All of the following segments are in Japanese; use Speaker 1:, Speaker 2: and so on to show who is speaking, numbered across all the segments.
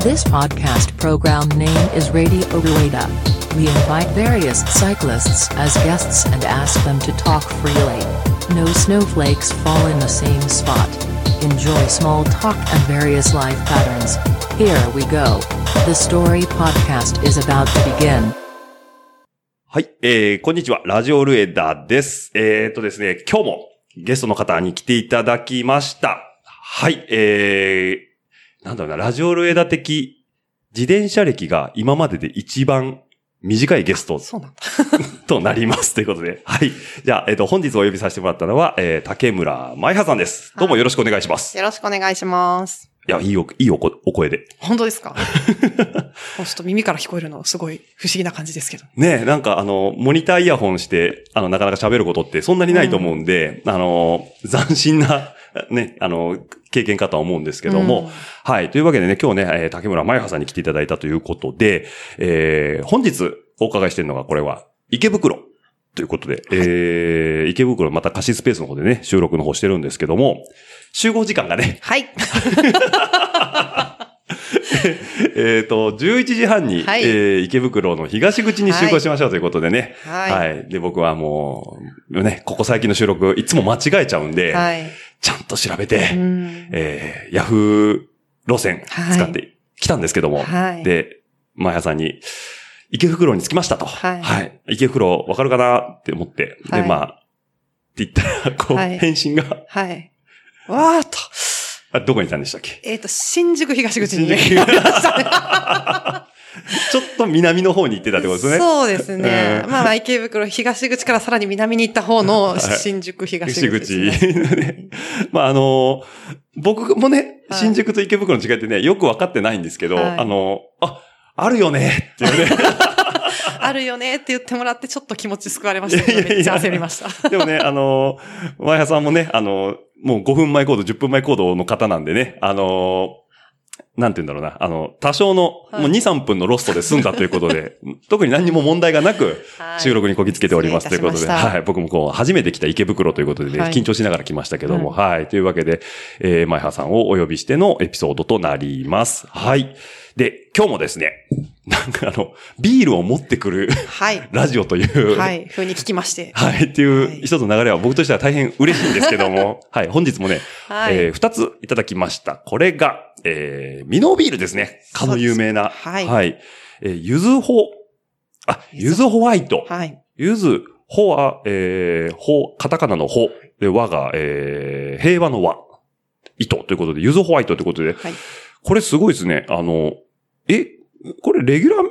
Speaker 1: This podcast program name is Radio Rueda. We invite various cyclists as guests and ask them to talk freely. No snowflakes fall in the same spot. Enjoy small talk and various life patterns. Here we go. The story podcast is about to begin.
Speaker 2: はい、えー、こんにちは、ラジオルエダです。えー、っとですね、今日もゲストの方に来ていただきました。はい、えー、なんだろうな、ラジオルエダ的自転車歴が今までで一番短いゲスト
Speaker 3: そうなんだ。
Speaker 2: となります。ということで、はい。じゃあ、えっ、と、本日お呼びさせてもらったのは、えー、竹村舞葉さんです。どうもよろしくお願いします。い
Speaker 3: よろしくお願いします。
Speaker 2: や、いいお、いいおこお声で。
Speaker 3: 本当です かちょっと耳から聞こえるのすごい不思議な感じですけど。
Speaker 2: ねえ、なんかあの、モニターイヤホンして、あの、なかなか喋ることってそんなにないと思うんで、あの、斬新な、ね、あの、経験かとは思うんですけども、
Speaker 3: うん
Speaker 2: はい。というわけでね、今日ね、えー竹村舞葉さんに来ていただいたということで、えー本日お伺いしてるのが、これは、池袋。ということで、えー、池袋、また貸しスペースの方でね、収録の方してるんですけども、集合時間がね、
Speaker 3: はい。
Speaker 2: えっ、と、11時半に、
Speaker 3: はい
Speaker 2: えー池袋の東口に集合しましょうということでね、
Speaker 3: は
Speaker 2: はい。で、僕はもう、ね、ここ最近の収録、いつも間違えちゃうん
Speaker 3: い。
Speaker 2: で、
Speaker 3: はい。
Speaker 2: ちゃんと調べ
Speaker 3: う
Speaker 2: て、
Speaker 3: ん
Speaker 2: えー、ヤフー路線
Speaker 3: はい
Speaker 2: 使ってきたんですけども、
Speaker 3: はい
Speaker 2: で、マヤさんに、池袋に着きましたと。
Speaker 3: はい
Speaker 2: 池袋、わかるかなって思って、
Speaker 3: は
Speaker 2: で、
Speaker 3: い
Speaker 2: まあ、って言ったら、こう、
Speaker 3: はい
Speaker 2: 返信が、
Speaker 3: はい。わーっと。
Speaker 2: あどこにいたんでしたっけ
Speaker 3: えっ、と、新宿東口に、
Speaker 2: 新
Speaker 3: ね。
Speaker 2: 宿 ちょっと南の方に行ってたってことですね。
Speaker 3: そうですね。
Speaker 2: う
Speaker 3: まあまあ、池袋東口からさらに南に行った方 の
Speaker 2: い
Speaker 3: 新宿東口
Speaker 2: 西
Speaker 3: です
Speaker 2: 口。
Speaker 3: ね、
Speaker 2: ね まあ、あの僕もね、
Speaker 3: はい
Speaker 2: 新宿と池袋の違いってね、よく分かってないんですけど、
Speaker 3: はい
Speaker 2: あのあ、あるよねっていうね。
Speaker 3: あるよねって言ってもらって、ちょっと気持ち救われましたけ
Speaker 2: いやいや
Speaker 3: ど。
Speaker 2: いや
Speaker 3: めっちゃ焦りまし た。
Speaker 2: でもね、あの前田さんもね、あのもう5分前行動、10分前行動の方なんでね、あのなんて言うんだろうな。あの、多少の、
Speaker 3: はい
Speaker 2: もう2、3分のロストで済んだということで、 特に何にも問題がなく、
Speaker 3: はい
Speaker 2: 収録にこぎつけておりますというこ
Speaker 3: 失礼い
Speaker 2: と
Speaker 3: た
Speaker 2: で、
Speaker 3: しました
Speaker 2: はい、僕もこう、初めて来た池袋ということでね、
Speaker 3: はい
Speaker 2: 緊張しながら来ましたけども、はい、というわけで、えー、前原さんをお呼びしてのエピソードとなります。はい。で、今日もですね、なんかあの、ビールを持ってくる
Speaker 3: はい。
Speaker 2: ラジオという、
Speaker 3: は。い。風に聞きまして。
Speaker 2: はい、って
Speaker 3: はい
Speaker 2: いう一つの流れは僕としては大変嬉しいんですけども、はい、本日もね、
Speaker 3: はい。
Speaker 2: えー二ついただきました。これが、えー、ミノービールですね。かの有名な。
Speaker 3: そうですはい
Speaker 2: えーゆずほ、あ、ゆずホワイト。
Speaker 3: はい。
Speaker 2: ゆず、ほは、えー、ほ、カタカナのほ。で、和が、えー、平和の和。糸ということで、ゆずホワイトということで、
Speaker 3: はい。
Speaker 2: これすごいですね。あの、え、これレギュラー、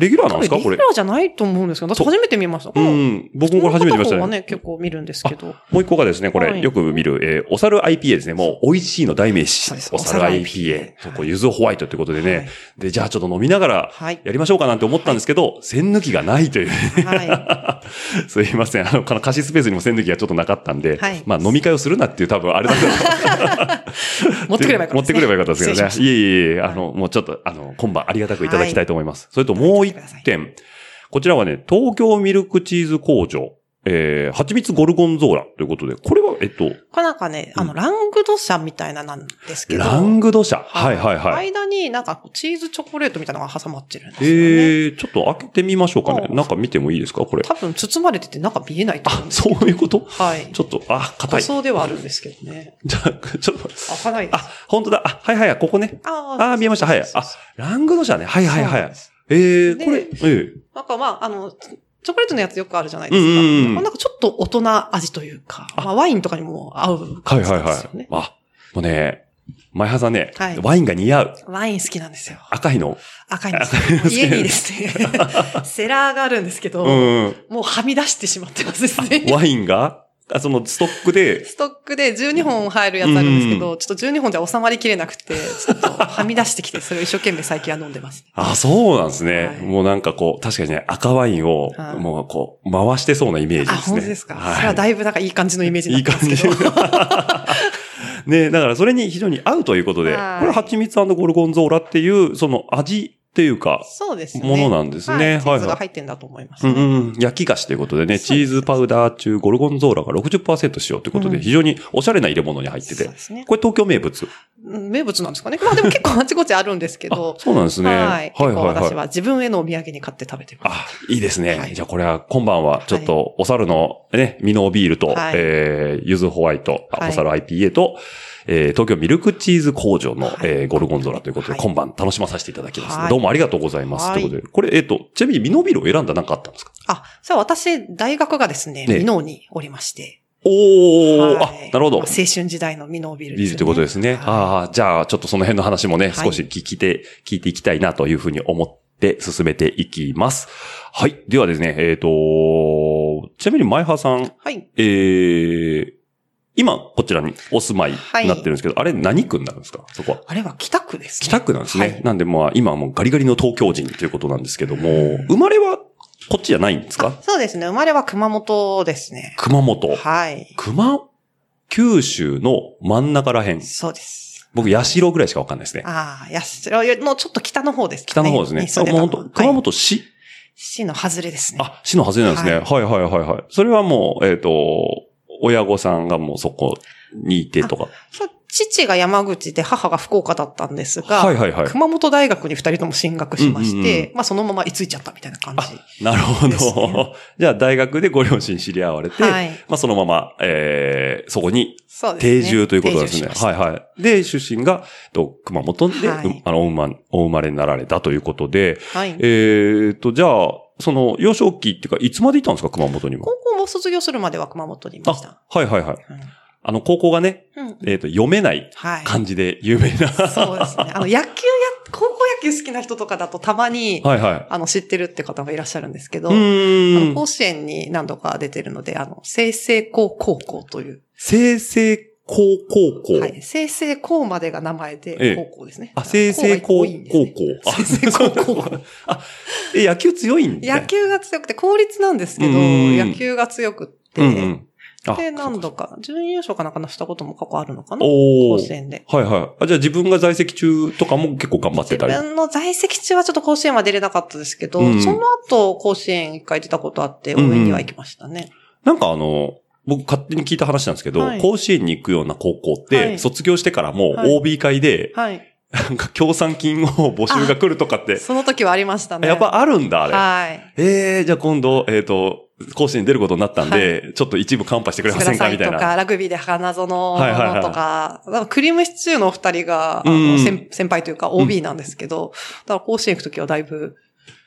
Speaker 2: レギュラーなんですかこれ
Speaker 3: リ。じゃないと思うんですけど、私初めて見ました。
Speaker 2: う
Speaker 3: うん
Speaker 2: ん、僕もこれ初めて見ました
Speaker 3: この方は
Speaker 2: ね。
Speaker 3: ね、結構見るんですけど。
Speaker 2: もう一個がですね、これ、
Speaker 3: はい
Speaker 2: よく見る、えー、お猿 IPA ですね。もう、美味しいの代名詞
Speaker 3: そうで。す
Speaker 2: お猿
Speaker 3: お猿
Speaker 2: IPA
Speaker 3: はい。
Speaker 2: そうこうゆずホワイトということでね。で、じゃあちょっと飲みながら、
Speaker 3: はい。
Speaker 2: やりましょうかなんて思ったんですけど、栓抜きがないという。
Speaker 3: はい。は
Speaker 2: すいません。あの、この貸しスペースにも栓抜きがちょっとなかったんで、
Speaker 3: はい
Speaker 2: まあ飲み会をするなっていう多分あれだった
Speaker 3: い。 持ってくればよか
Speaker 2: 持
Speaker 3: った
Speaker 2: ってく
Speaker 3: ですね
Speaker 2: ればよかったですけどね。
Speaker 3: 失
Speaker 2: いえいえいえ、
Speaker 3: はい
Speaker 2: あの、もうちょっと、あの、今晩ありがたくいただきたいと思います。それともう一
Speaker 3: はい
Speaker 2: 点。こちらはね、東京ミルクチーズ工場、えー、蜂蜜ゴルゴンゾーラということで、これは、えっと、
Speaker 3: これなんかね、あの、ラングド社みたいななんですけど。
Speaker 2: ラングド社。はいはいはい。
Speaker 3: 間になんかこうチーズチョコレートみたいなのが挟まってるんですよね。
Speaker 2: えー、ちょっと開けてみましょうかね。
Speaker 3: うん
Speaker 2: 中見てもいいですかこれ。
Speaker 3: 多分包まれてて中見えないと思う
Speaker 2: あ
Speaker 3: ん、です
Speaker 2: そういうこと
Speaker 3: はい。
Speaker 2: ちょっと、あ、硬
Speaker 3: 塗
Speaker 2: い。
Speaker 3: 装ではあるんですけどね。
Speaker 2: じゃあ、ちょっと、
Speaker 3: 開かないです。
Speaker 2: あ、本当だ。あ、はいはいはい、ここね。
Speaker 3: あ
Speaker 2: あー見えましたはいあラングド社ね。はいはいは
Speaker 3: そうなん
Speaker 2: い
Speaker 3: で。す
Speaker 2: えー、
Speaker 3: で
Speaker 2: これ、えー、
Speaker 3: なんかまあ、あの、チョコレートのやつよくあるじゃないですか。
Speaker 2: うんうんうん
Speaker 3: なんかちょっと大人味というか、まあワインとかにも合う
Speaker 2: は
Speaker 3: 感
Speaker 2: い
Speaker 3: じ
Speaker 2: はい
Speaker 3: なんで
Speaker 2: は
Speaker 3: すよ
Speaker 2: い
Speaker 3: ね。。
Speaker 2: あ、もうね、前原さんね、
Speaker 3: はい
Speaker 2: ワインが似合う。
Speaker 3: ワイン好きなんですよ。
Speaker 2: 赤いの。
Speaker 3: 赤いんですよ。家にです ね、セラーがあるんですけど、
Speaker 2: うん。
Speaker 3: もうはみ出してしまってますですね。
Speaker 2: ワインが、あそのストックで、
Speaker 3: ストックで12本入るやつあるんですけ
Speaker 2: うん
Speaker 3: ど、ちょっと12本じゃ収まりきれなくて、ちょっとはみ出してきて、それを一生懸命最近は飲んでます。
Speaker 2: あ、そうなんですね。
Speaker 3: はい
Speaker 2: もうなんかこう、確かにね、赤ワインを、
Speaker 3: はい
Speaker 2: もうこう、回してそうなイメージです
Speaker 3: あ、
Speaker 2: ね。
Speaker 3: 本当ですか。
Speaker 2: はい、
Speaker 3: それはだいぶなんかいい感じのイメージになってますけど。
Speaker 2: いい感じ。 ねだからそれに非常に合うということで、
Speaker 3: はい
Speaker 2: これ蜂蜜ゴルゴンゾーラっていう、その味っていうか、
Speaker 3: そうですね。
Speaker 2: ものなんですね。
Speaker 3: はい。チー
Speaker 2: はい
Speaker 3: ズが
Speaker 2: はい
Speaker 3: 入ってんだと思います
Speaker 2: う
Speaker 3: ね、
Speaker 2: んうん、焼き菓子ということでね、チ
Speaker 3: そうで
Speaker 2: ー
Speaker 3: す
Speaker 2: ズパウダー中ゴルゴンゾーラが60%使用ということで、
Speaker 3: うん
Speaker 2: 非常におしゃれな入れ物に入って
Speaker 3: そう
Speaker 2: て
Speaker 3: で、すね。
Speaker 2: これ東京名物。
Speaker 3: うん名物なんですかね。まあでも結構あちこちあるんですけ
Speaker 2: あ
Speaker 3: ど、
Speaker 2: そうなんですね。
Speaker 3: はい。結構
Speaker 2: はい
Speaker 3: 私は自分へのお土産に買って食べてます。
Speaker 2: あ、いいですね。
Speaker 3: はい
Speaker 2: じゃあこれは、今晩は、ちょっと、お猿のね、ミノービールと、
Speaker 3: はい
Speaker 2: えー、ゆずホワイト、あ
Speaker 3: はい
Speaker 2: お猿 IPA と、えー、東京ミルクチーズ工場の、
Speaker 3: はい
Speaker 2: えー、ゴルゴンゾラということで、
Speaker 3: はい
Speaker 2: 今晩楽しまさせていただきます、
Speaker 3: はい
Speaker 2: どうもありがとうございます。
Speaker 3: はい
Speaker 2: ということで、これ、えっ、と、ちなみにミノービールを選んだ何かあったんですか
Speaker 3: あ、じゃあ私、大学がですね、
Speaker 2: ね
Speaker 3: ミノーにおりまして。
Speaker 2: おー、
Speaker 3: はい
Speaker 2: あ、なるほど。
Speaker 3: まあ青春時代のミノービール
Speaker 2: ビールということですね。
Speaker 3: はい
Speaker 2: ああ、じゃあ、ちょっとその辺の話もね、
Speaker 3: はい
Speaker 2: 少し聞いて、聞いていきたいなというふうに思って進めていきます。はい。ではですね、えっ、と、ちなみに前原さん、
Speaker 3: はい。
Speaker 2: えー、今、こちらにお住まいになってるんですけど、あれ何区になるんですかそこは。
Speaker 3: あれは北区ですね。
Speaker 2: 北区なんですね。
Speaker 3: はい
Speaker 2: なんで、まあ、今はもうガリガリの東京人ということなんですけども、生まれはこっちじゃないんですか
Speaker 3: そうですね。生まれは熊本ですね。
Speaker 2: 熊本。
Speaker 3: はい。
Speaker 2: 熊、九州の真ん中らへん。
Speaker 3: そうです。
Speaker 2: 僕、八代ぐらいしかわかんないですね。
Speaker 3: ああ、やしろのちょっと北の方ですね。
Speaker 2: 北の方ですね。
Speaker 3: 住ん
Speaker 2: もう
Speaker 3: でたの
Speaker 2: 本当、熊
Speaker 3: はい
Speaker 2: 本市、
Speaker 3: 市の外れですね。
Speaker 2: あ、市の外れなんですね。はいはいはいはい。それはもう、えっ、と、親御さんがもうそこにいてとか。
Speaker 3: そう父が山口で母が福岡だったんですが、
Speaker 2: はいはいはい。
Speaker 3: 熊本大学に二人とも進学しまして、
Speaker 2: うんうん
Speaker 3: まあそのまま居ついちゃったみたいな感じ。
Speaker 2: なるほど。
Speaker 3: ですね
Speaker 2: じゃあ大学でご両親知り合われて、
Speaker 3: はい。
Speaker 2: まあそのまま、えー、そこに
Speaker 3: そうですね。
Speaker 2: 定住ということなんですね。
Speaker 3: 定住しました
Speaker 2: はいはい。で、出身が、えっと熊本で、
Speaker 3: はい
Speaker 2: うんあの、お生まお生まれになられたということで、
Speaker 3: はい。
Speaker 2: えっと、じゃあ、その、幼少期っていうか、いつまでいたんですか、熊本にも。
Speaker 3: 高校も卒業するまでは熊本にいました
Speaker 2: あ。、はいはいはい。
Speaker 3: うん
Speaker 2: あの、高校がね、
Speaker 3: うん
Speaker 2: えっ、と、読めない
Speaker 3: はい。
Speaker 2: 感じで有名な。
Speaker 3: そうですね。あの、野球や、高校野球好きな人とかだとたま に、
Speaker 2: はいはい。
Speaker 3: あの、知ってるって方もいらっしゃるんですけど、
Speaker 2: う
Speaker 3: あ
Speaker 2: ー
Speaker 3: の
Speaker 2: ん。
Speaker 3: 甲子園に何度か出てるので、あの、清成高高校という、
Speaker 2: 生成高高校。
Speaker 3: はい。清成高までが名前
Speaker 2: ええ
Speaker 3: で、高校ですね。
Speaker 2: あ、生成高
Speaker 3: が
Speaker 2: 高
Speaker 3: 多いんですね
Speaker 2: 校。あ、
Speaker 3: 清成高校。
Speaker 2: あ、 え、野球強いんだ、ね。
Speaker 3: 野球が強くて、公立なんですけど、
Speaker 2: うん
Speaker 3: 野球が強くって、
Speaker 2: うんうん。あ
Speaker 3: で、何度か、準優勝かなんかのしたことも過去あるのかな
Speaker 2: お
Speaker 3: 甲
Speaker 2: お。
Speaker 3: 子園で。
Speaker 2: はいはい。あ、じゃあ自分が在籍中とかも結構頑張って
Speaker 3: 自
Speaker 2: たり。
Speaker 3: 分の在籍中はちょっと甲子園は出れなかったですけど、
Speaker 2: うん
Speaker 3: その後、甲子園一回出たことあって、応
Speaker 2: うん
Speaker 3: 援には行きましたね。
Speaker 2: なんかあの、僕勝手に聞いた話なんですけど、
Speaker 3: はい
Speaker 2: 甲子園に行くような高校って、
Speaker 3: はい
Speaker 2: 卒業してからも
Speaker 3: はい
Speaker 2: OB 会で、
Speaker 3: はい。
Speaker 2: なんか協賛金を募集が来るとかって、
Speaker 3: その時はありましたね。
Speaker 2: やっぱあるんだ、あれ。
Speaker 3: はい。
Speaker 2: ええじゃあ今度、えっ、と、甲子園に出ることになったんで、ちょっと一部カンパしてくれませんかみたい
Speaker 3: とか、
Speaker 2: な。
Speaker 3: ラグビーで花園の
Speaker 2: はいはいはい
Speaker 3: とか、だからクリームシチューのお二人が、あ
Speaker 2: うん
Speaker 3: の先先輩というか OB なんですけど、だから甲子園行くときはだいぶ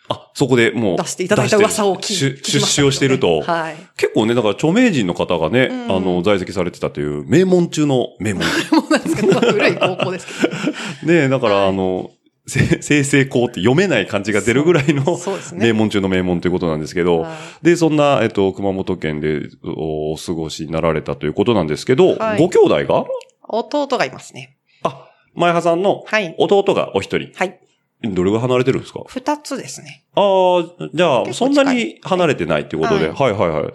Speaker 2: あ、そこでもう。
Speaker 3: 出していただいた噂を
Speaker 2: 出
Speaker 3: 聞
Speaker 2: し
Speaker 3: い
Speaker 2: て
Speaker 3: て。
Speaker 2: 出出資をしてると。
Speaker 3: はい。
Speaker 2: 結構ね、だから著名人の方がね、
Speaker 3: うん
Speaker 2: あの、在籍されてたという、名門中の名 門。
Speaker 3: もうなんですけど、古い高校です け
Speaker 2: ねだから、
Speaker 3: はい
Speaker 2: あの、せ生成校って読めない漢字が出るぐらい
Speaker 3: ど。
Speaker 2: の
Speaker 3: そうです
Speaker 2: 名
Speaker 3: ね。
Speaker 2: 門中の名門ということなんですけど、
Speaker 3: はい
Speaker 2: で、そんな、えっと、熊本県でおお過ごしになられたということなんですけど、
Speaker 3: はい
Speaker 2: ご兄弟が
Speaker 3: 弟がいますね。
Speaker 2: あ、前葉さんの
Speaker 3: はい。
Speaker 2: 弟がお一人。
Speaker 3: はい。
Speaker 2: どれぐらい離れてるんですか
Speaker 3: 二つですね。
Speaker 2: ああ、じゃあ、
Speaker 3: 結
Speaker 2: そ
Speaker 3: 構近
Speaker 2: ん
Speaker 3: い
Speaker 2: なに離れてないっていうことで、
Speaker 3: は
Speaker 2: はい、はいはいはい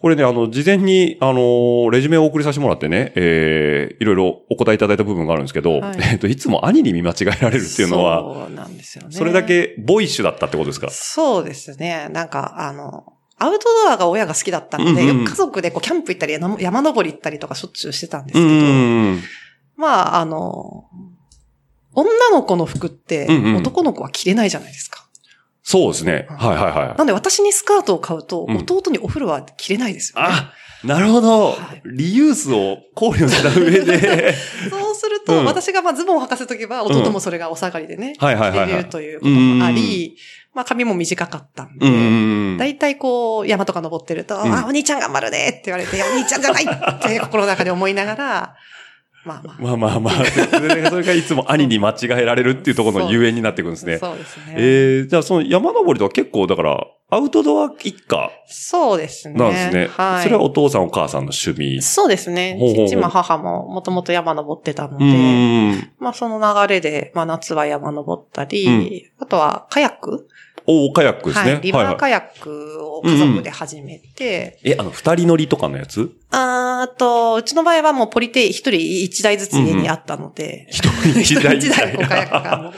Speaker 2: これね、あの、事前に、あのーレジュメをお送りさせてもらってね、えーいろいろお答えいただいた部分があるんですけど、
Speaker 3: はい
Speaker 2: えっと、いつも兄に見間違えられるっていうのは、
Speaker 3: そうなんですよね。
Speaker 2: それだ。けボイッシュだったってことですか
Speaker 3: そうですね。なんか、あの、アウトドアが親が好きだったので、
Speaker 2: うんうん
Speaker 3: よく家族でこうキャンプ行ったり、山山登り行ったりとかしょっちゅうしてたんです
Speaker 2: う
Speaker 3: けど、
Speaker 2: ん。
Speaker 3: まあ、あの、女の子の服って
Speaker 2: うんうん
Speaker 3: 男の子は着れないじゃないですか。
Speaker 2: そうですね。
Speaker 3: うん
Speaker 2: はいはいはい。
Speaker 3: なんで私にスカートを買うと、
Speaker 2: うん
Speaker 3: 弟にお風呂は着れないですよ、ね
Speaker 2: あ、なるほど
Speaker 3: はい。
Speaker 2: リユースを考慮した上で、
Speaker 3: そうする
Speaker 2: うん
Speaker 3: と、私がまあズボンを履かせとけば、弟もそれがお下がりでね、
Speaker 2: はいはい
Speaker 3: 着
Speaker 2: はい、
Speaker 3: れ
Speaker 2: は
Speaker 3: る
Speaker 2: い。
Speaker 3: ということもあり、まあ髪も短かったんで、
Speaker 2: うんうんうん。
Speaker 3: 大体こう、山とか登ってると、
Speaker 2: うん
Speaker 3: あ、お兄ちゃん頑張るねって言われて、いやお兄ちゃんじゃないって心の中で思いな がら、まあまあ。
Speaker 2: まあまあまあ、それがそれがいつも兄に間違えられるっていうところのゆえんになってくるんですね。
Speaker 3: そうですね。
Speaker 2: ええじゃあその山登りとか結構だから、アウトドア一家
Speaker 3: そうですね。
Speaker 2: なんですね。
Speaker 3: はい。
Speaker 2: それはお父さんお母さんの趣味。
Speaker 3: そうですね
Speaker 2: ほうほうほう。
Speaker 3: 父も母ももともと山登ってたの
Speaker 2: う
Speaker 3: で、
Speaker 2: ーん。
Speaker 3: まあその流れで、まあ夏は山登ったり、
Speaker 2: う
Speaker 3: あとはカヤック
Speaker 2: おーカヤックですね。
Speaker 3: はい。リバー
Speaker 2: い。
Speaker 3: カヤックを家族で始めて、
Speaker 2: え、あの、二人乗りとかのやつ
Speaker 3: あーあと、うちの場合はもうポリテイ一人一台ずつ家にあったので、
Speaker 2: 一人一台。
Speaker 3: 一台こうカヤックがあの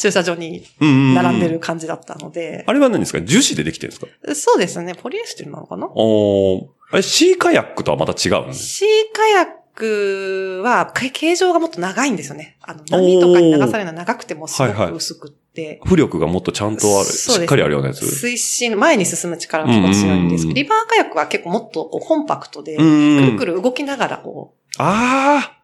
Speaker 3: 駐車場に並
Speaker 2: 並
Speaker 3: んでる。感じだったので、
Speaker 2: あれは何ですか樹脂でできてるんですか
Speaker 3: そうですね、ポリエステルなのかな
Speaker 2: おーあれ、シーカヤックとはまた違うんです。
Speaker 3: シーカヤックは、か形状がもっと長いんですよね。あの、波とかに流されるのは長くてもすご
Speaker 2: はいはい
Speaker 3: く薄くって。
Speaker 2: 浮力がもっとちゃんとある。
Speaker 3: そうです
Speaker 2: しっかりあるようなやつ。
Speaker 3: 推進、前に進む力は結構強いんです
Speaker 2: うんう
Speaker 3: けど、
Speaker 2: んうん
Speaker 3: リバーカヤックは結構もっとこうコンパクトで、
Speaker 2: う
Speaker 3: く
Speaker 2: んう
Speaker 3: る
Speaker 2: ん
Speaker 3: く。る動きながらこう、
Speaker 2: ああ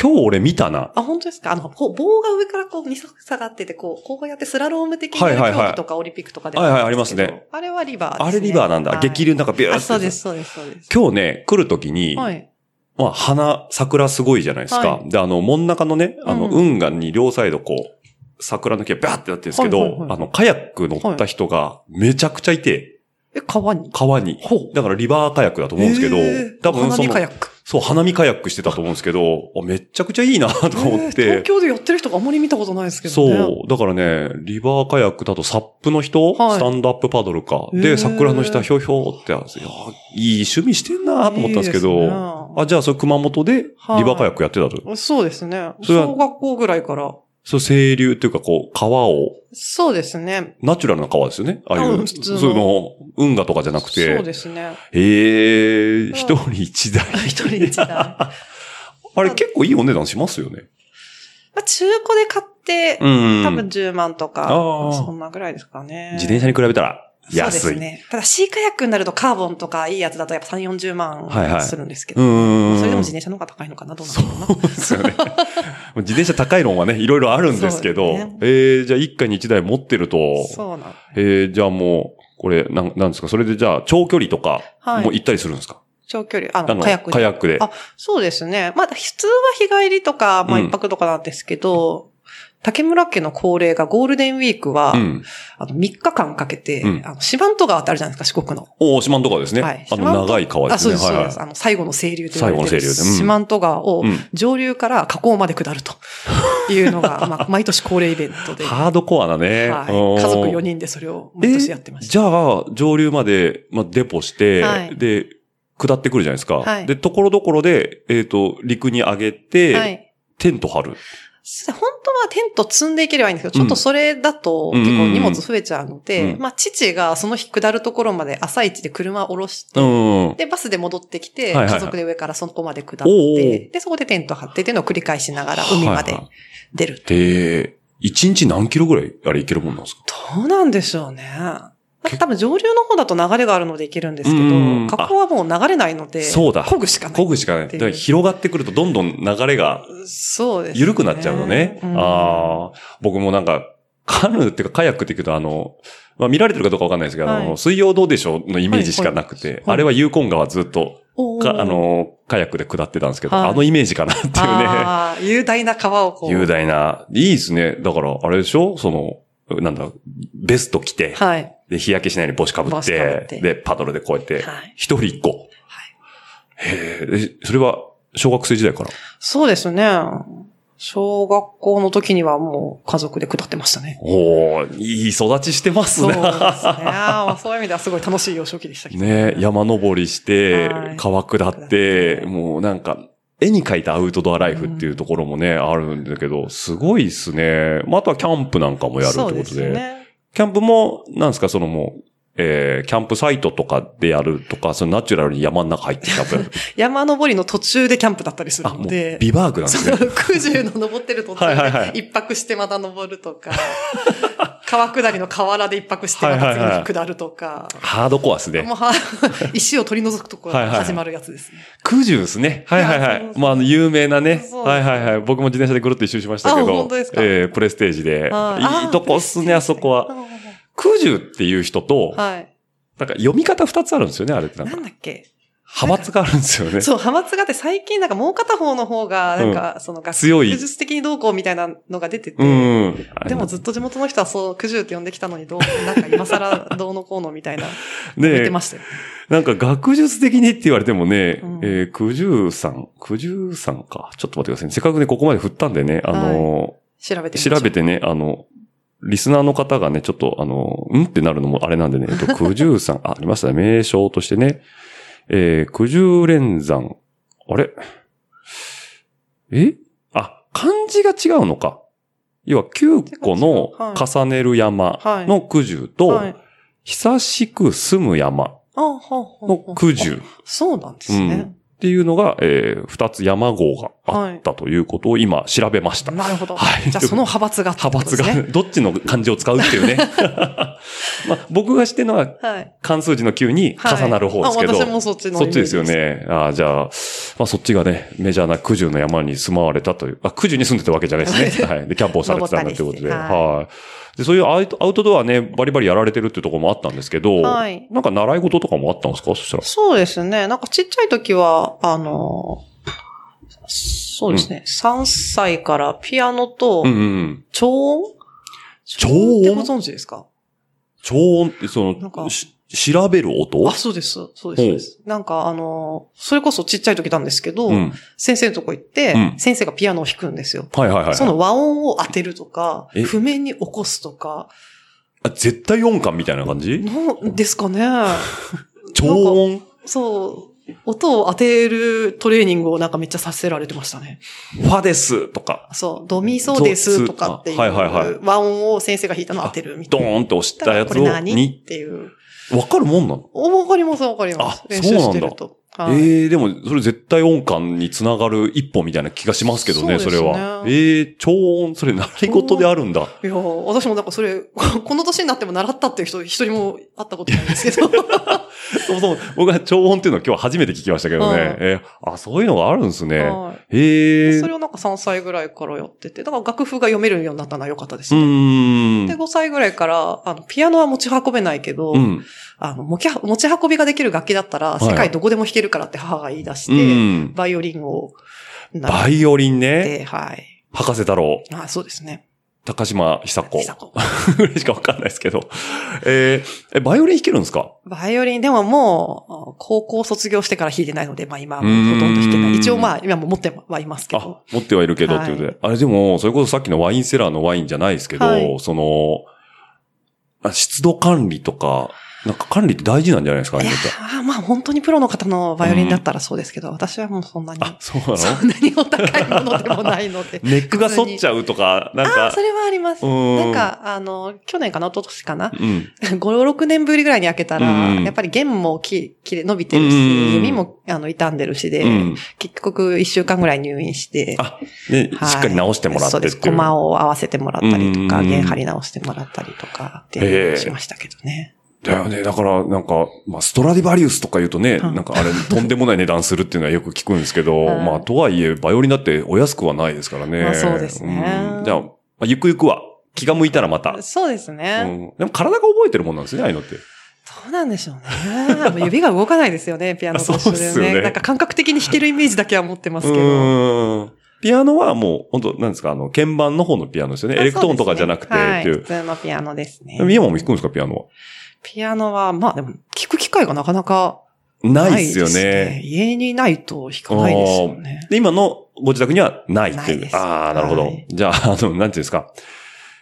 Speaker 2: 今日俺見たな。
Speaker 3: あ、本当ですかあの、こう棒が上からこう二足下がってて、こう、こうやってスラローム的に
Speaker 2: はい
Speaker 3: やる
Speaker 2: はいはい
Speaker 3: 競技とかオリンピックとかでも
Speaker 2: はいはい
Speaker 3: るんですけど
Speaker 2: あります。
Speaker 3: あれはリバー
Speaker 2: あれリバーなんだ。激
Speaker 3: 流
Speaker 2: 流の中ビューって。
Speaker 3: あ、そうです、。そうです、そうです。
Speaker 2: 今日ね、来るときに、
Speaker 3: はい。
Speaker 2: まあ、花、桜すごいじゃないですか。
Speaker 3: は
Speaker 2: で、あの、真ん中のね、あの、
Speaker 3: うん
Speaker 2: 運河に両サイドこう、桜の木がバーってなってるんですけど、
Speaker 3: はいはいはい
Speaker 2: あの、カヤック乗った人がめちゃくちゃいて、
Speaker 3: え、川に
Speaker 2: 川に。だからリバーカヤックだと思うんですけど、
Speaker 3: えー
Speaker 2: 多分
Speaker 3: 花
Speaker 2: そ
Speaker 3: 見
Speaker 2: の
Speaker 3: カ、ヤック。
Speaker 2: そう、花見カヤックしてたと思うんですけど、あめちゃくちゃいいなとか思っ
Speaker 3: えー
Speaker 2: て
Speaker 3: 東、京でやってる人があまり見たことないですけどね。
Speaker 2: そう、だからね、リバーカヤックだとサップの人、
Speaker 3: はい
Speaker 2: スタンドアップパドルか。
Speaker 3: へ
Speaker 2: で、
Speaker 3: ー
Speaker 2: 桜の下ひょひょってあるんですよ。いやいい趣味してんなと思ったんですけど、
Speaker 3: いいですね
Speaker 2: あ、じゃあそれ熊本でリバーカヤックやってたと。
Speaker 3: そうですね。
Speaker 2: それは
Speaker 3: 小学校ぐらいから。
Speaker 2: そう、清流っていうか、こう、川を、
Speaker 3: そうですね。
Speaker 2: ナチュラルな川ですよね。ああい
Speaker 3: う
Speaker 2: う、
Speaker 3: ん普通の
Speaker 2: そういうの、運河とかじゃなくて。
Speaker 3: そうですね。
Speaker 2: へえ、
Speaker 3: ん
Speaker 2: 一人一台。
Speaker 3: 一人一台
Speaker 2: あれ結構いいお値段しますよね。
Speaker 3: まあ、中古で買って、
Speaker 2: うん。
Speaker 3: 多分10万とか、
Speaker 2: あー
Speaker 3: そんなぐらいですかね。
Speaker 2: 自転車に比べたら、安い。
Speaker 3: そうですね。ただ、シーカヤックになるとカーボンとかいいやつだとやっぱ3、40
Speaker 2: はいはい
Speaker 3: 万するんですけ
Speaker 2: う
Speaker 3: ど。
Speaker 2: ん。
Speaker 3: それでも自転車の方が高いのかなどうなのかな
Speaker 2: そうですよね。自転車高いのはね、いろいろあるんですけど、
Speaker 3: そうね
Speaker 2: えー、じゃあ一家に一台持ってると、
Speaker 3: そうなんだ
Speaker 2: えー、じゃあもう、これ、なん、なんですかそれでじゃあ、長距離とか、
Speaker 3: はい
Speaker 2: もう行ったりするんですか、
Speaker 3: 長距離、あ
Speaker 2: あ
Speaker 3: の、
Speaker 2: の、
Speaker 3: カヤック
Speaker 2: カ
Speaker 3: で。
Speaker 2: ヤックで。
Speaker 3: あそうですね。まあ、普通は日帰りとか、まあ、
Speaker 2: うん
Speaker 3: 一泊とかなんですけど、竹村家の恒例がゴールデンウィークは、
Speaker 2: うん。
Speaker 3: あの、3日間かけて、
Speaker 2: うん
Speaker 3: あの、四万十川ってあるじゃないですか、四国の。
Speaker 2: おお、四万とかですね。
Speaker 3: はい
Speaker 2: あの、長い川で
Speaker 3: あ、
Speaker 2: す
Speaker 3: そう
Speaker 2: ね。
Speaker 3: です、そう
Speaker 2: はい
Speaker 3: で
Speaker 2: はい
Speaker 3: す。あの、最後の清流と言われ
Speaker 2: 最
Speaker 3: て
Speaker 2: 後
Speaker 3: る
Speaker 2: の清流でうん
Speaker 3: 四万十川を
Speaker 2: うん、
Speaker 3: 上流から河口まで下るという のが、まあ、毎年恒例イベントで、は
Speaker 2: ハードコアだ
Speaker 3: い、
Speaker 2: ね。うん
Speaker 3: 家族4人でそれを毎年やってまし
Speaker 2: じゃあ、上流まで、まあ、デポして、
Speaker 3: はい
Speaker 2: で、下ってくるじゃないですか。
Speaker 3: はい
Speaker 2: で、ところどころで、えっ、と、陸に上げて、
Speaker 3: た。はい。
Speaker 2: テント張る。
Speaker 3: 本当はテント積んでいければいいんですけど、ちょっとそれだと
Speaker 2: うん
Speaker 3: 結構荷物増えちゃうので、
Speaker 2: うん
Speaker 3: まあ父がその日下るところまで朝一で車を下ろして、
Speaker 2: うん。
Speaker 3: で、バスで戻ってきて、
Speaker 2: はいはいはい
Speaker 3: 家族で上からそこまで下って、
Speaker 2: おうおう
Speaker 3: で、そこでテント張ってっていうのを繰り返しながら海まで
Speaker 2: はいはい
Speaker 3: 出る。
Speaker 2: で、一日何キロぐらい、あれ行けるもんなんですか
Speaker 3: どうなんでしょうね。なんか多分上流の方だと流れがあるので行けるんですけ
Speaker 2: うん
Speaker 3: ど、河口はもう流れないので、
Speaker 2: そうだ
Speaker 3: 漕ぐしかない。
Speaker 2: 漕ぐしかない。
Speaker 3: って
Speaker 2: だ
Speaker 3: いう
Speaker 2: から広がってくるとどんどん流れが
Speaker 3: そうです、ね。
Speaker 2: 緩くなっちゃうのね。
Speaker 3: ん
Speaker 2: ああ、僕もなんか、カヌーっていうかカヤックって言うとあの、まあ見られてるかどうかわかんないですけど、
Speaker 3: はい
Speaker 2: あの、水曜どうでしょうのイメージしかなくて、
Speaker 3: いはい
Speaker 2: あれはユーコン川ずっと、
Speaker 3: おー
Speaker 2: かあ、の、カヤックで下ってたんですけど、
Speaker 3: はい
Speaker 2: あのイメージかなっていうね。
Speaker 3: あー雄大な川をこ う。
Speaker 2: 雄。大な。いいですね。だから、あれでしょその、なんだ、ベスト着て、
Speaker 3: はい。
Speaker 2: で日焼けしないように帽子かぶ
Speaker 3: 帽
Speaker 2: っ
Speaker 3: 子かぶ
Speaker 2: て、
Speaker 3: って
Speaker 2: で、パドルでこうやって、
Speaker 3: はい。
Speaker 2: 一人一個。
Speaker 3: はい
Speaker 2: へえ、えそれは、小学生時代から。
Speaker 3: そうですね。小学校の時にはもう家族で下ってました ね。
Speaker 2: おー、いい育ちしてます
Speaker 3: そうですね。
Speaker 2: ね。
Speaker 3: まあそういう意味ではすごい楽しい幼少期でしたけど。
Speaker 2: ね山登りして
Speaker 3: は、い
Speaker 2: 川下って
Speaker 3: 下っ、て
Speaker 2: もうなんか、絵に描いたアウトドアライフっていうところもね、あるんだけど、すごいっすね。まあ、あとはキャンプなんかもやるって
Speaker 3: そ
Speaker 2: こ
Speaker 3: う
Speaker 2: と
Speaker 3: で
Speaker 2: で。
Speaker 3: すね。
Speaker 2: キャンプも、なんですか、そのもう、えー、キャンプサイトとかでやるとか、そのナチュラルに山の中入ってキャンプ やる。
Speaker 3: 山登りの途中でキャンプだったりする
Speaker 2: あ、も
Speaker 3: の
Speaker 2: う、
Speaker 3: で。
Speaker 2: ビバークなんです
Speaker 3: そ
Speaker 2: ね
Speaker 3: う、。九十の登ってる途
Speaker 2: はいはいはい
Speaker 3: 中で一泊してまた登るとか、 川下りの河原で一泊してまた次の日下るとか、
Speaker 2: ハードコアっすね。
Speaker 3: もうは 石を取り除くところから始まるやつですね。
Speaker 2: 九十ですね。はいはいはい
Speaker 3: やそう
Speaker 2: い。
Speaker 3: そう
Speaker 2: まあ、あの、有名なね。
Speaker 3: そうそう
Speaker 2: はいはいはい。僕も自転車でぐるっと一周しましたけど。
Speaker 3: あ本当ですか
Speaker 2: えープレステージで。
Speaker 3: はい
Speaker 2: いいとこっすね、あそこは。九十っていう人と、
Speaker 3: はい。
Speaker 2: なんか読み方二つあるんですよね、あれってなん
Speaker 3: な
Speaker 2: か。
Speaker 3: んだっけ
Speaker 2: 派閥があるんですよね。
Speaker 3: そう、派閥があって最近なんかもう片方の方が、なんかその学
Speaker 2: 強い
Speaker 3: 学術的にどうこうみたいなのが出てて、
Speaker 2: うん。あれ
Speaker 3: でもずっと地元の人はそう、九十って呼んできたのにどう、なんか今更どうのこうのみた いな、言っ
Speaker 2: ね
Speaker 3: てましたよ。
Speaker 2: なんか学術的にって言われてもね、
Speaker 3: うん
Speaker 2: えー、九十三、九十三か。ちょっと待ってくださいね。せっかくね、ここまで振ったんでね、あの
Speaker 3: 調べてみま
Speaker 2: ー
Speaker 3: しょ
Speaker 2: 調
Speaker 3: う
Speaker 2: べてね、あの、リスナーの方がね、ちょっと、あの、うんってなるのもあれなんでね、えっ と、九十三、あ、ありましたね、名称としてね。えー、九十連山。あれえあ、漢字が違うのか。要は、9個の重ねる山の九十と、
Speaker 3: はい。
Speaker 2: 久しく住む山
Speaker 3: あ、ほうほうほ
Speaker 2: の
Speaker 3: う
Speaker 2: 九十。
Speaker 3: そうなんですね。
Speaker 2: っていうのが、えー、二つ山号があったということを今調べました。
Speaker 3: なるほど。
Speaker 2: はい
Speaker 3: じゃあその派閥があったっ
Speaker 2: 派
Speaker 3: てこと
Speaker 2: 閥
Speaker 3: です
Speaker 2: が、
Speaker 3: ね。
Speaker 2: どっちの漢字を使うっていう ね。まあ、僕がしてるのは
Speaker 3: はい。
Speaker 2: 関数字の9に
Speaker 3: はい
Speaker 2: 重なる方ですけど。
Speaker 3: あ私もそっちのイメ
Speaker 2: そっ
Speaker 3: ー
Speaker 2: ち
Speaker 3: ジ
Speaker 2: ですよね。ああ、じゃあ、まあそっちがね、メジャーな九十の山に住まわれたという、あ、九十に住んでたわけじゃないですね。 はい。で、キャンプをされてたんだということで。
Speaker 3: 登ったりしては
Speaker 2: はい。で、そういうアウトアウトドアね、バリバリやられてるっていうところもあったんですけど、
Speaker 3: はい
Speaker 2: なんか習い事とかもあったんですかそしたら。
Speaker 3: そうですね。なんかちっちゃい時は、あの、そうですね。3歳からピアノと
Speaker 2: うんうん。
Speaker 3: 超音
Speaker 2: 超音
Speaker 3: ってご存知ですか
Speaker 2: 超音って、そ
Speaker 3: なんか
Speaker 2: の、し調べる音
Speaker 3: あ、そうです。そうですそうです。なんかあの、それこそちっちゃい時なんですけど、
Speaker 2: うん。
Speaker 3: 先生のとこ行って、
Speaker 2: うん
Speaker 3: 先生がピアノを弾くんですよ。
Speaker 2: はいはいはい。
Speaker 3: その和音を当てるとか
Speaker 2: え、
Speaker 3: 譜面に起こすとか、
Speaker 2: あ絶対音感みたいな感じ
Speaker 3: なんですかね。
Speaker 2: 超音
Speaker 3: そう。音を当てるトレーニングをなんかめっちゃさせられてましたね。
Speaker 2: ファですとか、
Speaker 3: そう。ドミソですとかっていう。
Speaker 2: ゾスあはいはいは
Speaker 3: 和音を先生が弾いたのを当てるみた
Speaker 2: ド
Speaker 3: いな。
Speaker 2: ーンって押したや
Speaker 3: こ
Speaker 2: つ
Speaker 3: れ
Speaker 2: を、
Speaker 3: 何
Speaker 2: に
Speaker 3: っ、ていう。
Speaker 2: わかるもんなの
Speaker 3: お、わかりますわかります
Speaker 2: あ。
Speaker 3: 練習してると。はい
Speaker 2: ええでも、それ絶対音感につながる一歩みたいな気がしますけどね、そ
Speaker 3: そうですね
Speaker 2: れは。ええ超音、それ習い事であるんだ。
Speaker 3: いやー私もなんかそれ、 この年になっても習ったっていう人一人も会ったことないんですけ ど。
Speaker 2: そもそも、僕は超音っていうのを今日初めて聞きましたけどね。
Speaker 3: うん
Speaker 2: えーあ、そういうのがあるんですね。
Speaker 3: はい
Speaker 2: ええ
Speaker 3: それをなんか3歳ぐらいからやってて、だから楽譜が読めるようになったのは良かったです
Speaker 2: う
Speaker 3: ね。
Speaker 2: ー
Speaker 3: で、
Speaker 2: ん。
Speaker 3: 5歳ぐらいから、あの、ピアノは持ち運べないけど、
Speaker 2: うん。
Speaker 3: あの、持ち運持ち運びができる楽器だったら、
Speaker 2: はい
Speaker 3: 世界どこでも弾けるからって母が言い出し
Speaker 2: う
Speaker 3: て、
Speaker 2: ん。
Speaker 3: バイオリンを習
Speaker 2: バイオリン
Speaker 3: っ
Speaker 2: ね。
Speaker 3: て、はい。
Speaker 2: 博士太郎、
Speaker 3: あそうですね。
Speaker 2: 高島久子。
Speaker 3: 久子
Speaker 2: ぐらいしかわかんないですけど。えーえ、バイオリン弾けるんですか
Speaker 3: バイオリン、でももう、高校卒業してから弾いてないので、まあ今はほ
Speaker 2: うーん
Speaker 3: とんど弾けない。一応まあ今も持ってはいますけ
Speaker 2: あ
Speaker 3: ど。、
Speaker 2: 持ってはいるけどっていうことで。あれでも、それこそさっきのワインセラーのワインじゃないですけど、
Speaker 3: はい
Speaker 2: その、あ湿度管理とか、なんか管理って大事なんじゃないですか、あ
Speaker 3: い
Speaker 2: れ
Speaker 3: や
Speaker 2: って。
Speaker 3: ーまあ本当にプロの方のバイオリンだったらそうですけど、私はもうそんなに、
Speaker 2: あ、そうなの。
Speaker 3: そんなにお高いものでもないので
Speaker 2: ネックが反っちゃうとか、なん
Speaker 3: ああ、
Speaker 2: か
Speaker 3: そ、れはあります。
Speaker 2: う
Speaker 3: なんん、か、あの、去年かな、一昨年かな、
Speaker 2: うん。
Speaker 3: 5、6年ぶりぐらいに開けたら、
Speaker 2: うん
Speaker 3: やっぱり弦もききれ伸びてるし、
Speaker 2: うん
Speaker 3: 指もあの傷んでるしで、
Speaker 2: うん。
Speaker 3: 結局1週間ぐらい入院して、
Speaker 2: あで、
Speaker 3: はい
Speaker 2: しっかり直してもらって
Speaker 3: そう
Speaker 2: って
Speaker 3: で
Speaker 2: い
Speaker 3: す。
Speaker 2: う。
Speaker 3: 駒を合わせてもらったりと
Speaker 2: う
Speaker 3: か、
Speaker 2: んうんうん
Speaker 3: 弦張り直してもらったりとかっていうのをしましたけどね。
Speaker 2: だよね。だから、なんか、まあ、ストラディバリウスとか言うとね、
Speaker 3: うん
Speaker 2: なんかあれ、とんでもない値段するっていうのはよく聞くんですけ ど、
Speaker 3: はい
Speaker 2: まあ、とはいえ、バイオリンだってお安くはないですからね。
Speaker 3: まあそうですね
Speaker 2: うんじゃあ、まあゆくゆくは、気が向いたらまた。
Speaker 3: そうですね。
Speaker 2: うんでも体が覚えてるもんなんですね、ああいうのって。
Speaker 3: どうなんでしょうね。もう指が動かないですよ ね、ピアノと一緒
Speaker 2: そう
Speaker 3: で
Speaker 2: っ
Speaker 3: ね。
Speaker 2: すよね
Speaker 3: なんか感覚的に弾けるイメージだけは持ってますけど。
Speaker 2: うん。ピアノはもう、本当なんですか、あの、鍵盤の方のピアノですよね。エレクトーンとかじゃなくて
Speaker 3: はい
Speaker 2: っていう。
Speaker 3: 普通のピアノですね
Speaker 2: でも。今も弾くんですか、ピアノ
Speaker 3: ピアノは、まあでも、聞く機会がなかなか
Speaker 2: は。
Speaker 3: な
Speaker 2: ないい
Speaker 3: で
Speaker 2: ですす
Speaker 3: よ
Speaker 2: よ
Speaker 3: ね。
Speaker 2: ね。
Speaker 3: 家にないと弾かないですよね。
Speaker 2: で、今のご自宅にはないって
Speaker 3: ない
Speaker 2: い
Speaker 3: で
Speaker 2: う。
Speaker 3: す
Speaker 2: ああ、なるほど。
Speaker 3: はい
Speaker 2: じゃあ、あの、なんていうんですか。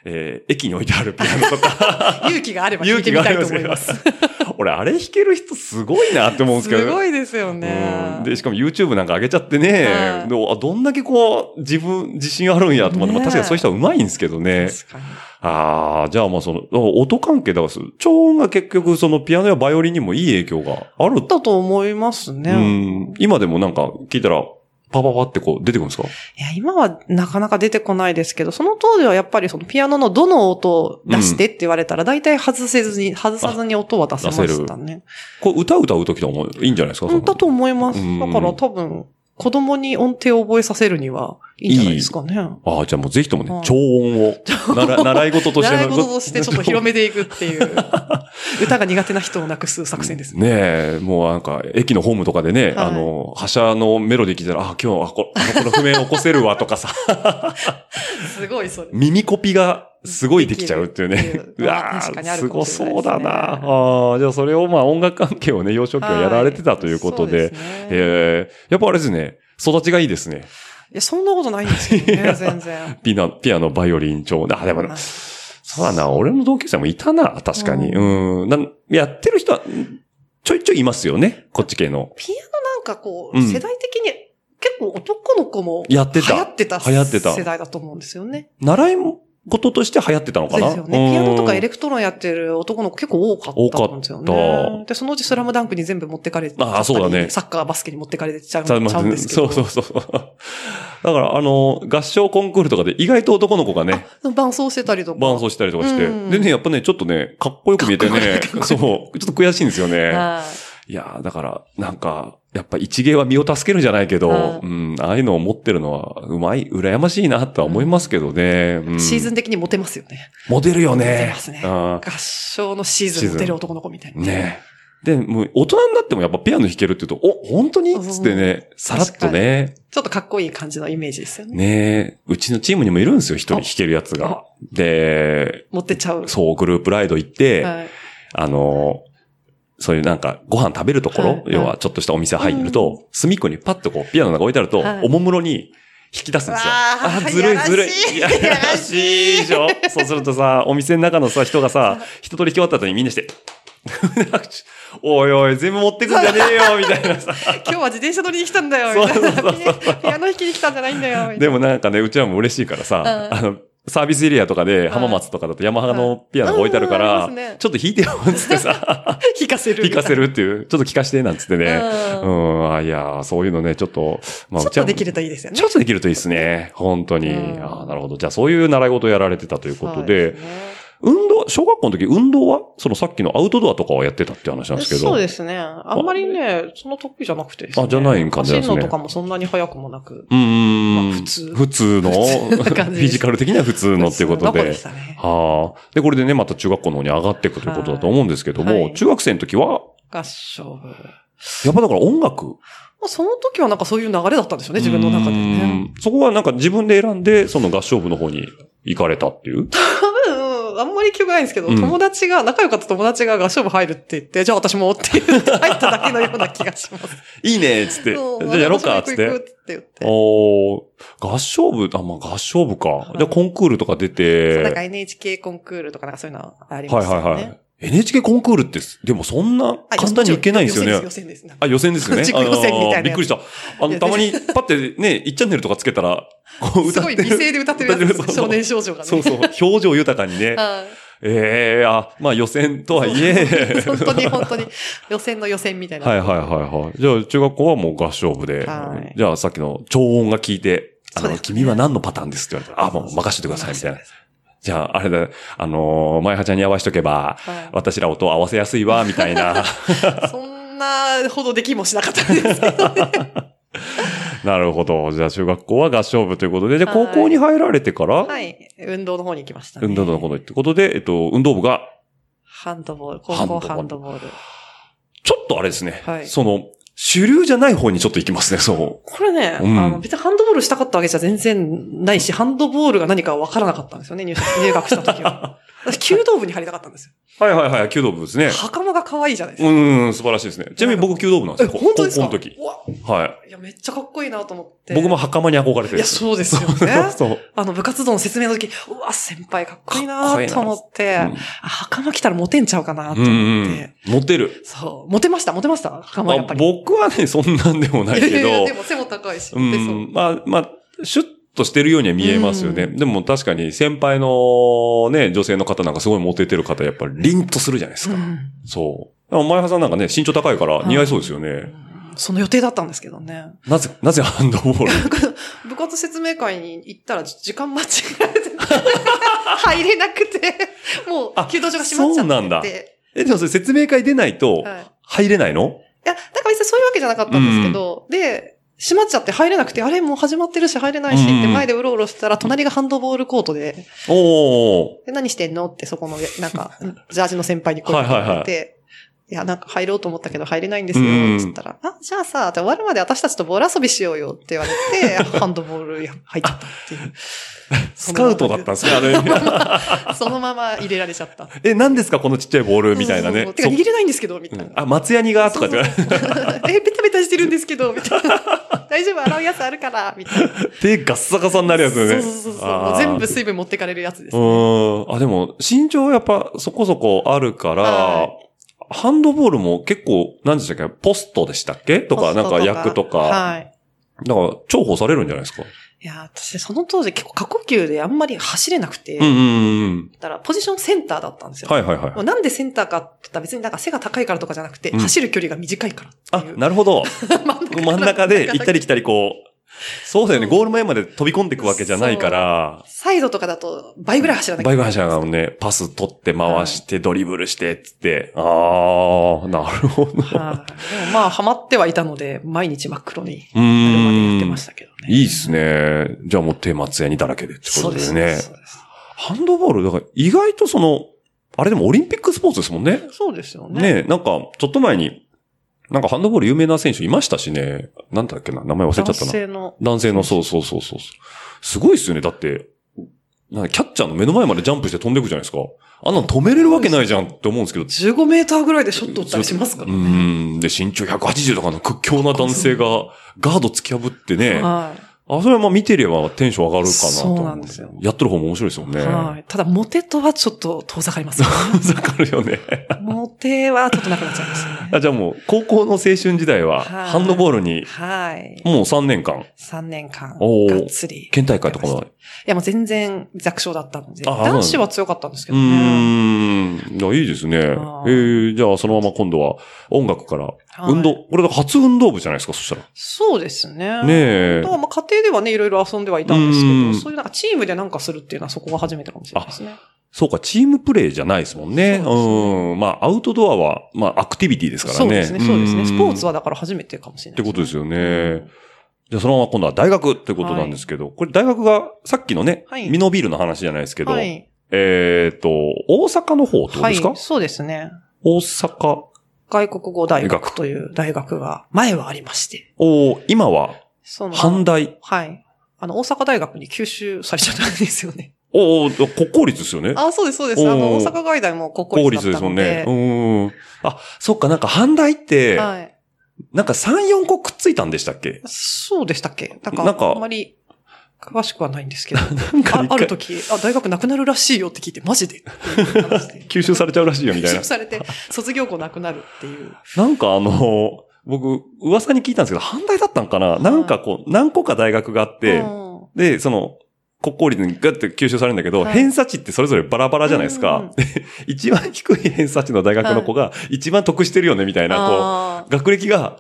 Speaker 2: えー駅に置いてあるピアノと か。
Speaker 3: 勇気があれば弾いてみたいと思います。
Speaker 2: 勇気がありますけど俺、あれ弾ける人すごいなって 思うんですけど。
Speaker 3: すごいですよね
Speaker 2: うん。で、しかも YouTube なんか上げちゃってね、
Speaker 3: はい
Speaker 2: でもあどんだけこう、自分、自信あるんやと思って、まあ
Speaker 3: ねえ
Speaker 2: 確かにそういう人は上手いんですけどね。
Speaker 3: 確かに。
Speaker 2: ああ、じゃあまあその、音関係だから、超音が結局そのピアノやバイオリンにもいい影響がある。
Speaker 3: だと思います
Speaker 2: う
Speaker 3: ね。
Speaker 2: ん。今でもなんか聞いたら、パパパってこう出てくるんですか
Speaker 3: いや、今はなかなか出てこないですけど、その当時はやっぱりそのピアノのどの音を出してって言われたら、大体外せずに、外さずに音は出せましたね。
Speaker 2: こう歌歌うときとかもいいんじゃないですか
Speaker 3: うんだと思います。
Speaker 2: うん
Speaker 3: だから多分、子供に音程を覚えさせるにはいいんじゃないですかね。
Speaker 2: ああ、じゃあもうぜひともね、
Speaker 3: はい
Speaker 2: 超音を、な ら習い事として
Speaker 3: 習い
Speaker 2: の。
Speaker 3: 事としてちょっと広めていくっていう、 歌が苦手な人をなくす作戦ですね。
Speaker 2: ねえ、もうなんか、駅のホームとかでね、
Speaker 3: はい
Speaker 2: あの、覇車のメロディー聞いたら、あ、今日、あ、こあのこの譜面起こせるわとかさ、
Speaker 3: すごいそれ。
Speaker 2: 耳コピがすごいできちゃうっていう
Speaker 3: できる
Speaker 2: ね
Speaker 3: っ。ていう
Speaker 2: うわ
Speaker 3: 確か
Speaker 2: ー
Speaker 3: にあ
Speaker 2: す
Speaker 3: るか
Speaker 2: ご
Speaker 3: もしれな
Speaker 2: そう
Speaker 3: いですね
Speaker 2: だな。あーじゃあそれをまあ音楽関係をね、幼少期はやられてたということで、
Speaker 3: はいそうすね
Speaker 2: えー、やっぱあれですね、育ちがいいですね。
Speaker 3: いや、そんなことないんですけど
Speaker 2: いや
Speaker 3: ね、全然。
Speaker 2: ピアノ、ピアノ、バイオリン、調あ、でも
Speaker 3: まあ
Speaker 2: な、そうだな、俺の同級生もいたな、確かに。
Speaker 3: う
Speaker 2: うん、なんやってる人は、ちょいちょいいますよね、こっち系の。
Speaker 3: ピアノなんかこう、
Speaker 2: うん
Speaker 3: 世代的に結構男の子も
Speaker 2: やってた
Speaker 3: 流行ってた
Speaker 2: 流行ってた
Speaker 3: 世代だと思うんですよね。
Speaker 2: 習いも、こととして流行ってたのかな
Speaker 3: ですよね。ピアノとかエレ
Speaker 2: ク
Speaker 3: クトロンやってる男の子結構多かったんですよ
Speaker 2: 多かっ
Speaker 3: ね。で、そのうちスラムダンクに全部持ってかれて
Speaker 2: ああそうだね
Speaker 3: サッカー、バスケに持ってかれてちゃうちゃ
Speaker 2: そう
Speaker 3: うんですけど。
Speaker 2: そうそう。だから、あの、合唱コンクールとかで意外と男の子がね、
Speaker 3: 伴奏してたりとか。
Speaker 2: 伴奏したりとかして、
Speaker 3: うん
Speaker 2: でね、やっぱね、ちょっとね、かっこよく見えてね、そう、ちょっと悔しいんですよね。
Speaker 3: はい
Speaker 2: やーだから、なんか、やっぱ一芸は身を助けるじゃないけど、
Speaker 3: は
Speaker 2: うん、ああいうのを持ってるのは、うまい、羨ましいなとは思いますけどね。うん
Speaker 3: いシーズン的にモテますよね。
Speaker 2: モデルよね。
Speaker 3: モテますね
Speaker 2: うん
Speaker 3: 合唱のシーズンモテる男の子みたいな。
Speaker 2: ねえ。で、もう大人になってもやっぱピアノ弾けるって言うと、お、本当に
Speaker 3: うん
Speaker 2: つってね、さらっとね、
Speaker 3: ちょっとかっこいい感じのイメージですよね。
Speaker 2: ねえ、うちのチームにもいるんですよ、一人
Speaker 3: あ
Speaker 2: 弾けるやつが
Speaker 3: あ。
Speaker 2: で、
Speaker 3: 持ってっちゃう。
Speaker 2: そう、グループライド行って、
Speaker 3: はい。
Speaker 2: あの、そういうなんか、ご飯食べるところ、
Speaker 3: はい
Speaker 2: 要はちょっとしたお店入ると、隅っこにパッとこう、ピアノなんか置いてあると、
Speaker 3: はい
Speaker 2: おもむろに引き出すんですよ。
Speaker 3: わあ
Speaker 2: ずるい
Speaker 3: やらしい
Speaker 2: ずるい。いややらしいでしょ。そうするとさ、お店の中のさ、人がさ、一通り引き終わった後にみんなして、 おいおい、全部持ってくんじゃねえよ、みたいなさ。
Speaker 3: 今日は自転車乗りに来たんだよ、みたい
Speaker 2: そうそう
Speaker 3: な。ピアノ弾きに来たんじゃないんだよ、みたい な。
Speaker 2: でもなんかね、うちらも嬉しいからさ、
Speaker 3: うん
Speaker 2: あの、サービスエリアとかで浜松とかだとヤマハのピアノが置いてあるか
Speaker 3: うんうんあ
Speaker 2: ら
Speaker 3: りますね、
Speaker 2: ちょっと弾いてよ、つって さ、
Speaker 3: 弾かせる。
Speaker 2: 弾かせ。るっていう、ちょっと聞かして、なんつってね。う、
Speaker 3: うん
Speaker 2: あいやー、そういうのね、ちょっと、ま
Speaker 3: ん。ちょっ
Speaker 2: うちら
Speaker 3: と
Speaker 2: も
Speaker 3: できるといいですよね。
Speaker 2: ちょっとできるといいですね。本当に。
Speaker 3: うん
Speaker 2: あーなるほど。じゃあそういう習い事をやられてたということで、
Speaker 3: そうすね
Speaker 2: 運動、小学校の時運動は、そのさっきのアウトドアとかはやってたって話なんですけど。
Speaker 3: そうですね。あんまりね、その得意じゃなくてですね、
Speaker 2: あじゃない感じなんですね
Speaker 3: 走るのとかもそんなに速くもなく。
Speaker 2: うーん。
Speaker 3: まあ普通
Speaker 2: 普通の、
Speaker 3: 普通な感
Speaker 2: フ
Speaker 3: じ
Speaker 2: ィ
Speaker 3: です
Speaker 2: ジカル的には普通のっていうこと
Speaker 3: どこ
Speaker 2: で
Speaker 3: でし。たね。
Speaker 2: はあ。で、これでね、また中学校の方に上がっていくということだと思うんですけども、
Speaker 3: はいはい
Speaker 2: 中学生の時は、
Speaker 3: 合唱部。ま
Speaker 2: やっぱだから音楽。
Speaker 3: あ、その時はなんかそういう流れだったんでしょうね、自分の中でね。
Speaker 2: うん。そこはなんか自分で選んで、その合唱部の方に行かれたって いう。
Speaker 3: 多分、うんあんまり記憶ないんですけど、
Speaker 2: うん
Speaker 3: 友達が、仲良かった友達が合唱部入るって言って、じゃあ私もって言って入っただけのような気がします。
Speaker 2: いいねっつって。じ
Speaker 3: そう
Speaker 2: ゃあやろうかっつって。
Speaker 3: 私も行く行くって言って。
Speaker 2: おー合唱部、あ、まあ合唱部か。
Speaker 3: い
Speaker 2: じゃあコンクールとか出て。
Speaker 3: そうなんか
Speaker 2: は
Speaker 3: NHK コンクールとかなんかそういうのあり
Speaker 2: い
Speaker 3: ま
Speaker 2: はい
Speaker 3: すよね。
Speaker 2: はい。NHK コンクールって、でもそんな
Speaker 3: あ
Speaker 2: 簡単に行けないんですよ
Speaker 3: 予
Speaker 2: ね
Speaker 3: 選。す予選です。なんか
Speaker 2: あ、予選です よね。
Speaker 3: 地区予選みたいなやつ
Speaker 2: あーびっくりした。あ
Speaker 3: い
Speaker 2: の、
Speaker 3: や
Speaker 2: たまに、パってね、1チャンネルとかつけたら、こう
Speaker 3: す
Speaker 2: 歌っ
Speaker 3: ごい
Speaker 2: てる。
Speaker 3: 美声で歌ってるやつですね
Speaker 2: 歌
Speaker 3: 少
Speaker 2: ってる
Speaker 3: 年少女がね。
Speaker 2: そうそうそう、表情豊かにね。
Speaker 3: はい
Speaker 2: ええあ、まあ予選とはいえ。
Speaker 3: 本当に本当に。予選の予選みたいな。
Speaker 2: はいはいはいはい。じゃあ中学校はもう合唱部で。
Speaker 3: はい
Speaker 2: じゃあさっきの超音が聞いて、あ
Speaker 3: そう
Speaker 2: の、
Speaker 3: ですね
Speaker 2: 君は何のパターンですって言われたら、あ、もう任せてくださいみたいな。じゃあ、あれだ、あのー、前葉ちゃんに合わせとけば、
Speaker 3: はい
Speaker 2: 私ら音合わせやすいわ、みたい な。
Speaker 3: そんなほどできもしなかったですけど。
Speaker 2: なるほど。じゃあ中学校は合唱部ということで、じゃあ高校に入られてから、
Speaker 3: はい。運動の方に行きました、ね。
Speaker 2: 運動部のことってことで、えっと、運動部が、
Speaker 3: ハンドボール。高校ハンドボール。
Speaker 2: ちょっとあれですね。
Speaker 3: はい
Speaker 2: その、主流じゃない方にちょっと行きますね、そう。
Speaker 3: これね、
Speaker 2: うん
Speaker 3: あの、別にハンドボールしたかったわけじゃ全然ないし、ハンドボールが何かわからなかったんですよ ね、入社入学した時は。私、弓道部に入りたかったんですよ。
Speaker 2: はいはいはい、弓道部ですね。
Speaker 3: 袴が可愛いじゃないです
Speaker 2: う
Speaker 3: か。
Speaker 2: ん、素晴らしいですね。ちなみに僕、弓道部なんです
Speaker 3: え、
Speaker 2: よ。
Speaker 3: 本当ですか
Speaker 2: 高校の時。
Speaker 3: うわ
Speaker 2: はい
Speaker 3: や、めっちゃかっこいいなと思っ
Speaker 2: い。
Speaker 3: て。
Speaker 2: 僕も。袴に憧れてる。
Speaker 3: いや、そうですよね。
Speaker 2: そう。
Speaker 3: あの、部活動の説明の時、うわ、先輩かっこいい
Speaker 2: かっこい
Speaker 3: ない
Speaker 2: な
Speaker 3: と思って、
Speaker 2: うん
Speaker 3: あ、袴来たらモテんちゃうかなと
Speaker 2: う
Speaker 3: 思って、
Speaker 2: んうん。モテる。
Speaker 3: そう、モテました、モテました袴や
Speaker 2: まあ
Speaker 3: っぱ、り。
Speaker 2: 僕はね、そんなんでもないけ
Speaker 3: いやいやいやで
Speaker 2: ど、
Speaker 3: も背も高いし、
Speaker 2: う、
Speaker 3: でそうん
Speaker 2: まあ、まあ、シュッとしてるようには見えますよね。
Speaker 3: うん
Speaker 2: でも確かに先輩のね、女性の方なんかすごいモテてる方、やっぱり凛とするじゃないですか。
Speaker 3: うん
Speaker 2: そう。でも前原さんなんかね、身長高いから似合いそうですよね。
Speaker 3: その予定だったんですけどね。
Speaker 2: なぜ、なぜハンドボー ル
Speaker 3: 部活説明会に行ったら時間間違えてて 入れなくて、も
Speaker 2: あ
Speaker 3: う、弓道場が閉まっち
Speaker 2: そ
Speaker 3: ゃってて。
Speaker 2: うなんだえ、でもそれ説明会出ないと
Speaker 3: はい。
Speaker 2: 入れないの、
Speaker 3: いや、だから別にそういうわけじゃなかったんですけど、で、閉まっちゃって入れなくて、あれもう始まってるし入れないしっ
Speaker 2: うんう
Speaker 3: て
Speaker 2: ん
Speaker 3: 前でうろうろしてたら、隣がハンドボールコートで、
Speaker 2: おー。
Speaker 3: で何してんのってそこの、な んか、ジャージの先輩に声かけられて、
Speaker 2: はい
Speaker 3: い
Speaker 2: はい
Speaker 3: や、なんか入ろうと思ったけど入れないんですよ、
Speaker 2: うん
Speaker 3: つったら、あ、じゃあさ、終わるまで私たちとボール遊びしようよって言われ て、ハンドボールや入っちゃったっていう。
Speaker 2: スカウトだったんですね、あれ。
Speaker 3: そのまま入れられちゃった。
Speaker 2: え、何ですかこのちっちゃいボールみたいなね
Speaker 3: そうそうそう。てか握れないんですけど、みたい
Speaker 2: そ
Speaker 3: な
Speaker 2: う。あ、松ヤニがとかって、
Speaker 3: え、ベタベタしてるんですけど、みたいな。 大丈夫、洗うやつあるから、みたいな。
Speaker 2: 手ガッサガサになるやつよね。
Speaker 3: そうそうそうそう。
Speaker 2: あ
Speaker 3: も
Speaker 2: ー
Speaker 3: う全部水分持ってかれるやつです、
Speaker 2: うーん。あ、でも、身長やっぱそこそこあるから
Speaker 3: は、
Speaker 2: ハンドボールも結構、何でしたっけポストでしたっけとか、なんか役とか、
Speaker 3: はい。
Speaker 2: なんか重宝されるんじゃないですか
Speaker 3: いや、私、その当時結構過呼吸であんまり走れなくて、
Speaker 2: うんうんうん。
Speaker 3: だからポジションセンターだったんですよ。
Speaker 2: はいはいはい。
Speaker 3: なんでセンターかって言ったら別になんか背が高いからとかじゃなくて、
Speaker 2: うん
Speaker 3: 走る距離が短いから
Speaker 2: あ
Speaker 3: ってい、う。
Speaker 2: なるほど。 真ん中で行った
Speaker 3: り。
Speaker 2: り来たりこう、そうだよね、
Speaker 3: うん
Speaker 2: ゴール前まで飛び込んでいくわけじゃないから、
Speaker 3: サイドとかだと倍ぐらい走らなきゃ
Speaker 2: バイ
Speaker 3: い
Speaker 2: ブ
Speaker 3: け
Speaker 2: ハ
Speaker 3: ない
Speaker 2: ンシャーがね、パス取って回してドリブルしてっつって、ああ、なるほど。
Speaker 3: はい。でもまあ、ハマってはいたので、毎日真っ黒に
Speaker 2: う
Speaker 3: 車でやって
Speaker 2: ー
Speaker 3: ま
Speaker 2: ん
Speaker 3: し。たけどね。
Speaker 2: いいっすね。じゃあもう手松屋にだらけでってこ
Speaker 3: そう
Speaker 2: と
Speaker 3: で
Speaker 2: です
Speaker 3: す
Speaker 2: ね
Speaker 3: ね。。そうです
Speaker 2: ハンドボール、だから意外とその、あれでもオリンピックスポーツですもんね。
Speaker 3: そうですよね。
Speaker 2: ねえ、なんか、ちょっと前に、なんかハンドボール有名な選手いましたしね。なんだっけな、名前忘れちゃ
Speaker 3: 男
Speaker 2: ったな。
Speaker 3: 性の。
Speaker 2: 男性の、そうそうそうそう。すごいっすよね。だって、なんかキャッチャーの目の前までジャンプして飛んでいくじゃないですか。あんなの止めれるわけないじゃんって思うんですけど。
Speaker 3: 15メーターぐらいでショット打ったりしますから
Speaker 2: うーん。で、身長180とかの屈強な男性がガード突き破ってね。あ、
Speaker 3: はい。
Speaker 2: それはまあ見てればテンション上がるかなと思
Speaker 3: そうなんですよ
Speaker 2: やってる方も面白いですもんね。
Speaker 3: はい。ただ、モテとはちょっと遠ざかります、 ね。
Speaker 2: わかるよね。
Speaker 3: モテはちょっとなくなっちゃいますね。
Speaker 2: あじゃあもう、高校の青春時代は、
Speaker 3: はい
Speaker 2: ハンドボールに、
Speaker 3: はい。
Speaker 2: もう3年間、
Speaker 3: 3年間、
Speaker 2: おー
Speaker 3: がっつり。
Speaker 2: 県大会とかは、
Speaker 3: いや、もう全然弱小だったので。
Speaker 2: あそうなんだ
Speaker 3: 男子は強かったんですけ
Speaker 2: う
Speaker 3: どね。
Speaker 2: ーん、いやいいですね。え
Speaker 3: あー
Speaker 2: ー、じゃあそのまま今度は音楽から、
Speaker 3: はい
Speaker 2: 運動、これだから初運動部じゃないですか、そしたら。
Speaker 3: そうですね。
Speaker 2: ねえ
Speaker 3: だからまあ家庭ではね、いろいろ遊んではいたんですけ
Speaker 2: うん
Speaker 3: ど、そういうなんかチームでなんかするっていうのはそこが初めてかもしれないですね。
Speaker 2: そうか、チームプレーじゃないですもんね。う
Speaker 3: そうですね
Speaker 2: ん、まあアウトドアは、まあアクティビティですからね。
Speaker 3: そうですね、そうですね。スポーツ
Speaker 2: は。
Speaker 3: はだから初めてかもしれ
Speaker 2: っ
Speaker 3: な
Speaker 2: て
Speaker 3: い
Speaker 2: ことですよね。
Speaker 3: うん
Speaker 2: じゃあそのまま今度は大学ということなんですけど、これ大学がさっきのね、
Speaker 3: はい
Speaker 2: ミノビールの話じゃないですけど、
Speaker 3: はい。
Speaker 2: えっ、と、大阪の方ってこと
Speaker 3: は
Speaker 2: ですか、
Speaker 3: い。そうですね。
Speaker 2: 大阪
Speaker 3: 外国語大学という大学が前はありまして。
Speaker 2: を、今は、
Speaker 3: その、
Speaker 2: 阪大。
Speaker 3: はい。あの、大阪大学に吸収されちゃったんですよね。
Speaker 2: おお国公立ですよね。
Speaker 3: あ、そうです、そうです。あの、
Speaker 2: おー
Speaker 3: 大阪外大も国
Speaker 2: 公
Speaker 3: 公立
Speaker 2: 立で
Speaker 3: だった
Speaker 2: すもん
Speaker 3: の
Speaker 2: ね
Speaker 3: で。。
Speaker 2: うん。あ、そっか、なんか阪大って、
Speaker 3: はい。
Speaker 2: なんか3、4個くっついたんでしたっけ
Speaker 3: そうでしたっけなんか、
Speaker 2: なんか
Speaker 3: あんまり詳しくはないんですけど。
Speaker 2: なんか
Speaker 3: あ
Speaker 2: 一
Speaker 3: あ
Speaker 2: 回
Speaker 3: る時、あ、大学なくなるらしいよって聞いて、マジでっていう話で
Speaker 2: 吸収されちゃうらしいよ、みたい
Speaker 3: 吸
Speaker 2: な
Speaker 3: 収。されて、卒業後なくなるっていう。
Speaker 2: なんかあの、僕、噂に聞いたんですけど、阪大だったんかななんかこう、何個か大学があって、
Speaker 3: うん
Speaker 2: で、その、国公立にガッて吸収されるんだけど、
Speaker 3: はい
Speaker 2: 偏差値ってそれぞれバラバラじゃないです
Speaker 3: うんう
Speaker 2: か
Speaker 3: ん。
Speaker 2: で一番低い偏差値の大学の子が一番得してるよね、みたいな、こう、
Speaker 3: あ
Speaker 2: 学歴が、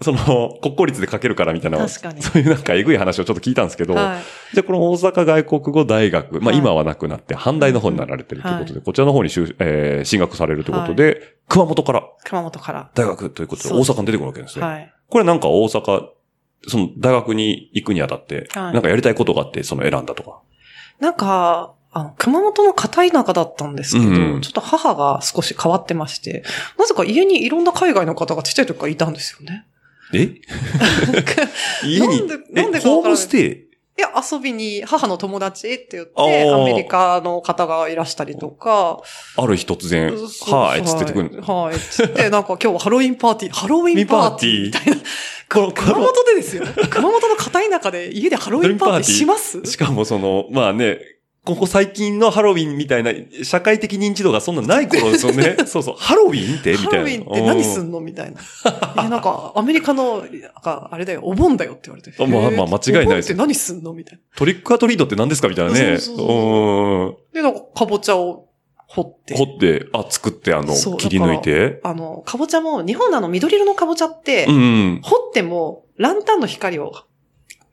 Speaker 2: その、国公立で書けるからみたいな、
Speaker 3: 確かに
Speaker 2: そういうなんかえぐい話をちょっと聞いたんですけど、
Speaker 3: ーはい。
Speaker 2: じゃあこの大阪外国語大学、まあ
Speaker 3: はい
Speaker 2: 今はなくなって、阪大の方になられてるということで、
Speaker 3: は
Speaker 2: こちらの方に就、えー進学されるということで、熊本から
Speaker 3: 熊本から。
Speaker 2: 大学ということで、
Speaker 3: そ
Speaker 2: 大
Speaker 3: うです
Speaker 2: 阪に出てくるわけですね。
Speaker 3: はい。
Speaker 2: これなんか大阪、その大学に行くにあたって、
Speaker 3: はい
Speaker 2: なんかやりたいことがあって、その選んだとか。
Speaker 3: なんか、あの、熊本の片田舎だったんですけど、
Speaker 2: うんうん
Speaker 3: ちょっと母が少し変わってまして、なぜか家にいろんな海外の方がちっちゃい時からいたんですよね。
Speaker 2: え家に
Speaker 3: なんで、
Speaker 2: え
Speaker 3: なんでか
Speaker 2: ホ
Speaker 3: わ
Speaker 2: ー
Speaker 3: からない
Speaker 2: ムステイ
Speaker 3: いや、遊びに母の友達って言っ
Speaker 2: あ
Speaker 3: て、
Speaker 2: ー
Speaker 3: アメリカの方がいらしたりとか、
Speaker 2: ある日突然、はい、つっててくる。
Speaker 3: はい、つって、なんか今日はハロウィンパーティー、ハロウィンパーティーみたいな。
Speaker 2: この
Speaker 3: 熊本でですよ。熊本の片田舎で家でハロウィンパーティーします
Speaker 2: しかもその、まあね、ここ最近のハロウィンみたいな、社会的認知度がそんなない頃ですよ ね。そうそう。ハロウィンってみたいな。
Speaker 3: ハロウィンって何す
Speaker 2: の
Speaker 3: んのみたいな。いや、なんか、アメリカの、なんか、あれだよ、お盆だよって言われて。
Speaker 2: あまあ
Speaker 3: へー
Speaker 2: まあ間違いないです
Speaker 3: お盆って何すんのみたいな。
Speaker 2: トリックアトリートって何ですかみたいなね。
Speaker 3: そうそうそうで、なんか、かぼちゃを掘って。
Speaker 2: うん掘って、あ、作って、あの
Speaker 3: そ、う
Speaker 2: 切り抜いて。
Speaker 3: あの、かぼちゃも、日本のあの、緑色のかぼちゃって、
Speaker 2: うんうん。
Speaker 3: 掘っても、ランタンの光を、なんて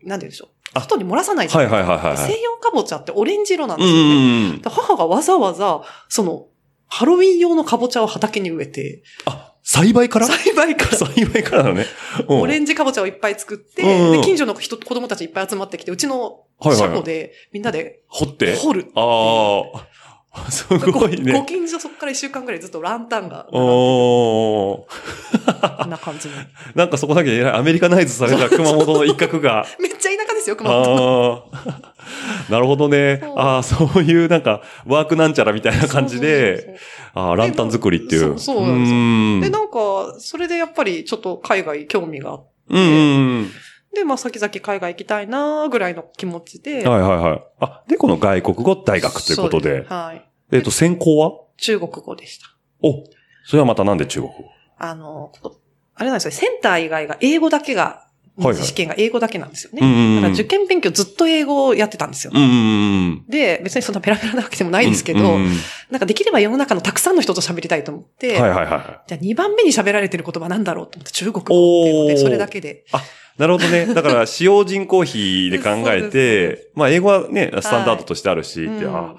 Speaker 3: 言うんでしょ
Speaker 2: あ
Speaker 3: う。外に漏らさないじゃ
Speaker 2: は
Speaker 3: ん
Speaker 2: いはいはいはい。
Speaker 3: 西洋かぼちゃってオレンジ色なん
Speaker 2: う
Speaker 3: ですよね。
Speaker 2: んうん。
Speaker 3: で母がわざわざ、その、ハロウィン用のかぼちゃを畑に植えて、
Speaker 2: あ、栽培から
Speaker 3: 栽培から
Speaker 2: 栽培からだね。うん
Speaker 3: オレンジかぼちゃをいっぱい作って、
Speaker 2: うんうん
Speaker 3: で、近所の人、子供たちいっぱい集まってきて、うちの
Speaker 2: はいはい
Speaker 3: 車庫でみんなで
Speaker 2: 掘って。
Speaker 3: 掘る。
Speaker 2: ああ。すごい
Speaker 3: ご
Speaker 2: ね。
Speaker 3: 近所そこから一週間ぐらいずっとランタンが、
Speaker 2: おー。
Speaker 3: こんな感 じに。
Speaker 2: なんかそこだけえらいアメリカナイズされた熊本の一角が。
Speaker 3: めっちゃ田舎ですよ、熊本。
Speaker 2: ああ。なるほどね
Speaker 3: そ。う
Speaker 2: ああ、そういうなんか、ワークなんちゃらみたいな感じ
Speaker 3: そう
Speaker 2: で、
Speaker 3: そうそう
Speaker 2: ああ、ランタン作りっていう。
Speaker 3: そうそうなんですよ
Speaker 2: ーん
Speaker 3: で、なんか、それでやっぱりちょっと海外興味があって、
Speaker 2: うん
Speaker 3: で、まあ、先々海外行きたいなぐらいの気持ちで。
Speaker 2: うん。 はいはいはい。あ、で、この外国語大学ということ
Speaker 3: そ
Speaker 2: で。
Speaker 3: すはい。
Speaker 2: えっと、専攻は
Speaker 3: 中国語でした。
Speaker 2: お、それはまたなんで中国語
Speaker 3: あの、ここあれなんですよ、センター以外が英語だけが
Speaker 2: はいはい
Speaker 3: 試験が英語だけなんですよね。
Speaker 2: うんうんうん
Speaker 3: だから受験勉強ずっと英語をやってたんですよ。
Speaker 2: うんうんうん。
Speaker 3: で、別にそんなペラペラなわけでもないですけど、
Speaker 2: うんうんうん
Speaker 3: なんかできれば世の中のたくさんの人と喋りたいと思って、
Speaker 2: はいはいはい。
Speaker 3: じゃあ2番目に喋られてる言葉なんだろうと思って中国語っていうの
Speaker 2: おー
Speaker 3: で、それだけで。
Speaker 2: なるほどね。だ から、使用人口比で考え
Speaker 3: そうで
Speaker 2: て、まあ、英語はね、スタンダードとしてあるし、って、
Speaker 3: うん
Speaker 2: あ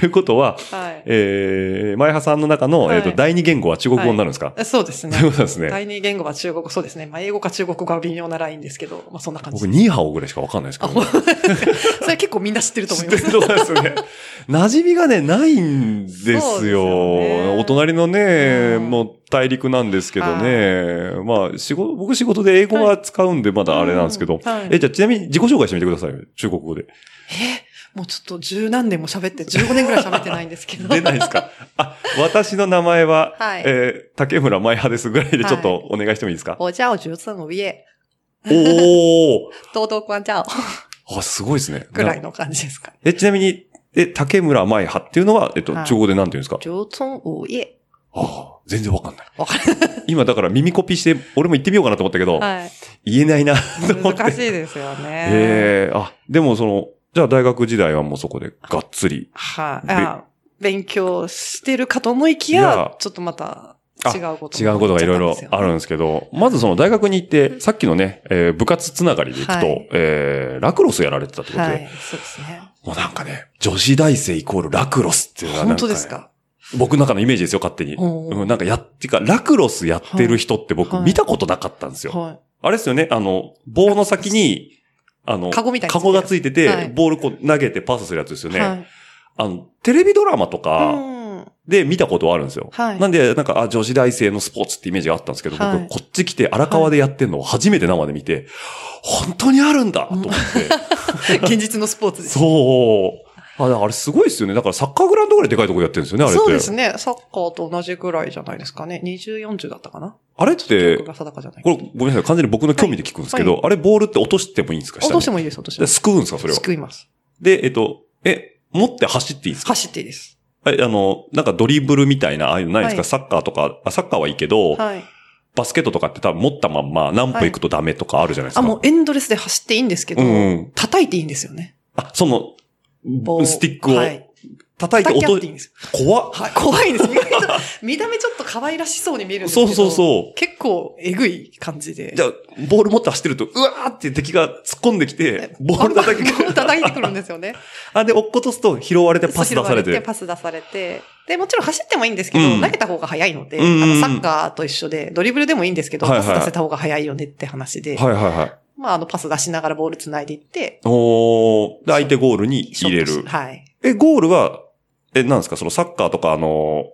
Speaker 2: ということは、
Speaker 3: はい
Speaker 2: えー、前派さんの中の、
Speaker 3: はい
Speaker 2: えっ、と、第二言語は中国語になるんですか、
Speaker 3: えそうですね
Speaker 2: そういう。ことですね。
Speaker 3: 第二言語は中国語、そうですね。まあ、英語か中国語が微妙なラインですけど、まあ、そんな感じ
Speaker 2: 僕、。ニーハオぐらいしかわかんないですけ
Speaker 3: あ、
Speaker 2: ど、
Speaker 3: ほん それ結構みんな知ってると思います。
Speaker 2: 知ってると思いますよ ね。馴染みがね、ないんですよ。
Speaker 3: そうですよね
Speaker 2: お隣のね、
Speaker 3: うん
Speaker 2: もう大陸なんですけどね。まあ、仕事、僕仕事で英語は使うんで、まだあれなんですけど。
Speaker 3: うんはい
Speaker 2: え、じゃあちなみに自己紹介してみてくださいよ。中国 語で。
Speaker 3: もうちょっと十何年も喋って、15年ぐらい喋ってないんですけど。
Speaker 2: 出ないですかあ、私の名前は、
Speaker 3: はい
Speaker 2: えー竹村舞派ですぐらいでちょっと
Speaker 3: はい
Speaker 2: お願いしてもいいですか、
Speaker 3: おじゃおじゅうつんおびえ、
Speaker 2: お
Speaker 3: とうとうこんじゃお、
Speaker 2: おあ、すごいですね。
Speaker 3: ぐらい
Speaker 2: な。
Speaker 3: の感じですかね。
Speaker 2: え、ちなみに、え、竹村舞派っていうのは、えっと、
Speaker 3: はい
Speaker 2: 中国語でなんて言うんですか
Speaker 3: じゅうつんおびえ。
Speaker 2: ああ、全然わかんない。
Speaker 3: わか
Speaker 2: 今だから耳コピーして、俺も言ってみようかなと思ったけど、
Speaker 3: はい。
Speaker 2: 言えないなと思って。
Speaker 3: 難しい
Speaker 2: え
Speaker 3: ですよね。
Speaker 2: えあ、でもその、じゃあ大学時代はもうそこでがっつり。
Speaker 3: はい、
Speaker 2: べ
Speaker 3: あ勉強してるかと思いき
Speaker 2: いや
Speaker 3: や、ちょっとまた違うこと
Speaker 2: 違うことがいろいろあるんですけど、まずその大学に行って、さっきのね、えー部活つながりで行くと、
Speaker 3: はい
Speaker 2: えーラクロスやられてたってことで、
Speaker 3: はい、そうですね。
Speaker 2: もうなんかね、女子大生イコールラクロスっていうのはなん
Speaker 3: 本
Speaker 2: ね
Speaker 3: 当ですか
Speaker 2: 僕の中のイメージですよ、勝手に。
Speaker 3: ほう
Speaker 2: うんなんかやってか、ラクロスやってる人って僕
Speaker 3: はい
Speaker 2: 見たことなかったんですよ。
Speaker 3: は
Speaker 2: あれですよね、あの、棒の先に、あの、
Speaker 3: カゴみたいな
Speaker 2: がついてて、
Speaker 3: はい
Speaker 2: ボールこう投げてパスするやつですよ
Speaker 3: い。
Speaker 2: ね。
Speaker 3: はい。
Speaker 2: あの、テレビドラマと
Speaker 3: う
Speaker 2: か
Speaker 3: ん
Speaker 2: で見たことはあるんですよ。
Speaker 3: はい
Speaker 2: なんで、なんか、あ、女子大生のスポーツってイメージがあったんですけど、僕、
Speaker 3: はい
Speaker 2: こっち来て荒川でやってんのを初めて生で見て、本当にあるんだと思って。
Speaker 3: 現実のスポーツで す。
Speaker 2: そう。あ、だからあれすごいですよね。だからサッカーグラウンドぐらいでかいとこでやってるんですよね、あれって。
Speaker 3: そうですね。サッカーと同じぐらいじゃないですかね。20、40だったかな
Speaker 2: あれっ
Speaker 3: 記
Speaker 2: て
Speaker 3: 憶、が定かじゃない。
Speaker 2: これごめんなさい、完全に僕の興味で聞くんですけど、
Speaker 3: は
Speaker 2: あれボールって落としてもいいんですか
Speaker 3: 落として
Speaker 2: も。
Speaker 3: もいいです、落として
Speaker 2: で
Speaker 3: も。
Speaker 2: すくうんですか、それは。
Speaker 3: 救います。
Speaker 2: で、えっと、え、持って走っていいですか
Speaker 3: 走っていいです。
Speaker 2: え、あの、なんかドリブルみたいな、ああいうのないですか、
Speaker 3: はい
Speaker 2: サッカーとか、あサッカーはいいけど、
Speaker 3: はい。
Speaker 2: バスケットとかって多分持ったまんま何歩行くとダメとかあるじゃないですか。
Speaker 3: あ、もうエンドレスで走っていいんですけど
Speaker 2: うんうん、
Speaker 3: 叩いていいんですよね。
Speaker 2: あその、
Speaker 3: 棒
Speaker 2: スティックを
Speaker 3: はい
Speaker 2: 叩いて
Speaker 3: 叩き合
Speaker 2: 音、
Speaker 3: っていいんですよ。
Speaker 2: 怖っ。
Speaker 3: はい、怖 いです。意外と、見た目ちょっと可愛らしそうに見えるんですけ
Speaker 2: そ
Speaker 3: ど。
Speaker 2: うそうそう。
Speaker 3: 結構、えぐい感じで。
Speaker 2: じゃあ、ボール持って走ってると、うわーって敵が突っ込んできて、ボール叩き
Speaker 3: バンバンボール叩いてくるんですよね。
Speaker 2: あ、で、落っことすと拾われてパス出され。
Speaker 3: 後ろに行ってパス出されて。で、もちろん走ってもいいんですけど、
Speaker 2: うん
Speaker 3: 投げた方が早いので、
Speaker 2: うんうんうん
Speaker 3: あのサッカーと一緒で、ドリブルでもいいんですけど、
Speaker 2: はいはい
Speaker 3: パス出せた方が早いよねって話で、
Speaker 2: はいはいはい。
Speaker 3: まあ、あの、パス出しながらボール繋いでいって、
Speaker 2: おーで、相手ゴールに入れ
Speaker 3: ショッ
Speaker 2: る
Speaker 3: ト。しはい。
Speaker 2: え、ゴールは、え、なんですかそのサッカーとかあの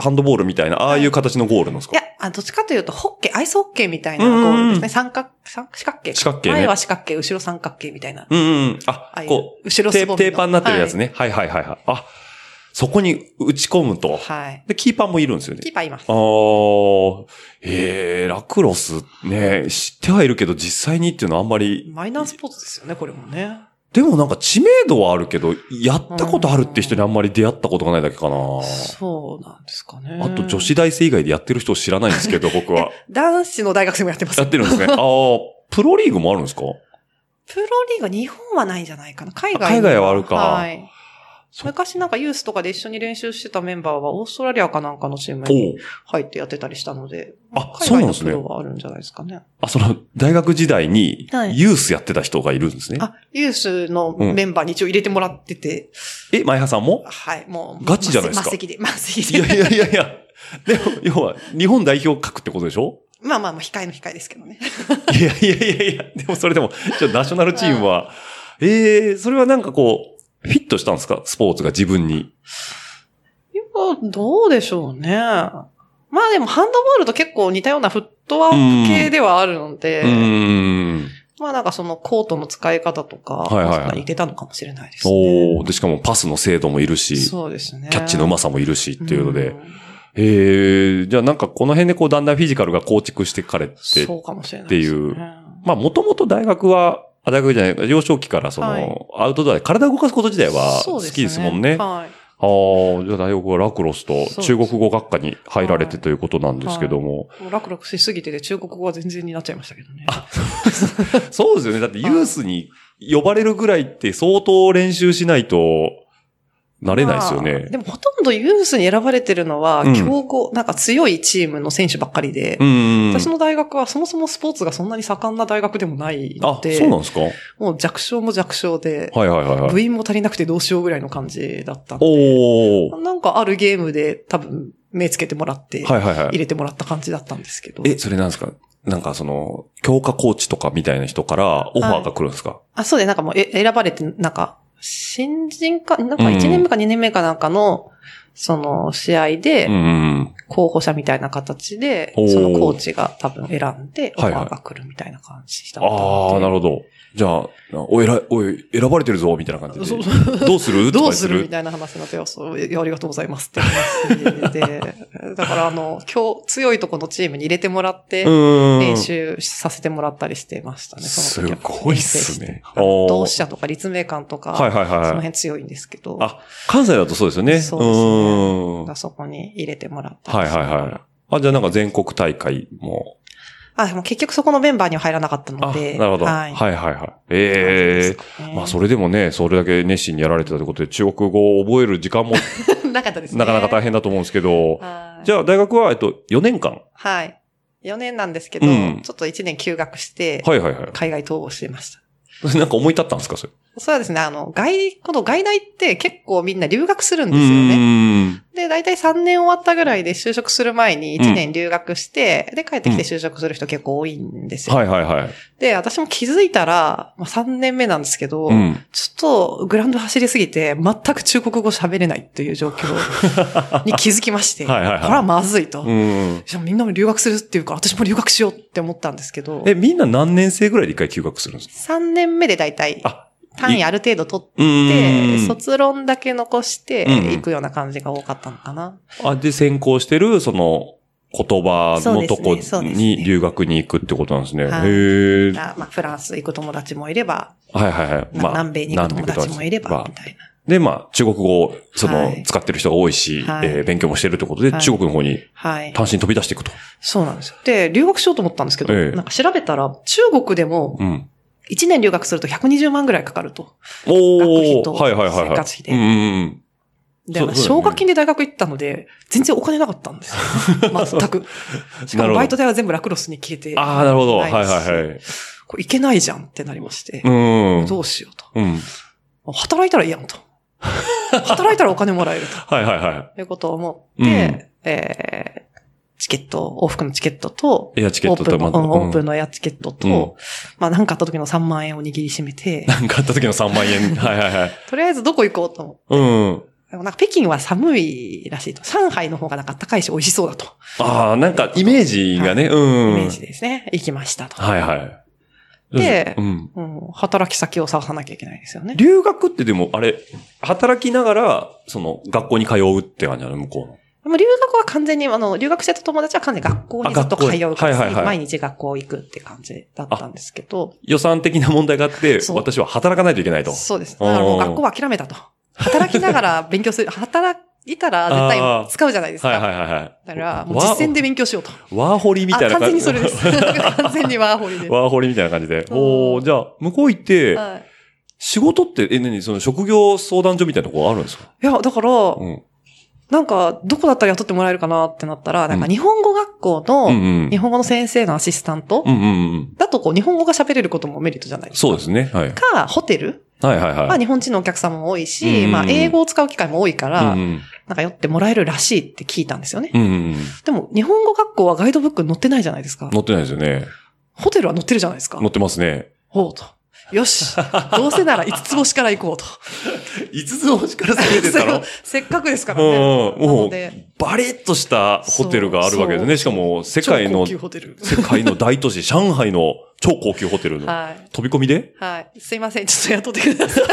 Speaker 2: ーハンドボールみたいな、ああいう形のゴールなんです
Speaker 3: い
Speaker 2: か、
Speaker 3: や、あどっちかというと、ホッケー、アイスホッケーみたいなゴールです
Speaker 2: うんうん
Speaker 3: ね。三角、三四角形。
Speaker 2: 四角形ね
Speaker 3: 前は四角形、後ろ三角形みたいな。
Speaker 2: うんうん。あ、
Speaker 3: ああいう
Speaker 2: こう、
Speaker 3: 後ろ
Speaker 2: テ
Speaker 3: す
Speaker 2: ー
Speaker 3: ぼ
Speaker 2: プ、
Speaker 3: みの
Speaker 2: テーパーになってるやつね。はい、はい、はいはい。あ、そこに打ち込むと。
Speaker 3: はい。
Speaker 2: で、キーパーもいるんですよね
Speaker 3: キ。ーパーいます
Speaker 2: あ。ー、へー、ラクロスね、知ってはいるけど実際にっていうのはあんまり、
Speaker 3: マイナースポーツですよね、これもね。
Speaker 2: でもなんか知名度はあるけど、やったことあるって人にあんまり出会ったことがないだけかな。
Speaker 3: そうなんですかね。
Speaker 2: あと女子大生以外でやってる人を知らないんですけど、僕は。
Speaker 3: 男子の大学生もやってます。
Speaker 2: やってる んですね。ああ、プロリーグもあるんですか
Speaker 3: プロリーグ、日本はないんじゃないかな。海外
Speaker 2: あ海外はあるか
Speaker 3: はい。
Speaker 2: そ
Speaker 3: 昔なんかユースとかで一緒に練習してたメンバーはオーストラリアかなんかのチーム
Speaker 2: おう
Speaker 3: に入ってやってたりしたので、
Speaker 2: あ
Speaker 3: 海
Speaker 2: そう
Speaker 3: 外
Speaker 2: なん
Speaker 3: の
Speaker 2: です
Speaker 3: プ
Speaker 2: ね
Speaker 3: ロはあるんじゃないですかね。
Speaker 2: あ、その、大学時代に
Speaker 3: は、い
Speaker 2: ユースやってた人がいるんですね。
Speaker 3: あ、ユースのメンバーに一応入れてもらってて、
Speaker 2: え、前原さんも
Speaker 3: はい、もう。
Speaker 2: ガチじゃないですか
Speaker 3: 末席で、末
Speaker 2: い
Speaker 3: 席
Speaker 2: やい
Speaker 3: で。
Speaker 2: やいやいや。でも、要は、日本代表格ってことでしょ
Speaker 3: まあまあまあ、控えの控えですけどね。
Speaker 2: いやいやいやいや、でもそれでも、ちょっとナショナルチームは、ええそれはなんかこう、フィットしたんですかスポーツが自分に。
Speaker 3: いやどうでしょうね。まあでも、ハンドボールと結構似たようなフットワーク系ではあるので、
Speaker 2: うーん。
Speaker 3: まあなんかそのコートの使い方とか、
Speaker 2: はいはいはい
Speaker 3: そんなに似てたのかもしれないですね。
Speaker 2: おーで、しかもパスの精度もいるし、キ
Speaker 3: そうですね。
Speaker 2: ャッチのうまさもいるしっていうので。
Speaker 3: ん
Speaker 2: ええじゃあなんかこの辺でこうだんだんフィジカルが構築してかれて、
Speaker 3: そうかもしれないですね、
Speaker 2: っていうまあもともと大学は、あ大学じゃない、幼少期からその、
Speaker 3: はい
Speaker 2: アウトドアで体を動かすこと自体は
Speaker 3: そう
Speaker 2: 好
Speaker 3: すね
Speaker 2: きですもんね。
Speaker 3: はい。
Speaker 2: ああ、じゃあ大学はラクロスと
Speaker 3: そう
Speaker 2: 中国語学科に入られ
Speaker 3: は
Speaker 2: て
Speaker 3: い
Speaker 2: ということなんですけども。
Speaker 3: もうラクラクしすぎてて中国語は全然になっちゃいましたけどね。
Speaker 2: そうですよね。だってユースに呼ばれるぐらいって相当練習しないと、なれないですよ
Speaker 3: まあ
Speaker 2: ね。
Speaker 3: でもほとんどユースに選ばれてるのは、
Speaker 2: うん
Speaker 3: 強豪、なんか強いチームの選手ばっかりで
Speaker 2: う、ん。
Speaker 3: 私の大学はそもそもスポーツがそんなに盛んな大学でもない
Speaker 2: あ
Speaker 3: の、で、
Speaker 2: そうなんですかはい
Speaker 3: もう弱小も弱小で、
Speaker 2: はいはいはい。
Speaker 3: 部員も足りなくてどうしようぐらいの感じだったんで、
Speaker 2: おー。
Speaker 3: なんかあるゲームで多分目つけてもらって、
Speaker 2: はいはいは
Speaker 3: 入
Speaker 2: い。
Speaker 3: れてもらった感じだったんですけど。
Speaker 2: え、それなんですかなんかその、教科コーチとかみたいな人からオファーが来るんですか
Speaker 3: あ、そうで、なんかもうえ選ばれて、なんか、新人か、なんか
Speaker 2: うん
Speaker 3: 1年目か2年目かなんかの、その試合
Speaker 2: うん
Speaker 3: で、
Speaker 2: うん。
Speaker 3: 候補者みたいな形で、
Speaker 2: おー
Speaker 3: そのコーチが多分選んで、オフ
Speaker 2: はい
Speaker 3: ァ
Speaker 2: はい
Speaker 3: ーが来るみたいな感じだった
Speaker 2: ああ、な
Speaker 3: る
Speaker 2: るほど。じゃあ、お、えらい、おい、選ばれてるぞ、みたいな感じで。
Speaker 3: そう
Speaker 2: どうすると
Speaker 3: ど
Speaker 2: か
Speaker 3: うする
Speaker 2: た
Speaker 3: み
Speaker 2: い
Speaker 3: たいな話になってよ、そう、えありがとうございますって 話で、だからあの、今日、強いとこのチームに入れてもらって、
Speaker 2: な
Speaker 3: 練習させてもらったりしてましたね、そ
Speaker 2: す
Speaker 3: の時は
Speaker 2: ごいっすね。
Speaker 3: あの同志
Speaker 2: た
Speaker 3: 社とか立命館とか、
Speaker 2: はいはい
Speaker 3: その
Speaker 2: はい。
Speaker 3: 辺強いんですけど、
Speaker 2: あ関西だとそうですよね。
Speaker 3: そうです
Speaker 2: ー
Speaker 3: ね
Speaker 2: ん。
Speaker 3: がそこに入れてもらった
Speaker 2: はい
Speaker 3: りし
Speaker 2: は
Speaker 3: ないがら
Speaker 2: はい。あ、じゃあなんか全国大会も。
Speaker 3: あ、でも結局そこのメンバーには入らなかった
Speaker 2: あ、
Speaker 3: の
Speaker 2: な
Speaker 3: で。
Speaker 2: るほど。は
Speaker 3: はいい。
Speaker 2: はいはい。ええ
Speaker 3: え
Speaker 2: まあそれでもね、それだけ熱心にやられてたということで、中国語を覚える時間も
Speaker 3: れ。 なかったですね。
Speaker 2: なかなか大変だと思うんですけど、
Speaker 3: はい。
Speaker 2: じゃあ大学は、えっと、4年間。
Speaker 3: はい。4年なんですけど、
Speaker 2: うん
Speaker 3: ちょっと1年休学して、
Speaker 2: はいはいは
Speaker 3: 海外逃亡してました。
Speaker 2: い。なんか思い立ったんですか、それ。
Speaker 3: そうですね、あの、外、この外大って結構みんな留学するん
Speaker 2: う
Speaker 3: ですよね。
Speaker 2: ーん。
Speaker 3: で、大体3年終わったぐらいで就職する前に1年留学して、で、帰ってきて就職する人結構多いんですよ。
Speaker 2: はいはいはい。
Speaker 3: で、私も気づいたら、まあ、3年目なんですけど、
Speaker 2: うん。
Speaker 3: ちょっとグラウンド走りすぎて、全く中国語喋れないっていう状況に気づきま して、
Speaker 2: はいはいはい
Speaker 3: これはまずいと。
Speaker 2: うん。
Speaker 3: じゃあみんなも留学するっていうから、私も留学しようって思ったんですけど、
Speaker 2: え、みんな何年生ぐらいで一回休学するんですか
Speaker 3: 3年目で大体
Speaker 2: あ、
Speaker 3: 単位ある程度取っ
Speaker 2: う
Speaker 3: て、
Speaker 2: ーん。
Speaker 3: 卒論だけ残して
Speaker 2: うん
Speaker 3: 行くような感じが多かったのかな。
Speaker 2: あ、で、専攻してる、その、言葉のとこ
Speaker 3: そうですねそうです
Speaker 2: に
Speaker 3: ね
Speaker 2: 留学に行くってことなんですね。
Speaker 3: はい
Speaker 2: へえ。
Speaker 3: あまあ、フランス行く友達もいれば、
Speaker 2: はいはいはい。
Speaker 3: な南米に行く友達もいれば、
Speaker 2: 南米
Speaker 3: みたいな。
Speaker 2: で、まあ、中国語を、その、
Speaker 3: はい
Speaker 2: 使ってる人が多いし、
Speaker 3: はい
Speaker 2: えー勉強もしてるってことで、
Speaker 3: はい
Speaker 2: 中国の方に
Speaker 3: はい。
Speaker 2: 単身飛び出していくと。
Speaker 3: そうなんですよ。で、留学しようと思ったんですけど、
Speaker 2: ええ
Speaker 3: なんか調べたら、中国でも
Speaker 2: うん。
Speaker 3: 1年留学すると120万ぐらいかかると。学費
Speaker 2: お
Speaker 3: と
Speaker 2: ー、はいはいはいはい。
Speaker 3: 生活費で
Speaker 2: うんうんうん。
Speaker 3: で、
Speaker 2: そう
Speaker 3: まあ
Speaker 2: そうだよね
Speaker 3: 奨学金で大学行ったので、全然お金なかったん ですよ。全く。し
Speaker 2: なるほど
Speaker 3: かもバイト代は全部ラクロスに消えて、
Speaker 2: ああ、なるほど。は
Speaker 3: ないい
Speaker 2: は
Speaker 3: で
Speaker 2: い
Speaker 3: すし
Speaker 2: はい。
Speaker 3: これいけないじゃんってなりまして、
Speaker 2: うん。
Speaker 3: どうしようと。
Speaker 2: うん。
Speaker 3: 働いたらいいやんと。働いたらお金もらえる
Speaker 2: はいはいは
Speaker 3: ということを思って、
Speaker 2: うん
Speaker 3: えーチケット、往復のチケットと、
Speaker 2: い。エアチケット
Speaker 3: オープ
Speaker 2: と
Speaker 3: ンの、
Speaker 2: また、
Speaker 3: うんオープン
Speaker 2: ン。
Speaker 3: のエアチケットと、
Speaker 2: うん、
Speaker 3: まあなんかあった時の3万円を握りしめて
Speaker 2: なんかあった時の3万円。はいはいはい。
Speaker 3: とりあえずどこ行こうと思う。
Speaker 2: うん。
Speaker 3: でもなんか北京は寒いらしいと。上海の方がなんか暖かいし美味しそうだと。
Speaker 2: ああ、なんかイメージがね、うん。
Speaker 3: イメージですね。行きましたと。
Speaker 2: はいはい。
Speaker 3: で
Speaker 2: うん、
Speaker 3: うん、働き先を探さなきゃいけないですよね。
Speaker 2: 留学ってでも、あれ、働きながら、その、学校に通うって感じなの向こうの。
Speaker 3: まあ留学は完全に、あの、留学してた友達は完全に学校にずっと
Speaker 2: あ学
Speaker 3: 通
Speaker 2: 校
Speaker 3: うから、
Speaker 2: はいはいはい
Speaker 3: 毎日学校行くって感じだったんですけど、
Speaker 2: 予算的な問題があって、
Speaker 3: そう
Speaker 2: 私は働かないといけないと。
Speaker 3: そうです。だからもう学校は諦めたと。働きながら勉強する、働いたら絶
Speaker 2: あー
Speaker 3: 対使うじゃないですか。
Speaker 2: はいはいはいはい。
Speaker 3: だから、もう実践で勉強しようと。
Speaker 2: ワーホリみたい
Speaker 3: あ、
Speaker 2: な
Speaker 3: 完
Speaker 2: 感
Speaker 3: 全に
Speaker 2: じ。
Speaker 3: それです。 完全にワーホリです。
Speaker 2: ワーホリみたいな感じで。
Speaker 3: うん
Speaker 2: おーじゃあ、向こう行って、
Speaker 3: はい
Speaker 2: 仕事って、え、何、その職業相談所みたいなところあるんですか
Speaker 3: いや、だから、
Speaker 2: うん。
Speaker 3: なんか、どこだったら雇ってもらえるかなってなったら、なんか日本語学校
Speaker 2: うん
Speaker 3: の、
Speaker 2: うん。
Speaker 3: 日本語の先生のアシスタント
Speaker 2: うんうんうん。
Speaker 3: だとこう、日本語が喋れることもメリットじゃないですか。
Speaker 2: そうですね。はい。
Speaker 3: か、ホテル
Speaker 2: はいはい
Speaker 3: ま
Speaker 2: は
Speaker 3: あ
Speaker 2: い。
Speaker 3: 日本人のお客さんも多
Speaker 2: う
Speaker 3: い
Speaker 2: んう
Speaker 3: し、
Speaker 2: ん
Speaker 3: まあ英語を使う機会も多いから、
Speaker 2: うん
Speaker 3: な
Speaker 2: うん
Speaker 3: んか寄ってもらえるらしいって聞いたんですよね。
Speaker 2: うんうんうん。
Speaker 3: でも、日本語学校はガイドブックに載ってないじゃないですか。
Speaker 2: 乗ってないですよね。
Speaker 3: ホテルは載ってるじゃないですか
Speaker 2: 乗。ってますね。
Speaker 3: ほうと。よし。どうせなら5つ星から行 こうと。
Speaker 2: 5つ星から攻めてた ら
Speaker 3: せっかくですからね。
Speaker 2: うんうん、
Speaker 3: な
Speaker 2: も
Speaker 3: の
Speaker 2: う
Speaker 3: で、
Speaker 2: バリッとしたホテルがあるわけですね。し
Speaker 3: そ
Speaker 2: か
Speaker 3: う
Speaker 2: も、世界
Speaker 3: 超
Speaker 2: の
Speaker 3: 高、級ホテル。
Speaker 2: 世界の大都市、上海の超高級ホテルの
Speaker 3: はい。
Speaker 2: 飛び込みで
Speaker 3: はい。すいません。ちょっと雇ってく ださい。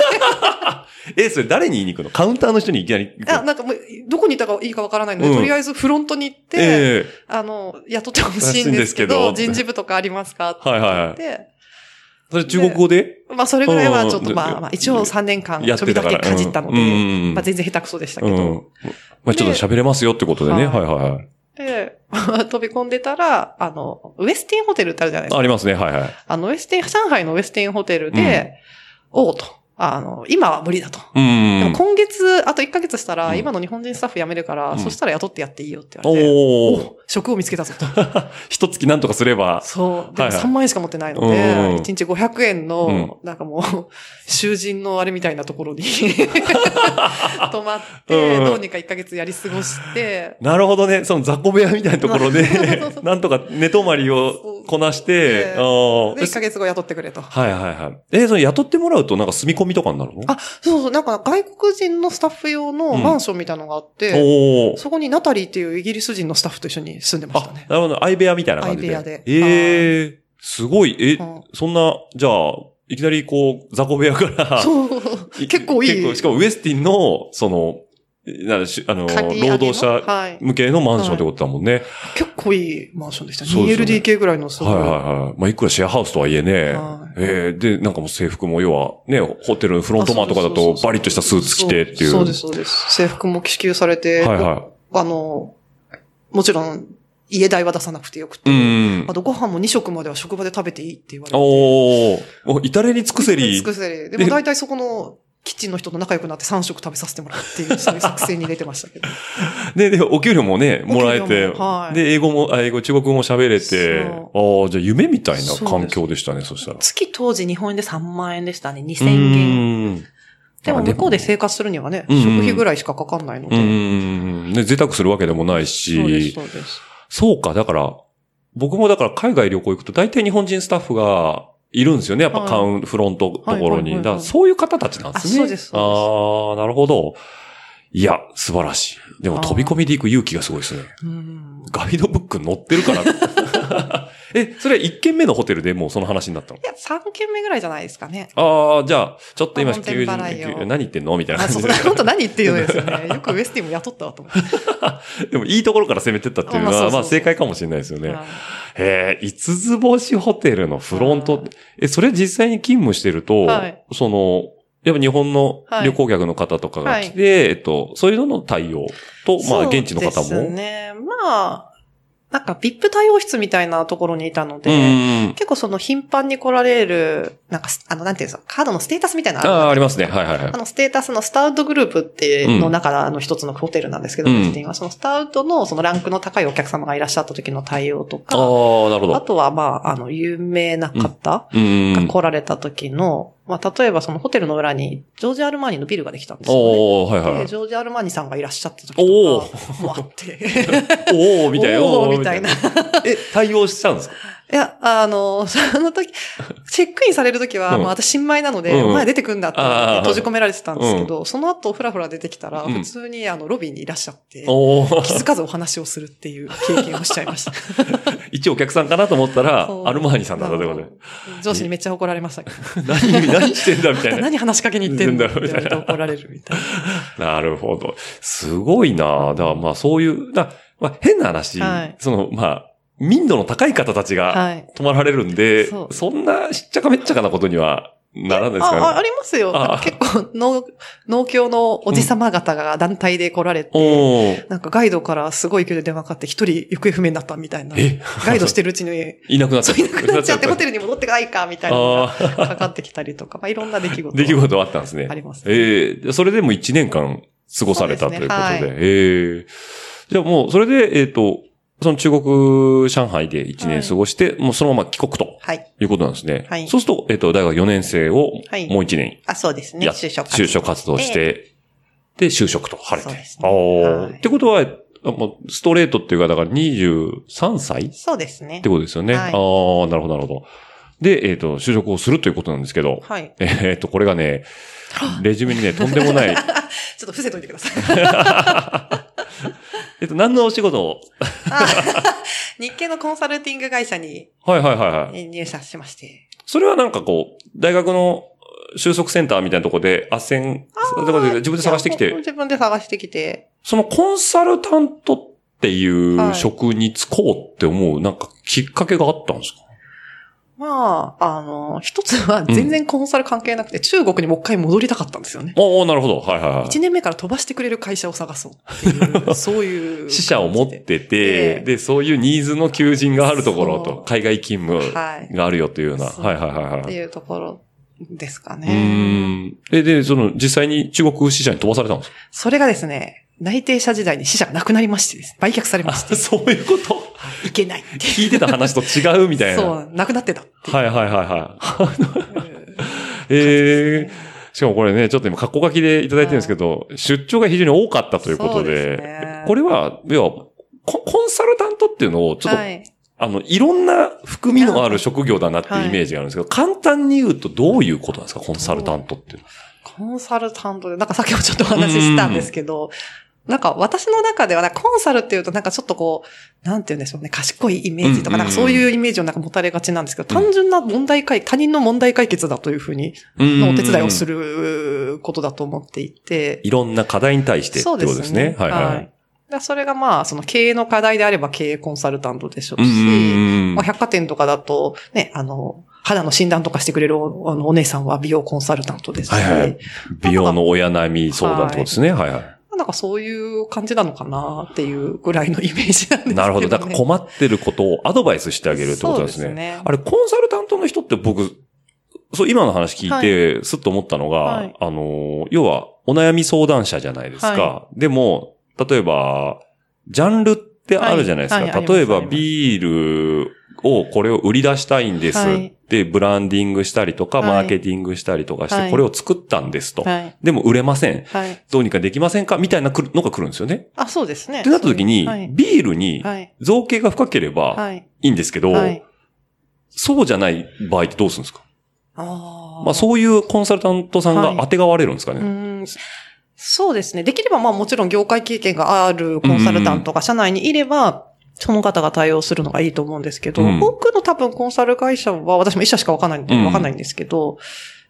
Speaker 2: え、それ誰に言いに行くのカウンターの人にいきなり行く
Speaker 3: あ、
Speaker 2: の
Speaker 3: なんかもう、どこにいたかいいかわからないので、
Speaker 2: うん
Speaker 3: とりあえずフロントに行って、
Speaker 2: え
Speaker 3: あの、雇ってほしいんですけど、
Speaker 2: らしいんですけど
Speaker 3: 人事部とかありますかって
Speaker 2: はいはいはい
Speaker 3: 言って、
Speaker 2: それ中国語で
Speaker 3: まあ、それぐらいはちょっと、
Speaker 2: うん
Speaker 3: まあまあ、一応3年間、ち
Speaker 2: やっ
Speaker 3: ょ
Speaker 2: て
Speaker 3: び
Speaker 2: た
Speaker 3: だ
Speaker 2: か
Speaker 3: け
Speaker 2: ら。
Speaker 3: かじったので、
Speaker 2: うんうんうん
Speaker 3: まあ、全然下手くそでしたけ
Speaker 2: う
Speaker 3: ど。
Speaker 2: ん。まあちょっと喋れますよってことでね。
Speaker 3: で
Speaker 2: はいはいはい。
Speaker 3: で、飛び込んでたら、あの、ウェスティンホテルってあるじゃないですか。
Speaker 2: ありますね。はいはい。
Speaker 3: あの、ウェスティン、上海のウェスティンホテルで、おうと。あの、今は無理だと。
Speaker 2: う
Speaker 3: で
Speaker 2: ん
Speaker 3: も。今月、あと1ヶ月したら、
Speaker 2: うん
Speaker 3: 今の日本人スタッフ辞めるから、
Speaker 2: うん
Speaker 3: そしたら雇ってやっていいよって言われて、
Speaker 2: おー。
Speaker 3: 職を見つけたぞと。
Speaker 2: 一月なんとかすれば。
Speaker 3: そう。でも
Speaker 2: はいはい
Speaker 3: 3万円しか持ってないので、
Speaker 2: うん
Speaker 3: 1日500円の、なんかもう、囚人のあれみたいなところに、 泊まって、
Speaker 2: うん
Speaker 3: どうにか1ヶ月やり過ごして、
Speaker 2: なるほどね。その雑魚部屋みたいなところ で、なんとか寝泊まりをこなして、
Speaker 3: そう
Speaker 2: あー
Speaker 3: で、1ヶ月後雇ってくれと。
Speaker 2: はいはいはい。え、その雇ってもらうとなんか住み込みとかになるの
Speaker 3: あ、そうそう、なんか外国人のスタッフ用のマンションみたいなのがあって、
Speaker 2: おー。
Speaker 3: そこにナタリーっていうイギリス人のスタッフと一緒に住んでました
Speaker 2: あ
Speaker 3: ね、。
Speaker 2: なるほど。相部屋みたいな感じで。
Speaker 3: 相部屋で
Speaker 2: ええすごい。え、
Speaker 3: うん
Speaker 2: そんな、じゃあ、いきなりこう、雑魚部屋から、
Speaker 3: そう。
Speaker 2: い
Speaker 3: 結構いい
Speaker 2: 結しかもウエスティンの、その、なしあの、
Speaker 3: 管理上げの
Speaker 2: 労働者
Speaker 3: はい。
Speaker 2: 向けのマンションってことだもんね。
Speaker 3: 結構いいマンションでしたね。
Speaker 2: そうですよね
Speaker 3: 2LDK ぐらいのすご
Speaker 2: はいいはいはい。まあ、いくらシェアハウスとはいえね。
Speaker 3: は
Speaker 2: ええで、なんかもう制服も要は、ね、ホテルのフロントマンとかだ
Speaker 3: あそ
Speaker 2: と
Speaker 3: うそうそうそう
Speaker 2: バリッとしたスーツ着てっていう。
Speaker 3: そうです、そうです。制服も支給されて、
Speaker 2: はいは
Speaker 3: あの、もちろん、家代は出さなくてよくて、
Speaker 2: い。うん
Speaker 3: あ。とご飯も2食までは職場で食べていいって言われて。
Speaker 2: おーお。至れに尽く せり。
Speaker 3: 尽くせり。でも大体そこの、キッチンの人と仲良くなって3食食べさせてもらうっていう、そういう作戦に出てましたけど。
Speaker 2: で、で、お給料もね、 もらえ
Speaker 3: お給
Speaker 2: て、
Speaker 3: 料もはい
Speaker 2: で、英語も、あ英語、中国語も喋れて、ああ、じゃあ夢みたいな環境でしたね、そしたら。
Speaker 3: 月当時日本円で3万円でしたね、2000円。
Speaker 2: 円。
Speaker 3: でも
Speaker 2: あで
Speaker 3: 向
Speaker 2: も
Speaker 3: こうで生活するにはね、
Speaker 2: うんうん
Speaker 3: 食費ぐらいしかかかんないの
Speaker 2: う
Speaker 3: で。
Speaker 2: ん。ね、贅沢するわけでもない
Speaker 3: そうです、
Speaker 2: し、
Speaker 3: そうです。
Speaker 2: そうか、だから、僕もだから海外旅行行くと大体日本人スタッフがいるんですよね、やっぱ
Speaker 3: はい
Speaker 2: カウン、フロントところ
Speaker 3: はいはいはい
Speaker 2: に。
Speaker 3: はい
Speaker 2: だからそういう方たちなんですね。
Speaker 3: あそうですそう
Speaker 2: ああ、なるほど。いや、素晴らしい。でも
Speaker 3: あー
Speaker 2: 飛び込みで行く勇気がすごいですね。
Speaker 3: うん
Speaker 2: ガイドブックに載ってるから。 え、それは1軒目のホテルでもうその話になったの
Speaker 3: いや、3軒目ぐらいじゃないですかね。
Speaker 2: ああ、じゃあ、ちょっと今、
Speaker 3: あ門前払いを
Speaker 2: 急何言ってんのみたいな
Speaker 3: あ、
Speaker 2: 感
Speaker 3: そ
Speaker 2: じ
Speaker 3: う、そ
Speaker 2: で
Speaker 3: れ。本当何言ってるのですよね。よくウエスティンも雇ったわと思って。
Speaker 2: でも、いいところから攻めてったっていうの
Speaker 3: あまあそ
Speaker 2: は、
Speaker 3: うそうそ
Speaker 2: まあ、
Speaker 3: う
Speaker 2: 正解かもしれないですよね。
Speaker 3: はい
Speaker 2: へえ、五つ星ホテルのフロン
Speaker 3: は
Speaker 2: ト
Speaker 3: い、
Speaker 2: え、それ実際に勤務してると
Speaker 3: はい、
Speaker 2: その、やっぱ日本の旅行客の方とかが来て、えっと、そういうのの対応と、まあ、
Speaker 3: そう
Speaker 2: 現地の方
Speaker 3: で
Speaker 2: も。
Speaker 3: すね。まあ、なんか VIP 対応室みたいなところにいたの
Speaker 2: う
Speaker 3: で、
Speaker 2: ん。
Speaker 3: 結構その頻繁に来られる、なんか、あの、なんていうんですか、カードのステータスみたいな
Speaker 2: あ
Speaker 3: のある
Speaker 2: あ、ありますね。はいはいはい
Speaker 3: あ。の、ステータスのスタウトグループっていうの中のあの一つのホテルなんですけど、
Speaker 2: うん
Speaker 3: ウェスティンはそのスタウトのそのランクの高いお客様がいらっしゃった時の対応と
Speaker 2: ああ
Speaker 3: か、、
Speaker 2: なるほ
Speaker 3: あ
Speaker 2: ど。
Speaker 3: とはまあ、あの、有名な方
Speaker 2: うんう
Speaker 3: が
Speaker 2: ん。
Speaker 3: 来られた時の、まあ、例えばそのホテルの裏にジョージ・アルマーニのビルができたんですよ、ね。
Speaker 2: おおはいは
Speaker 3: で
Speaker 2: い。
Speaker 3: ジョージ・アルマーニさんがいらっしゃった時とか
Speaker 2: お
Speaker 3: もあって、
Speaker 2: おおみたいな。
Speaker 3: おー
Speaker 2: ー
Speaker 3: みたいな。。
Speaker 2: え、対応しちゃうんですか
Speaker 3: いや、あの、その時、チェックインされる時は、
Speaker 2: うん
Speaker 3: もう私新米なので、
Speaker 2: うん
Speaker 3: お前出てくんだって思っ
Speaker 2: あー
Speaker 3: て閉じ込められてたんですけど、その後ふらふら出てきたら、
Speaker 2: うん
Speaker 3: 普通にあの、ロビーにいらっしゃって、
Speaker 2: おお
Speaker 3: 気づかずお話をするっていう経験をしちゃいました。
Speaker 2: 一応お客さんかなと思ったら
Speaker 3: そ、う
Speaker 2: アルマーニさんだったということで。
Speaker 3: 上司にめっちゃ怒られましたけど。
Speaker 2: 何、何してんだみたいな。
Speaker 3: 何話しかけに行ってんだっ
Speaker 2: 全
Speaker 3: て
Speaker 2: 然
Speaker 3: 言われて怒られるみたい
Speaker 2: なるほど。すごいなだからまあそういう、だまあ変な話、
Speaker 3: はい
Speaker 2: そのまあ、民度の高い方たち
Speaker 3: な。
Speaker 2: が
Speaker 3: はい。
Speaker 2: 泊まられるんで、
Speaker 3: そう
Speaker 2: そんなしっちゃかめっちゃかなことにはならないですかね。
Speaker 3: ああ、ありますよ。
Speaker 2: あ
Speaker 3: なんか結構、農、農協のおじ様方が団体で来られて、
Speaker 2: おー
Speaker 3: なんかガイドからすごい勢いで電話かかって一人行方不明になったみたいな。
Speaker 2: え
Speaker 3: ガイドしてるうちに、
Speaker 2: いなくなっちゃった。
Speaker 3: いなくなっちゃってホテルに戻ってないかみたいなの
Speaker 2: ああ
Speaker 3: がかかってきたりとか、まあ、いろんな出来事。
Speaker 2: 出来事はあったんですね。
Speaker 3: ありますね
Speaker 2: ええそれでも1年間過ごされた
Speaker 3: そう
Speaker 2: と
Speaker 3: で
Speaker 2: いう
Speaker 3: す
Speaker 2: こ
Speaker 3: ね
Speaker 2: とで。
Speaker 3: は
Speaker 2: ええじゃあもう、それで、えっ、と、その中国、上海で1
Speaker 3: はい
Speaker 2: 年過ごして、もうそのまま帰国と
Speaker 3: はい。
Speaker 2: いうことなんですね。
Speaker 3: はい
Speaker 2: そうすると、えっ、と、大学4年生を
Speaker 3: はい
Speaker 2: もう1年
Speaker 3: あ、そうですね。
Speaker 2: やっ
Speaker 3: 就職活動。
Speaker 2: 就職活動して、で、就職と晴れて。
Speaker 3: そうですね
Speaker 2: ああ、
Speaker 3: はい
Speaker 2: ってことは、あもうストレートっていうか、だから23歳
Speaker 3: そうですね
Speaker 2: って。ことですよね。
Speaker 3: はい
Speaker 2: ああ、なるほど、なるほど。で、えっ、と、就職をするということなんですけど、
Speaker 3: はい。
Speaker 2: えっと、これが ね、レジュメにね、とんでもない。
Speaker 3: ちょっと伏せといてください。
Speaker 2: えっと、何のお仕事を
Speaker 3: あ 日系のコンサルティング会社に
Speaker 2: はいはいはいはい。
Speaker 3: 入社しまして。
Speaker 2: それはなんかこう、大学の収束センターみたいなとこで、斡旋、とこで自分で探してき
Speaker 3: いやほん
Speaker 2: て、
Speaker 3: 自分で探してきて。
Speaker 2: そのコンサルタントってい
Speaker 3: は
Speaker 2: う
Speaker 3: い
Speaker 2: 職に就こうって思う、なんかきっかけがあったんですか
Speaker 3: まあ、あの、一つは全然コンサル関係なくて、中国にもう一回戻りたかったんですよね。
Speaker 2: おーおーなるほど。はいはいは
Speaker 3: 一年目から飛ばしてくれる会社を探そうって いう、そういう。
Speaker 2: い。死者を持っ。てて、
Speaker 3: ええ
Speaker 2: で、そういうニーズの求人があるところと、
Speaker 3: そう
Speaker 2: 海外勤務
Speaker 3: はい。
Speaker 2: があるよというような。
Speaker 3: そう
Speaker 2: はいはいはい
Speaker 3: っ
Speaker 2: は
Speaker 3: て
Speaker 2: い。
Speaker 3: いうところですか
Speaker 2: う
Speaker 3: ね。
Speaker 2: ーん。え、で、その、実際に中国支社に飛ばされたんです
Speaker 3: それがですね、内定者時代に死者がなくなりましてです。売却されまして
Speaker 2: か そういうこと
Speaker 3: いけないって
Speaker 2: 聞いてた話と違うみたいな。
Speaker 3: そう、なくなってたっていう。
Speaker 2: はいはいはい はい。
Speaker 3: え
Speaker 2: ええしかもこれね、ちょっと今、格好書きでいただいてるんですけど、出張が非常に多かったということ
Speaker 3: そう
Speaker 2: で、
Speaker 3: ですね
Speaker 2: これは、要は、ココンサルタントっていうのを、ちょっと、
Speaker 3: はい。
Speaker 2: あの、いろんな含みのある職業だなっていうイメージがあるんですけど、簡単に言うとどういうことなんですか、コンサルタントっていうのは。
Speaker 3: コンサルタントで、なんか先ほどちょっとお話ししたんですけど、なんか私の中では、なんかコンサルっていうとなんかちょっとこう、なんて言うんでしょうね、賢いイメージと
Speaker 2: う
Speaker 3: か、
Speaker 2: んうん
Speaker 3: なんかそういうイメージをなんか持たれがちなんですけど、単純な問題解、他人の問題解決だというふうに、のお手伝いをす
Speaker 2: る。
Speaker 3: ることだと思っていて、
Speaker 2: いろんな課題に対してって
Speaker 3: そ
Speaker 2: こ
Speaker 3: うで
Speaker 2: と
Speaker 3: す
Speaker 2: ですね。はいは
Speaker 3: だ
Speaker 2: い。
Speaker 3: からそれがまあ、その経営の課題であれば経営コンサルタントでしょ
Speaker 2: う
Speaker 3: うんし、
Speaker 2: うんうん
Speaker 3: まあ、百貨店とかだと、ね、あの、肌の診断とかしてくれるおあのお姉さんは美容コンサルタントですし、
Speaker 2: はいはい美容の親並み相談ってことですね。はいはい。
Speaker 3: なんかそういう感じなのかなっていうぐらいのイメージなんですけど、ね。
Speaker 2: なるほど。だから困ってることをアドバイスしてあげるってことなんです
Speaker 3: そう
Speaker 2: ね。あれ、コンサルタントの人って僕、そう、今の話聞いて、すっと思ったのが、
Speaker 3: はい
Speaker 2: あの、要は、お悩み相談者じゃないですか。
Speaker 3: は
Speaker 2: でも、例えば、ジャンルってあるじゃないですか。
Speaker 3: はいはいあります
Speaker 2: 例えば、
Speaker 3: あります
Speaker 2: ビールを、これを売り出したいんです。
Speaker 3: はい
Speaker 2: で、ブランディングしたりとか、
Speaker 3: はい
Speaker 2: マーケティングしたりとかして、
Speaker 3: はい
Speaker 2: これを作ったんですと。
Speaker 3: はい。
Speaker 2: でも、売れません。
Speaker 3: はい。
Speaker 2: どうにかできませんかみたいなくるのが来るんですよね。
Speaker 3: あ、そうですね。
Speaker 2: ってなった時に、
Speaker 3: はい。
Speaker 2: ビールに
Speaker 3: はい。
Speaker 2: 造形が深ければ
Speaker 3: はい。
Speaker 2: いいんですけど、
Speaker 3: はい。
Speaker 2: そうじゃない場合ってどうするんですか
Speaker 3: あ
Speaker 2: まあそういうコンサルタントさんが当てがわれるんですかね、
Speaker 3: うーんそうですね。できればまあもちろん業界経験があるコンサルタントが社内にいれば、その方が対応するのがいいと思うんですけど、
Speaker 2: うん
Speaker 3: 多くの多分コンサル会社は、私も一社しかわかんないんで、
Speaker 2: うん
Speaker 3: わかんないんですけど、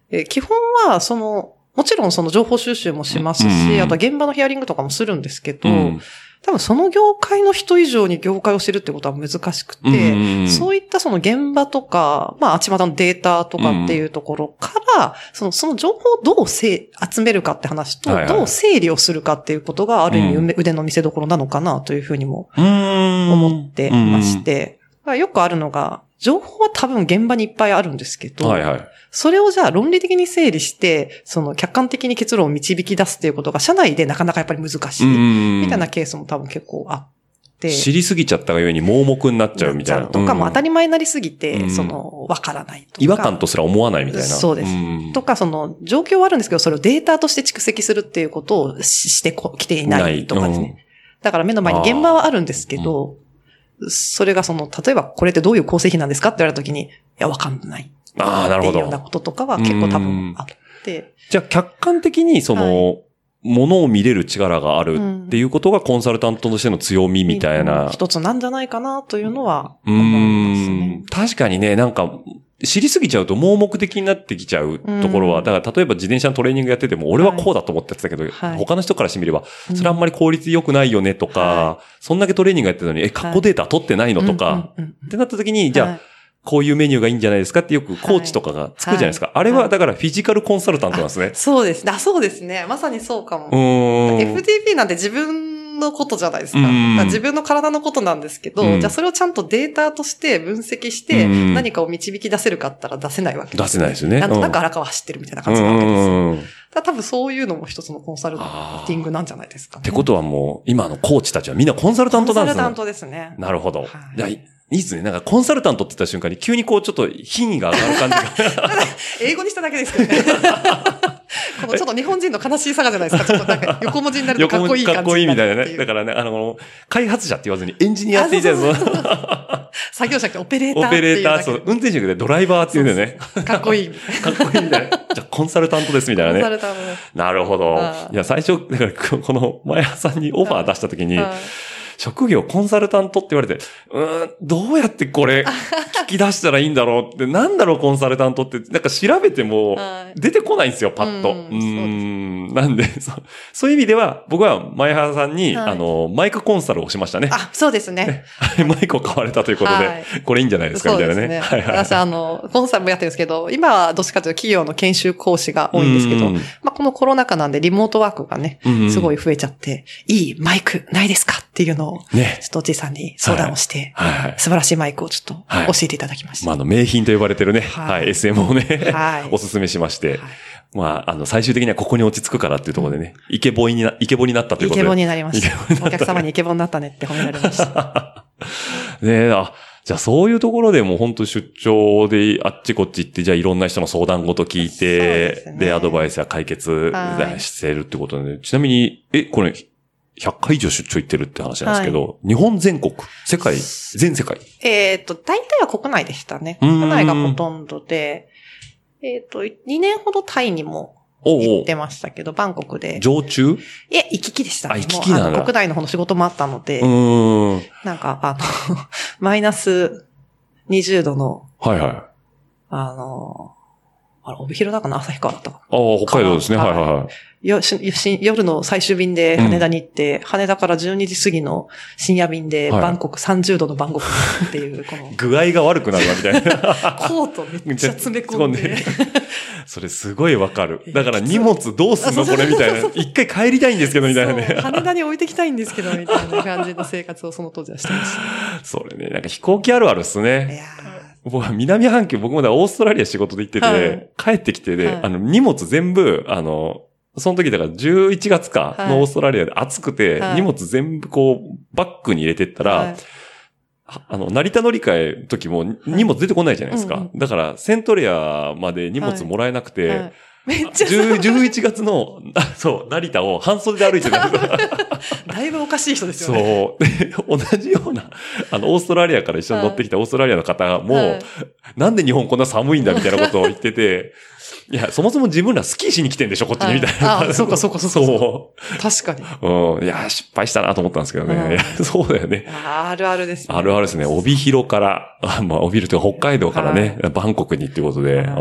Speaker 3: えー基本は、その、もちろんその情報収集もします
Speaker 2: うん
Speaker 3: し、あとは現場のヒアリングとかもするんですけど、
Speaker 2: うん
Speaker 3: 多分その業界の人以上に業界を知るってことは難しくて、
Speaker 2: うん
Speaker 3: そういったその現場とか、まあ、あちまたのデータとかっていうところから、その、その情報をどうせ集めるかって話と、
Speaker 2: はいはい
Speaker 3: どう整理をするかっていうことが、ある意味、
Speaker 2: うん
Speaker 3: 腕の見せ所なのかなというふうにも
Speaker 2: うーん
Speaker 3: 思ってまし。て、まあよくあるのが、情報は多分現場にいっぱいあるんですけ
Speaker 2: う
Speaker 3: ど、
Speaker 2: んはいはい。
Speaker 3: それをじゃあ論理的に整理して、その客観的に結論を導き出すっていうことが、社内でなかなかやっぱり難しい、み
Speaker 2: み
Speaker 3: たいなケースも多分結構あって。
Speaker 2: 知りすぎちゃったがゆえに盲目になっちゃうみたいな。
Speaker 3: とか、も
Speaker 2: う
Speaker 3: う当
Speaker 2: ん
Speaker 3: たり前になりすぎて、
Speaker 2: うん
Speaker 3: その、わからないとか。
Speaker 2: 違和感とすら思わないみたいな。
Speaker 3: そうです
Speaker 2: ん
Speaker 3: とか、その、状況はあるんですけど、それをデータとして蓄積するっていうことをししてこきていないとかですね。だから目の前に現場はあるんですけど、それがその、例えばこれってどういう構成費なんですかって言われたときに、いや、わかんない。
Speaker 2: ああ、なるほ
Speaker 3: っていうような
Speaker 2: ど。
Speaker 3: こととかは結構多
Speaker 2: うん
Speaker 3: 分あって。
Speaker 2: じゃあ客観的にその、ものを見れる力があるっていうことがコンサルタントとしての強みみたいな。
Speaker 3: 一つなんじゃないかなというのは
Speaker 2: う
Speaker 3: 思います
Speaker 2: ー
Speaker 3: ね
Speaker 2: ん。。確かにね、なんか、知りすぎちゃうと盲目的になってきちゃうところは、
Speaker 3: うん
Speaker 2: だから例えば自転車のトレーニングやってても、俺はこうだと思ってやってたけど、
Speaker 3: はい
Speaker 2: 他の人からしてみれば、
Speaker 3: うん
Speaker 2: それあんまり効率良くないよねとか、
Speaker 3: は
Speaker 2: そんだけトレーニングやってたのに、え、過去データ取ってないのとか、
Speaker 3: うんうんうん
Speaker 2: ってなった時に、じゃあ、
Speaker 3: はい
Speaker 2: こういうメニューがいいんじゃないですかってよくコーチとかがつくじゃないですか。
Speaker 3: はい
Speaker 2: あれは
Speaker 3: はい
Speaker 2: だからフィジカルコンサルタントなんですね。
Speaker 3: そうですね。あ、そうですね。まさにそうかも。
Speaker 2: うーん。
Speaker 3: FTP なんて自分のことじゃないですか。
Speaker 2: うん
Speaker 3: だから自分の体のことなんですけど、
Speaker 2: うん
Speaker 3: じゃあそれをちゃんとデータとして分析して、
Speaker 2: うん
Speaker 3: 何かを導き出せるかって言ったら出せないわけ
Speaker 2: 出せないですよね。
Speaker 3: なんとな
Speaker 2: うん
Speaker 3: く荒川走ってるみたいな感
Speaker 2: う
Speaker 3: じなわけです。だか
Speaker 2: ん。っ
Speaker 3: ら多分そういうのも一つのコンサルティングなんじゃないですか、ね。
Speaker 2: てことはもう、今のコーチたちはみんなコンサルタント
Speaker 3: コン
Speaker 2: な
Speaker 3: サ
Speaker 2: んで
Speaker 3: ル
Speaker 2: すね
Speaker 3: タントですね。
Speaker 2: なるほど。
Speaker 3: はい
Speaker 2: いや、いいですね。なんかコンサルタントって言った瞬間に急にこうちょっと品位が上がる感じ が。
Speaker 3: 英語にしただけです けどね。このちょっと日本人の悲しいさがじゃないですか。ちょっとなんか横文字に なるとかっこいい
Speaker 2: かっ
Speaker 3: 感じ
Speaker 2: こいい
Speaker 3: に
Speaker 2: み
Speaker 3: な
Speaker 2: たい
Speaker 3: る
Speaker 2: な
Speaker 3: って
Speaker 2: ね。
Speaker 3: いう
Speaker 2: だからね、あの、この開発者って言わずにエンジニアって言いたい
Speaker 3: あそう
Speaker 2: ですね
Speaker 3: 作業者ってオペレーター
Speaker 2: オ
Speaker 3: って
Speaker 2: ペレ
Speaker 3: い
Speaker 2: ー
Speaker 3: う
Speaker 2: タ
Speaker 3: だ
Speaker 2: ー、
Speaker 3: け
Speaker 2: そう、運転手でドライバーって言うんだよね。
Speaker 3: でかっこいい。
Speaker 2: かっこいいみたいな。じゃあコンサルタントですみた
Speaker 3: コ
Speaker 2: いな
Speaker 3: ン サ
Speaker 2: ね。
Speaker 3: ルタントです。
Speaker 2: なるほど
Speaker 3: あ。ー
Speaker 2: いや、最初、だからここの前田さんにオファー出した時に、
Speaker 3: はい
Speaker 2: 職業コンサルタントって言われて、うーん、どうやってこれ聞き出したらいいんだろうって、なんだろうコンサルタントって、なんか調べても
Speaker 3: は、い
Speaker 2: 出てこないんですよ、パッと。
Speaker 3: うん
Speaker 2: うーんうん。なんで、 そうそういう意味では、僕は前原さんに、
Speaker 3: はい
Speaker 2: あの、マイクコンサルをしましたね。
Speaker 3: あ、そうですね。
Speaker 2: マイクを買われたということで、
Speaker 3: はい。
Speaker 2: これいいんじゃないですか、
Speaker 3: そ
Speaker 2: み
Speaker 3: う
Speaker 2: たい
Speaker 3: で
Speaker 2: な
Speaker 3: す
Speaker 2: ね。
Speaker 3: ね。
Speaker 2: はいはい
Speaker 3: 私、あの、コンサルもやってるんですけど、今はどっちかというと企業の研修講師が多いんですけど、まあ、このコロナ禍なんでリモートワークがね、
Speaker 2: ど
Speaker 3: すご
Speaker 2: い。
Speaker 3: い増えちゃって、いいマイクないですかっていうのを、
Speaker 2: ね。
Speaker 3: ちょっとおじいさんに相談をして、
Speaker 2: はいはい。
Speaker 3: 素晴らしいマイクをちょっと
Speaker 2: はい
Speaker 3: 教えていただきまし
Speaker 2: ま
Speaker 3: た。
Speaker 2: あ、あの、名品と呼ばれてるね、
Speaker 3: は
Speaker 2: はいい、SM をね、
Speaker 3: は い。
Speaker 2: おすすめしまして、
Speaker 3: はい
Speaker 2: まあ、あの、最終的にはここに落ち着くからっていうところでね、イケボイにな、イケボになったという
Speaker 3: イ
Speaker 2: こと
Speaker 3: ケ
Speaker 2: で。
Speaker 3: ボになりまし。
Speaker 2: イケボになったた
Speaker 3: お客様にイケボになったねって褒められました。
Speaker 2: ねえ、あ、じゃあそういうところでもう本当出張であっちこっち行って、じゃあいろんな人の相談事聞い
Speaker 3: そうで
Speaker 2: て、
Speaker 3: す
Speaker 2: で,、
Speaker 3: ね
Speaker 2: アドバイスや解決
Speaker 3: はい
Speaker 2: してるってことで、ちなみに、え、これ、100回以上出張行ってるって話なんですけど、日本全国、世界、全世界。
Speaker 3: えっと、大体は国内でしたね。
Speaker 2: うーん
Speaker 3: 国内がほとんどで、えっと、2年ほどタイにも
Speaker 2: おうお
Speaker 3: 行っ
Speaker 2: う
Speaker 3: てましたけど、バンコクで。
Speaker 2: 常駐
Speaker 3: いや、行き来でしたね。
Speaker 2: あ行き来なんだ
Speaker 3: もうあの国内の方の仕事もあったので、
Speaker 2: うーん。
Speaker 3: なんか、あの、 マイナス20度の、
Speaker 2: はいはい。あ
Speaker 3: あの、あれ、帯広だかな旭川だったかな
Speaker 2: あ、北海道ですね。はいはいはい。
Speaker 3: よしよし夜の最終便で羽田に行って、羽田から12時過ぎの深夜便で、
Speaker 2: はい、
Speaker 3: バンコク、30度のバンコクっていう、この
Speaker 2: 具合が悪くなるわ、みたいな。
Speaker 3: コートめっちゃ詰 め込んで。
Speaker 2: それすごいわかる。だから荷物どうすんのこれみたいな。一回帰りたいんですけど、みたいなね
Speaker 3: そう。羽田に置いてきたいんですけど、みたいな感じの生活をその当時はしてま し
Speaker 2: それね、なんか飛行機あるあるっす
Speaker 3: た。い
Speaker 2: ね。
Speaker 3: や
Speaker 2: 僕は南半球、僕もだからオーストラリア仕事で行ってて、
Speaker 3: はい
Speaker 2: 帰ってきてで、
Speaker 3: はい
Speaker 2: あの、荷物全部、あの、その時だから11月か
Speaker 3: はい
Speaker 2: のオーストラリアで暑くて、
Speaker 3: はい
Speaker 2: 荷物全部こう、バッグに入れてった
Speaker 3: ー
Speaker 2: ら、
Speaker 3: はい
Speaker 2: はあの、成田乗り換えの時も荷物出てこないじゃないですか。
Speaker 3: うんうん
Speaker 2: だから、セントレアまで荷
Speaker 3: はい
Speaker 2: 物もらえなくて、
Speaker 3: はいめっちゃ
Speaker 2: 10 11月の、あそう、成田を半袖で歩いてたん ですよ
Speaker 3: だいぶおかしい人ですよね。
Speaker 2: そう。で同じような、あの、オーストラリアから一緒に乗ってきたオーストラリアの方も、
Speaker 3: はい
Speaker 2: なんで日本こんな寒いんだみたいなことを言って て、いや、そもそも自分らスキーしに来てんでしょ、こっちに、
Speaker 3: はい
Speaker 2: みたいな。
Speaker 3: あそうかそうかそうか確かに。
Speaker 2: そう。うん。いや、失敗したなと思ったんですけどね。
Speaker 3: うん
Speaker 2: いやそうだよね。
Speaker 3: あーあるあるですね。
Speaker 2: あるあるですね。帯広から、 あまあ、帯広というか北海道からね、バンコクにってことで。
Speaker 3: はい
Speaker 2: ああ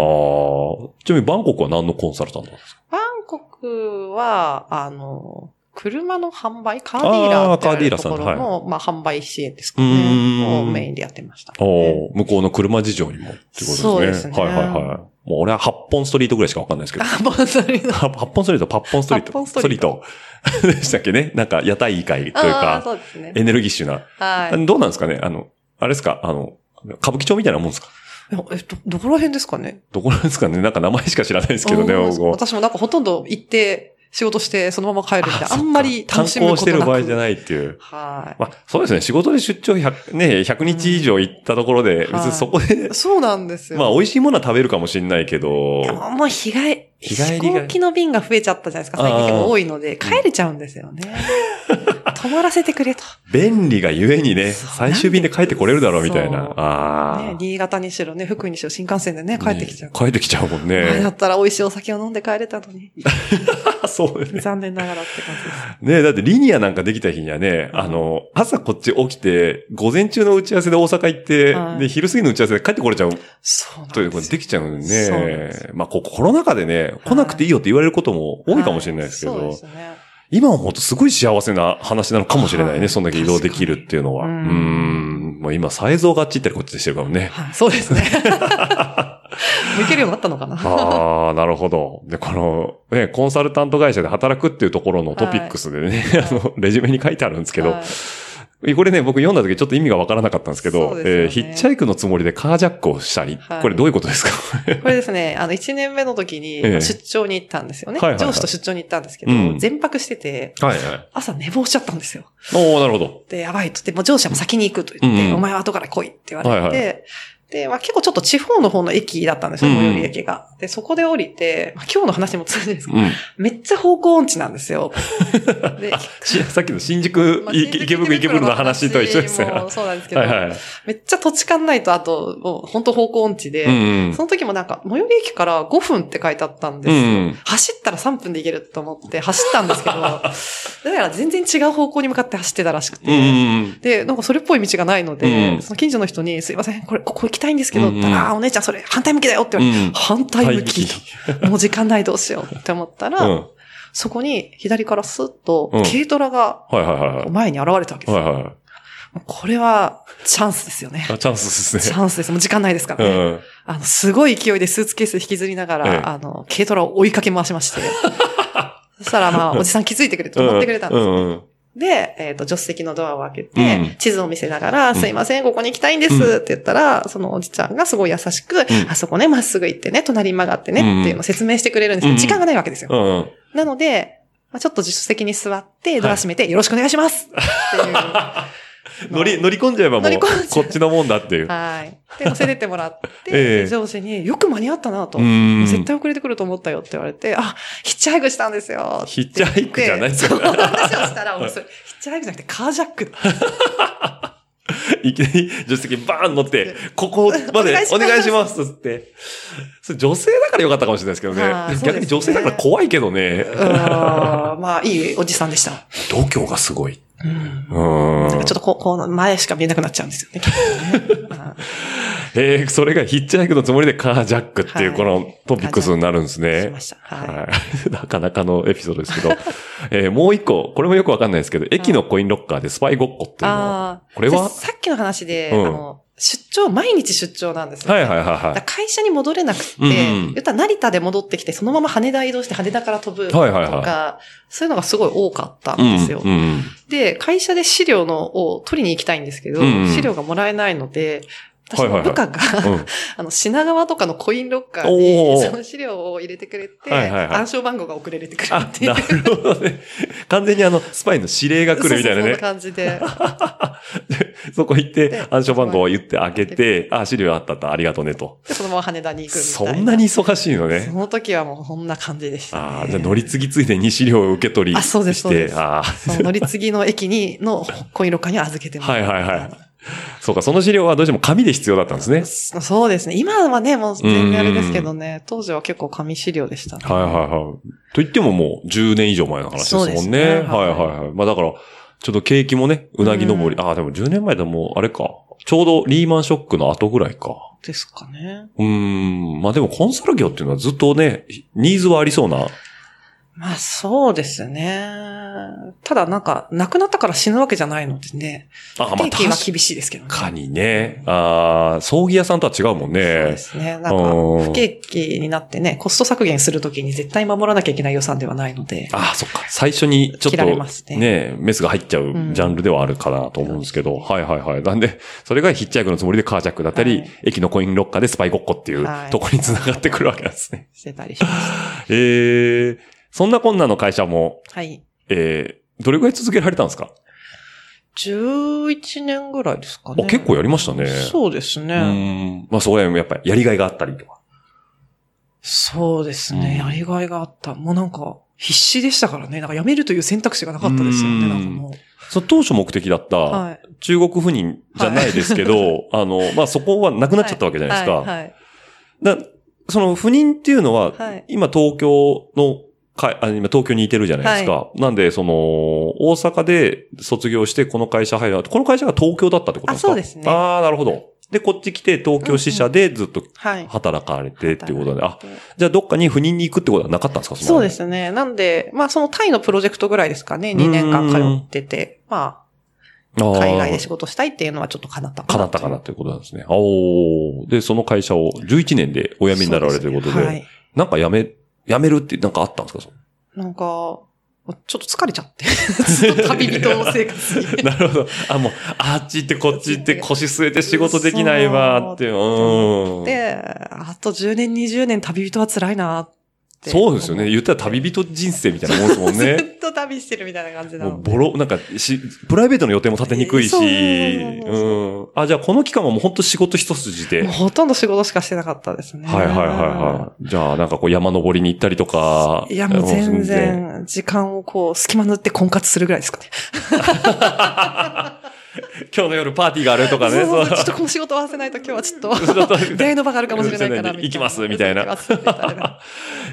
Speaker 2: ちなみにバンコクは何のコンサルタントなんですか
Speaker 3: バンコクは、あの、車の販売、カーディーラーって
Speaker 2: あーカーデ
Speaker 3: い
Speaker 2: ィ
Speaker 3: う
Speaker 2: ーラ
Speaker 3: と
Speaker 2: ーさん
Speaker 3: ころの、まあ、販売支援ですか
Speaker 2: う
Speaker 3: ね。
Speaker 2: ーん
Speaker 3: をメインでやってました、ね。
Speaker 2: おー向こうの車事情にもってことですね。
Speaker 3: そうですね
Speaker 2: はいはいはい。もう俺は八本ストリートぐらいしかわかんないですけど。
Speaker 3: あ、もうそれ
Speaker 2: は八本ストリート、八本ストリー ト。
Speaker 3: 八本ストリー
Speaker 2: ト。でしたっけねなんか、屋台異界という
Speaker 3: あー
Speaker 2: か、
Speaker 3: そうですね。
Speaker 2: エネルギッシュな。
Speaker 3: はい。
Speaker 2: どうなんですかねあの、あれですかあの、歌舞伎町みたいなもんですか
Speaker 3: えっと、どこら辺ですかね
Speaker 2: どこなんですかねなんか名前しか知らないですけどね、
Speaker 3: うん
Speaker 2: 僕も
Speaker 3: 私もなんかほとんど行って、仕事して、そのまま帰るみたいな。あんまり楽しむ
Speaker 2: 観光
Speaker 3: ことなく
Speaker 2: してる場合じゃないっていう。
Speaker 3: は
Speaker 2: まあ、そうですね。仕事で出張100、ね、100日以上行ったところで、別
Speaker 3: はい
Speaker 2: にそこで
Speaker 3: い。、そうなんですよ。
Speaker 2: まあ、美味しいものは食べるかもしれないけど
Speaker 3: で、ももう日帰り、
Speaker 2: 日帰りが
Speaker 3: 飛行機の便が増えちゃったじゃないですか。最近結構多いので、
Speaker 2: あー
Speaker 3: 帰れちゃうんですよ ね。泊まらせてくれと。
Speaker 2: 便利がゆえにね、
Speaker 3: そう
Speaker 2: 最終便で帰ってこれるだろうみたいな
Speaker 3: そう。
Speaker 2: あ
Speaker 3: ね
Speaker 2: あ、。
Speaker 3: 新潟にしろね、福井にしろ新幹線でね、帰ってきちゃう。
Speaker 2: ね帰ってきちゃうもん
Speaker 3: あれだ
Speaker 2: ね。
Speaker 3: ったら美味しいお酒を飲んで帰れた のに。
Speaker 2: そうですね。
Speaker 3: 残念ながらって感じです。
Speaker 2: ねえ、だってリニアなんかできた日にはね、
Speaker 3: うん
Speaker 2: あの、朝こっち起きて、午前中の打ち合わせで大阪行って、
Speaker 3: はい
Speaker 2: で、昼過ぎの打ち合わせで帰ってこれちゃう
Speaker 3: そうなんです
Speaker 2: ということでできちゃうんで
Speaker 3: そうなん
Speaker 2: ね
Speaker 3: です。
Speaker 2: まあ、こコロナ禍でね、来なくていいよって言われることも多いかもしれないですけど、
Speaker 3: はいそうですね。
Speaker 2: 今は本当すごい幸せな話なのかもしれないね、
Speaker 3: はい
Speaker 2: そんだけ移動できるっていうのは。う
Speaker 3: 確
Speaker 2: ー
Speaker 3: かに
Speaker 2: ん、もう今、サイズをガッチったりこっちでしてるからね。
Speaker 3: はい、そうですね。向けるようになったのかな。
Speaker 2: ああ、なるほど。で、この、ね、コンサルタント会社で働くっていうところのトピックスでね、
Speaker 3: い
Speaker 2: あの、レジュメに書いてあるんですけど、
Speaker 3: はい
Speaker 2: これね、僕読んだ時ちょっと意味がわからなかったんですけ
Speaker 3: そ
Speaker 2: ど、
Speaker 3: うですよね
Speaker 2: えーヒッチハイクのつもりでカージャックをしたり、
Speaker 3: はい
Speaker 2: これどういうことですか
Speaker 3: これですね、あの、1年目の時に
Speaker 2: ええ
Speaker 3: 出張に行ったんですよね。
Speaker 2: はいはいはい
Speaker 3: 上司と出張に行ったんですけど、
Speaker 2: うん
Speaker 3: 全泊してて、
Speaker 2: はいはい。
Speaker 3: 朝寝坊しちゃったんですよ。
Speaker 2: おおなるほど。
Speaker 3: で、やばいと。で、もう上司はもう先に行くと言って、
Speaker 2: うんうん
Speaker 3: お前は後から来いって言われて、
Speaker 2: はい
Speaker 3: で、まあ結構ちょっと地方の方の駅だったんですよ、
Speaker 2: うんうん
Speaker 3: 最寄り駅が。で、そこで降りて、まあ、今日の話にも通じるんですけど、
Speaker 2: うん。
Speaker 3: めっちゃ方向音痴なんで すよ。で、
Speaker 2: しさっきの新宿、い池袋、池袋の話と一緒ですね。
Speaker 3: も
Speaker 2: は
Speaker 3: うそうなんですけ
Speaker 2: い
Speaker 3: ど、
Speaker 2: はい。
Speaker 3: めっちゃ土地勘ないと、あと、もう本当方向音痴で、
Speaker 2: うんうん
Speaker 3: そ。の時もなんか、最寄り駅から5分って書いてあったんで
Speaker 2: う
Speaker 3: すよ。
Speaker 2: ん。
Speaker 3: 走ったら3分で行けると思って走ったんです けど、だから全然違う方向に向かって走ってたらしくて、
Speaker 2: うんうん。
Speaker 3: で、なんかそれっぽい道がないので、
Speaker 2: うん
Speaker 3: その近所の人に、すいません、これ、ここ行きたいんですけど、
Speaker 2: うんうん
Speaker 3: ああーお姉ちゃんそれ反対向きだよって言
Speaker 2: う
Speaker 3: われて、
Speaker 2: ん。
Speaker 3: 反対向き、もう時間ないどうしようって思ったら、
Speaker 2: うん。
Speaker 3: そこに左からスッと
Speaker 2: うん、
Speaker 3: 軽トラが
Speaker 2: はいはいはいはい。
Speaker 3: 前に現れたわけです
Speaker 2: は
Speaker 3: よ。
Speaker 2: いはいはい。
Speaker 3: もうこれは、チャンスですよね。
Speaker 2: あ、チャンスで
Speaker 3: チ
Speaker 2: すね。
Speaker 3: ャンスです。もう時間ないですか
Speaker 2: う
Speaker 3: らね。
Speaker 2: ん。
Speaker 3: あの、すごい勢いでスーツケース引きずりながら、
Speaker 2: ええ
Speaker 3: あの、軽トラを追いかけ回しまして。そしたら、まあ、おじさん気づいてくれて、乗ってくれたんです。
Speaker 2: うんうん。
Speaker 3: で、えっ、と、助手席のドアを開け
Speaker 2: う
Speaker 3: て
Speaker 2: ん、
Speaker 3: 地図を見せながら、
Speaker 2: ん
Speaker 3: すいません、ここに行きたいんですって言ったら、そのおじちゃんがすごい優しく、あそこね、まっすぐ行ってね、隣に曲がってね、
Speaker 2: うん
Speaker 3: っていうのを説明してくれるんですけ
Speaker 2: うん
Speaker 3: ど、時間がないわけですよ。
Speaker 2: うんうん。
Speaker 3: なので、まあ、ちょっと助手席に座って、ドア閉めて、よろしくお願いしますって いう。
Speaker 2: 乗り、乗り込んじゃえばも
Speaker 3: 乗
Speaker 2: う、
Speaker 3: り込んじゃう
Speaker 2: こっちのもんだっていう。
Speaker 3: はい。で、乗せてってもらっ
Speaker 2: ええ
Speaker 3: て、上司によく間に合ったなと
Speaker 2: う。ん。
Speaker 3: 絶対遅れてくると思ったよって言われて、あ、ヒッチハイクしたんですよって
Speaker 2: ヒッチハイクじゃないです
Speaker 3: そう
Speaker 2: よ。
Speaker 3: 話をしたら、俺それ、ヒッチハイクじゃなくてカージャックだ。
Speaker 2: いきなり助手席バーン乗 って、ここまでお
Speaker 3: お
Speaker 2: 願
Speaker 3: 願
Speaker 2: い
Speaker 3: い
Speaker 2: し
Speaker 3: し
Speaker 2: ま
Speaker 3: ます
Speaker 2: って。それ女性だからよかったかもしれないですけどね
Speaker 3: はあ。そうです
Speaker 2: 逆
Speaker 3: ね
Speaker 2: に女性だから怖いけどね。
Speaker 3: うーんまあ、いいおじさんでした。
Speaker 2: 度胸がすごい。
Speaker 3: うん。
Speaker 2: うーん
Speaker 3: なんかちょっとこう、こう、前しか見えなくなっちゃう んですよねきっとね。あ
Speaker 2: えー、それがヒッチハイクのつもりでカージャックっていう
Speaker 3: はい
Speaker 2: このトピックスになるんです
Speaker 3: ーし
Speaker 2: ね
Speaker 3: ま。した。はい。
Speaker 2: はい。 なかなかのエピソードですけど。 えーもう一個、これもよくわかんないですけど、駅のコインロッカーでスパイごっこっていうのは。
Speaker 3: ああ。
Speaker 2: これは
Speaker 3: でさっきの話で、
Speaker 2: うん
Speaker 3: あの、出張、毎日出張なんですよ、
Speaker 2: はい
Speaker 3: ね。
Speaker 2: はいはいは
Speaker 3: だから会社に戻れなくて、
Speaker 2: うんうん
Speaker 3: 言ったら成田で戻ってきて、そのまま羽田移動して羽田から飛ぶとか、
Speaker 2: はいはい
Speaker 3: そういうのがすごい多かったん
Speaker 2: い。
Speaker 3: ですよ。
Speaker 2: うんうん
Speaker 3: で、会社で資料のを取りに行きたいんですけど、
Speaker 2: うんうん
Speaker 3: 資料がもらえないので、私
Speaker 2: はいはいは
Speaker 3: の
Speaker 2: い
Speaker 3: 部下が、
Speaker 2: うん
Speaker 3: あの、品川とかのコインロッカー
Speaker 2: お
Speaker 3: に、
Speaker 2: ー
Speaker 3: その資料を入れてくれて、
Speaker 2: はいはいはい
Speaker 3: 暗証番号が送られてくる
Speaker 2: あ
Speaker 3: っ、ていう。
Speaker 2: なるほどね。 完全にあの、スパイの指令が来るみたいな
Speaker 3: そうそうそん
Speaker 2: ね
Speaker 3: な。感じで。
Speaker 2: そこ行って
Speaker 3: で、
Speaker 2: 暗証番号を言って開けて、あ、資料あったあった、ありがとうねと。
Speaker 3: でそのまま羽田に行くみたい
Speaker 2: そ
Speaker 3: な。
Speaker 2: んなに忙しいの
Speaker 3: そ
Speaker 2: ね。
Speaker 3: の時はもうそんな感じでした、ね。
Speaker 2: ああ、じゃあ乗り継ぎついでに資料を受け取り
Speaker 3: あそうです
Speaker 2: し
Speaker 3: そうで
Speaker 2: て、
Speaker 3: す
Speaker 2: ああ、
Speaker 3: その乗り継ぎの駅に、のコインロッカーに預けても
Speaker 2: は
Speaker 3: ら
Speaker 2: いうはいはい。そうか、その資料はどうしても紙で必要だったんですね。
Speaker 3: そそうですね。今はね、もう全然あれですけどね、当時は結構紙資料でした、ね。
Speaker 2: はいはいはい。と言ってももう10年以上前の話ですも
Speaker 3: そ
Speaker 2: んね。
Speaker 3: うですね
Speaker 2: はいはいはい。まあだから、ちょっと景気もね、うなぎ登り。
Speaker 3: う
Speaker 2: ああ、でも10年前でもうあれか。ちょうどリーマンショックの後ぐらいか。
Speaker 3: ですかね。
Speaker 2: うーん。まあでもコンサル業っていうのはずっとね、ニーズはありそうな。
Speaker 3: まあそうですね。ただなんか、亡くなったから死ぬわけじゃないのでね。
Speaker 2: あ、まあ
Speaker 3: 定期は
Speaker 2: 確
Speaker 3: 厳しいですけどね。
Speaker 2: かにね。ああ、葬儀屋さんとは違うもん
Speaker 3: そう
Speaker 2: ね
Speaker 3: で。すね。なん
Speaker 2: うん
Speaker 3: か、不景気になってね、コスト削減するときに絶対守らなきゃいけない予算ではないので。
Speaker 2: ああ、そっか。最初にちょっ
Speaker 3: 切られま
Speaker 2: と
Speaker 3: すね
Speaker 2: ね、メスが入っちゃううんジャンルではあるかなと思うんですけど。はいはいはい。なんで、それがヒッチハイクのつもりでカージャックだったり、
Speaker 3: はい
Speaker 2: 駅のコインロッカーでスパイごっこっていう
Speaker 3: はい
Speaker 2: ところに繋がってくるわけなんですね。
Speaker 3: してたりしまし
Speaker 2: ええそんなこんなの会社も、
Speaker 3: た。はい。
Speaker 2: ええどれぐらい続けられたんですか、
Speaker 3: 11年ぐらいですかね。
Speaker 2: あ結構やりましたね。
Speaker 3: そうです
Speaker 2: う
Speaker 3: ね。
Speaker 2: ん。まあ、そこら辺もやっぱりやりがいがあったりとか。
Speaker 3: そうですね。
Speaker 2: うん
Speaker 3: やりがいがあった。もうなんか、必死でしたからね。なんか辞めるという選択肢がなかったですよ
Speaker 2: う
Speaker 3: ね。
Speaker 2: ん
Speaker 3: なんかもう。
Speaker 2: その当初目的だった、
Speaker 3: はい。
Speaker 2: 中国赴任じゃないですけど、あの、まあ、そこはなくなっちゃったわけじゃないですか。
Speaker 3: はいはい。
Speaker 2: だその赴任っていうのは、
Speaker 3: はい
Speaker 2: 今東京のか、あ今東京にいてるじゃないですか。なんで、その、大阪で卒業してこの会社入る。この会社が東京だったってことですか
Speaker 3: あそうですね
Speaker 2: ああ、なるほど。で、こっち来て東京支社でずっと
Speaker 3: はい。
Speaker 2: 働かれてっていうことで、あ、
Speaker 3: で
Speaker 2: じゃあどっかに赴任に行くってことはなかったんですか。
Speaker 3: そうですすね。なんで、まあそのタイのプロジェクトぐらいですかね。2年間通ってて、ま
Speaker 2: あ
Speaker 3: あ
Speaker 2: ー
Speaker 3: 海外で仕事したいっていうのはちょっと叶った
Speaker 2: かなったかなっていうことなんですね。おーで、その会社を11年でお辞めになられるということで、
Speaker 3: そすねはい。
Speaker 2: なんか辞め、辞めるってなんかあったんですかその
Speaker 3: なんか、ちょっと疲れちゃって。 ずっと旅人の生活に。
Speaker 2: なるほど。あ、もう、あっち行ってこっち行って腰据えて仕事できないわって、うん。
Speaker 3: で、あと10年、20年旅人は辛いなって。
Speaker 2: そうですよね。。言ったら旅人人生みたいなもんですも ん
Speaker 3: ず
Speaker 2: ね。
Speaker 3: っと旅してるみたいな感じな
Speaker 2: もう
Speaker 3: ので。
Speaker 2: ボロ、なんかし、プライベートの予定も立てにくいし、
Speaker 3: えそうそうそう
Speaker 2: うん。あ、じゃあこの期間はもう本当仕事一筋で。
Speaker 3: もうほとんど仕事しかしてなかったですね。
Speaker 2: はいはいはいはい。じゃあなんかこう山登りに行ったりとか。
Speaker 3: いや、もう全。然、時間をこう、隙間縫って婚活するぐらいですかね。
Speaker 2: 今日の夜パーティーがあるとか ね。
Speaker 3: そうそうそうちょっ
Speaker 2: そ
Speaker 3: とこの仕事を合わせないと今日はちょっと、
Speaker 2: うちょっと
Speaker 3: 出会いの場があるかもしれないから。
Speaker 2: 行きますみたいな
Speaker 3: 行きますみたいな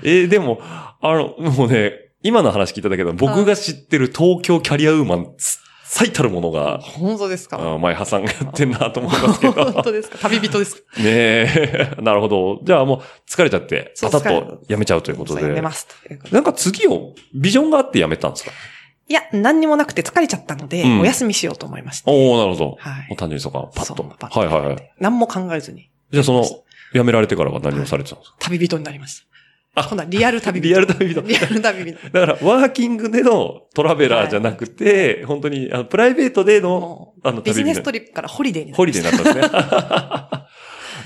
Speaker 2: えーでも、 あの、もうね、今の話聞いただけど、僕が知ってる東京キャリアウーマン、す最たるものが、
Speaker 3: 本当ですか
Speaker 2: あ前破産がやってんなと思いますけど。
Speaker 3: 本当ですか旅人ですか
Speaker 2: ねえ、 なるほど。じゃあもう疲れちゃって、
Speaker 3: そ
Speaker 2: パ
Speaker 3: う
Speaker 2: タッとやめちゃう ということ
Speaker 3: そう
Speaker 2: で。
Speaker 3: やめますということで
Speaker 2: なんか次を、ビジョンがあってやめたんですか
Speaker 3: いや、何にもなくて疲れちゃったので、
Speaker 2: うん
Speaker 3: お休みしようと思いました。
Speaker 2: おおなるほど。
Speaker 3: はい
Speaker 2: もう単純にそうか、パッと。
Speaker 3: そうパッと
Speaker 2: はいはいはい。
Speaker 3: 何も考えずに
Speaker 2: じゃあその、辞められてからは何をされてたんですか、
Speaker 3: 旅人になりました。
Speaker 2: あ
Speaker 3: 今度はリアル旅人。
Speaker 2: リアル旅人
Speaker 3: リア ル旅人。
Speaker 2: だから、ワーキングでのトラベラーじゃなくて、本当に、あの、プライベートでの、
Speaker 3: も
Speaker 2: あの、
Speaker 3: うビジ
Speaker 2: 旅
Speaker 3: ネ
Speaker 2: みた
Speaker 3: ス
Speaker 2: い
Speaker 3: トリップからホリデーに
Speaker 2: な
Speaker 3: な
Speaker 2: ホ
Speaker 3: り
Speaker 2: リ
Speaker 3: ま
Speaker 2: デ
Speaker 3: し
Speaker 2: ー
Speaker 3: た。
Speaker 2: に なったんで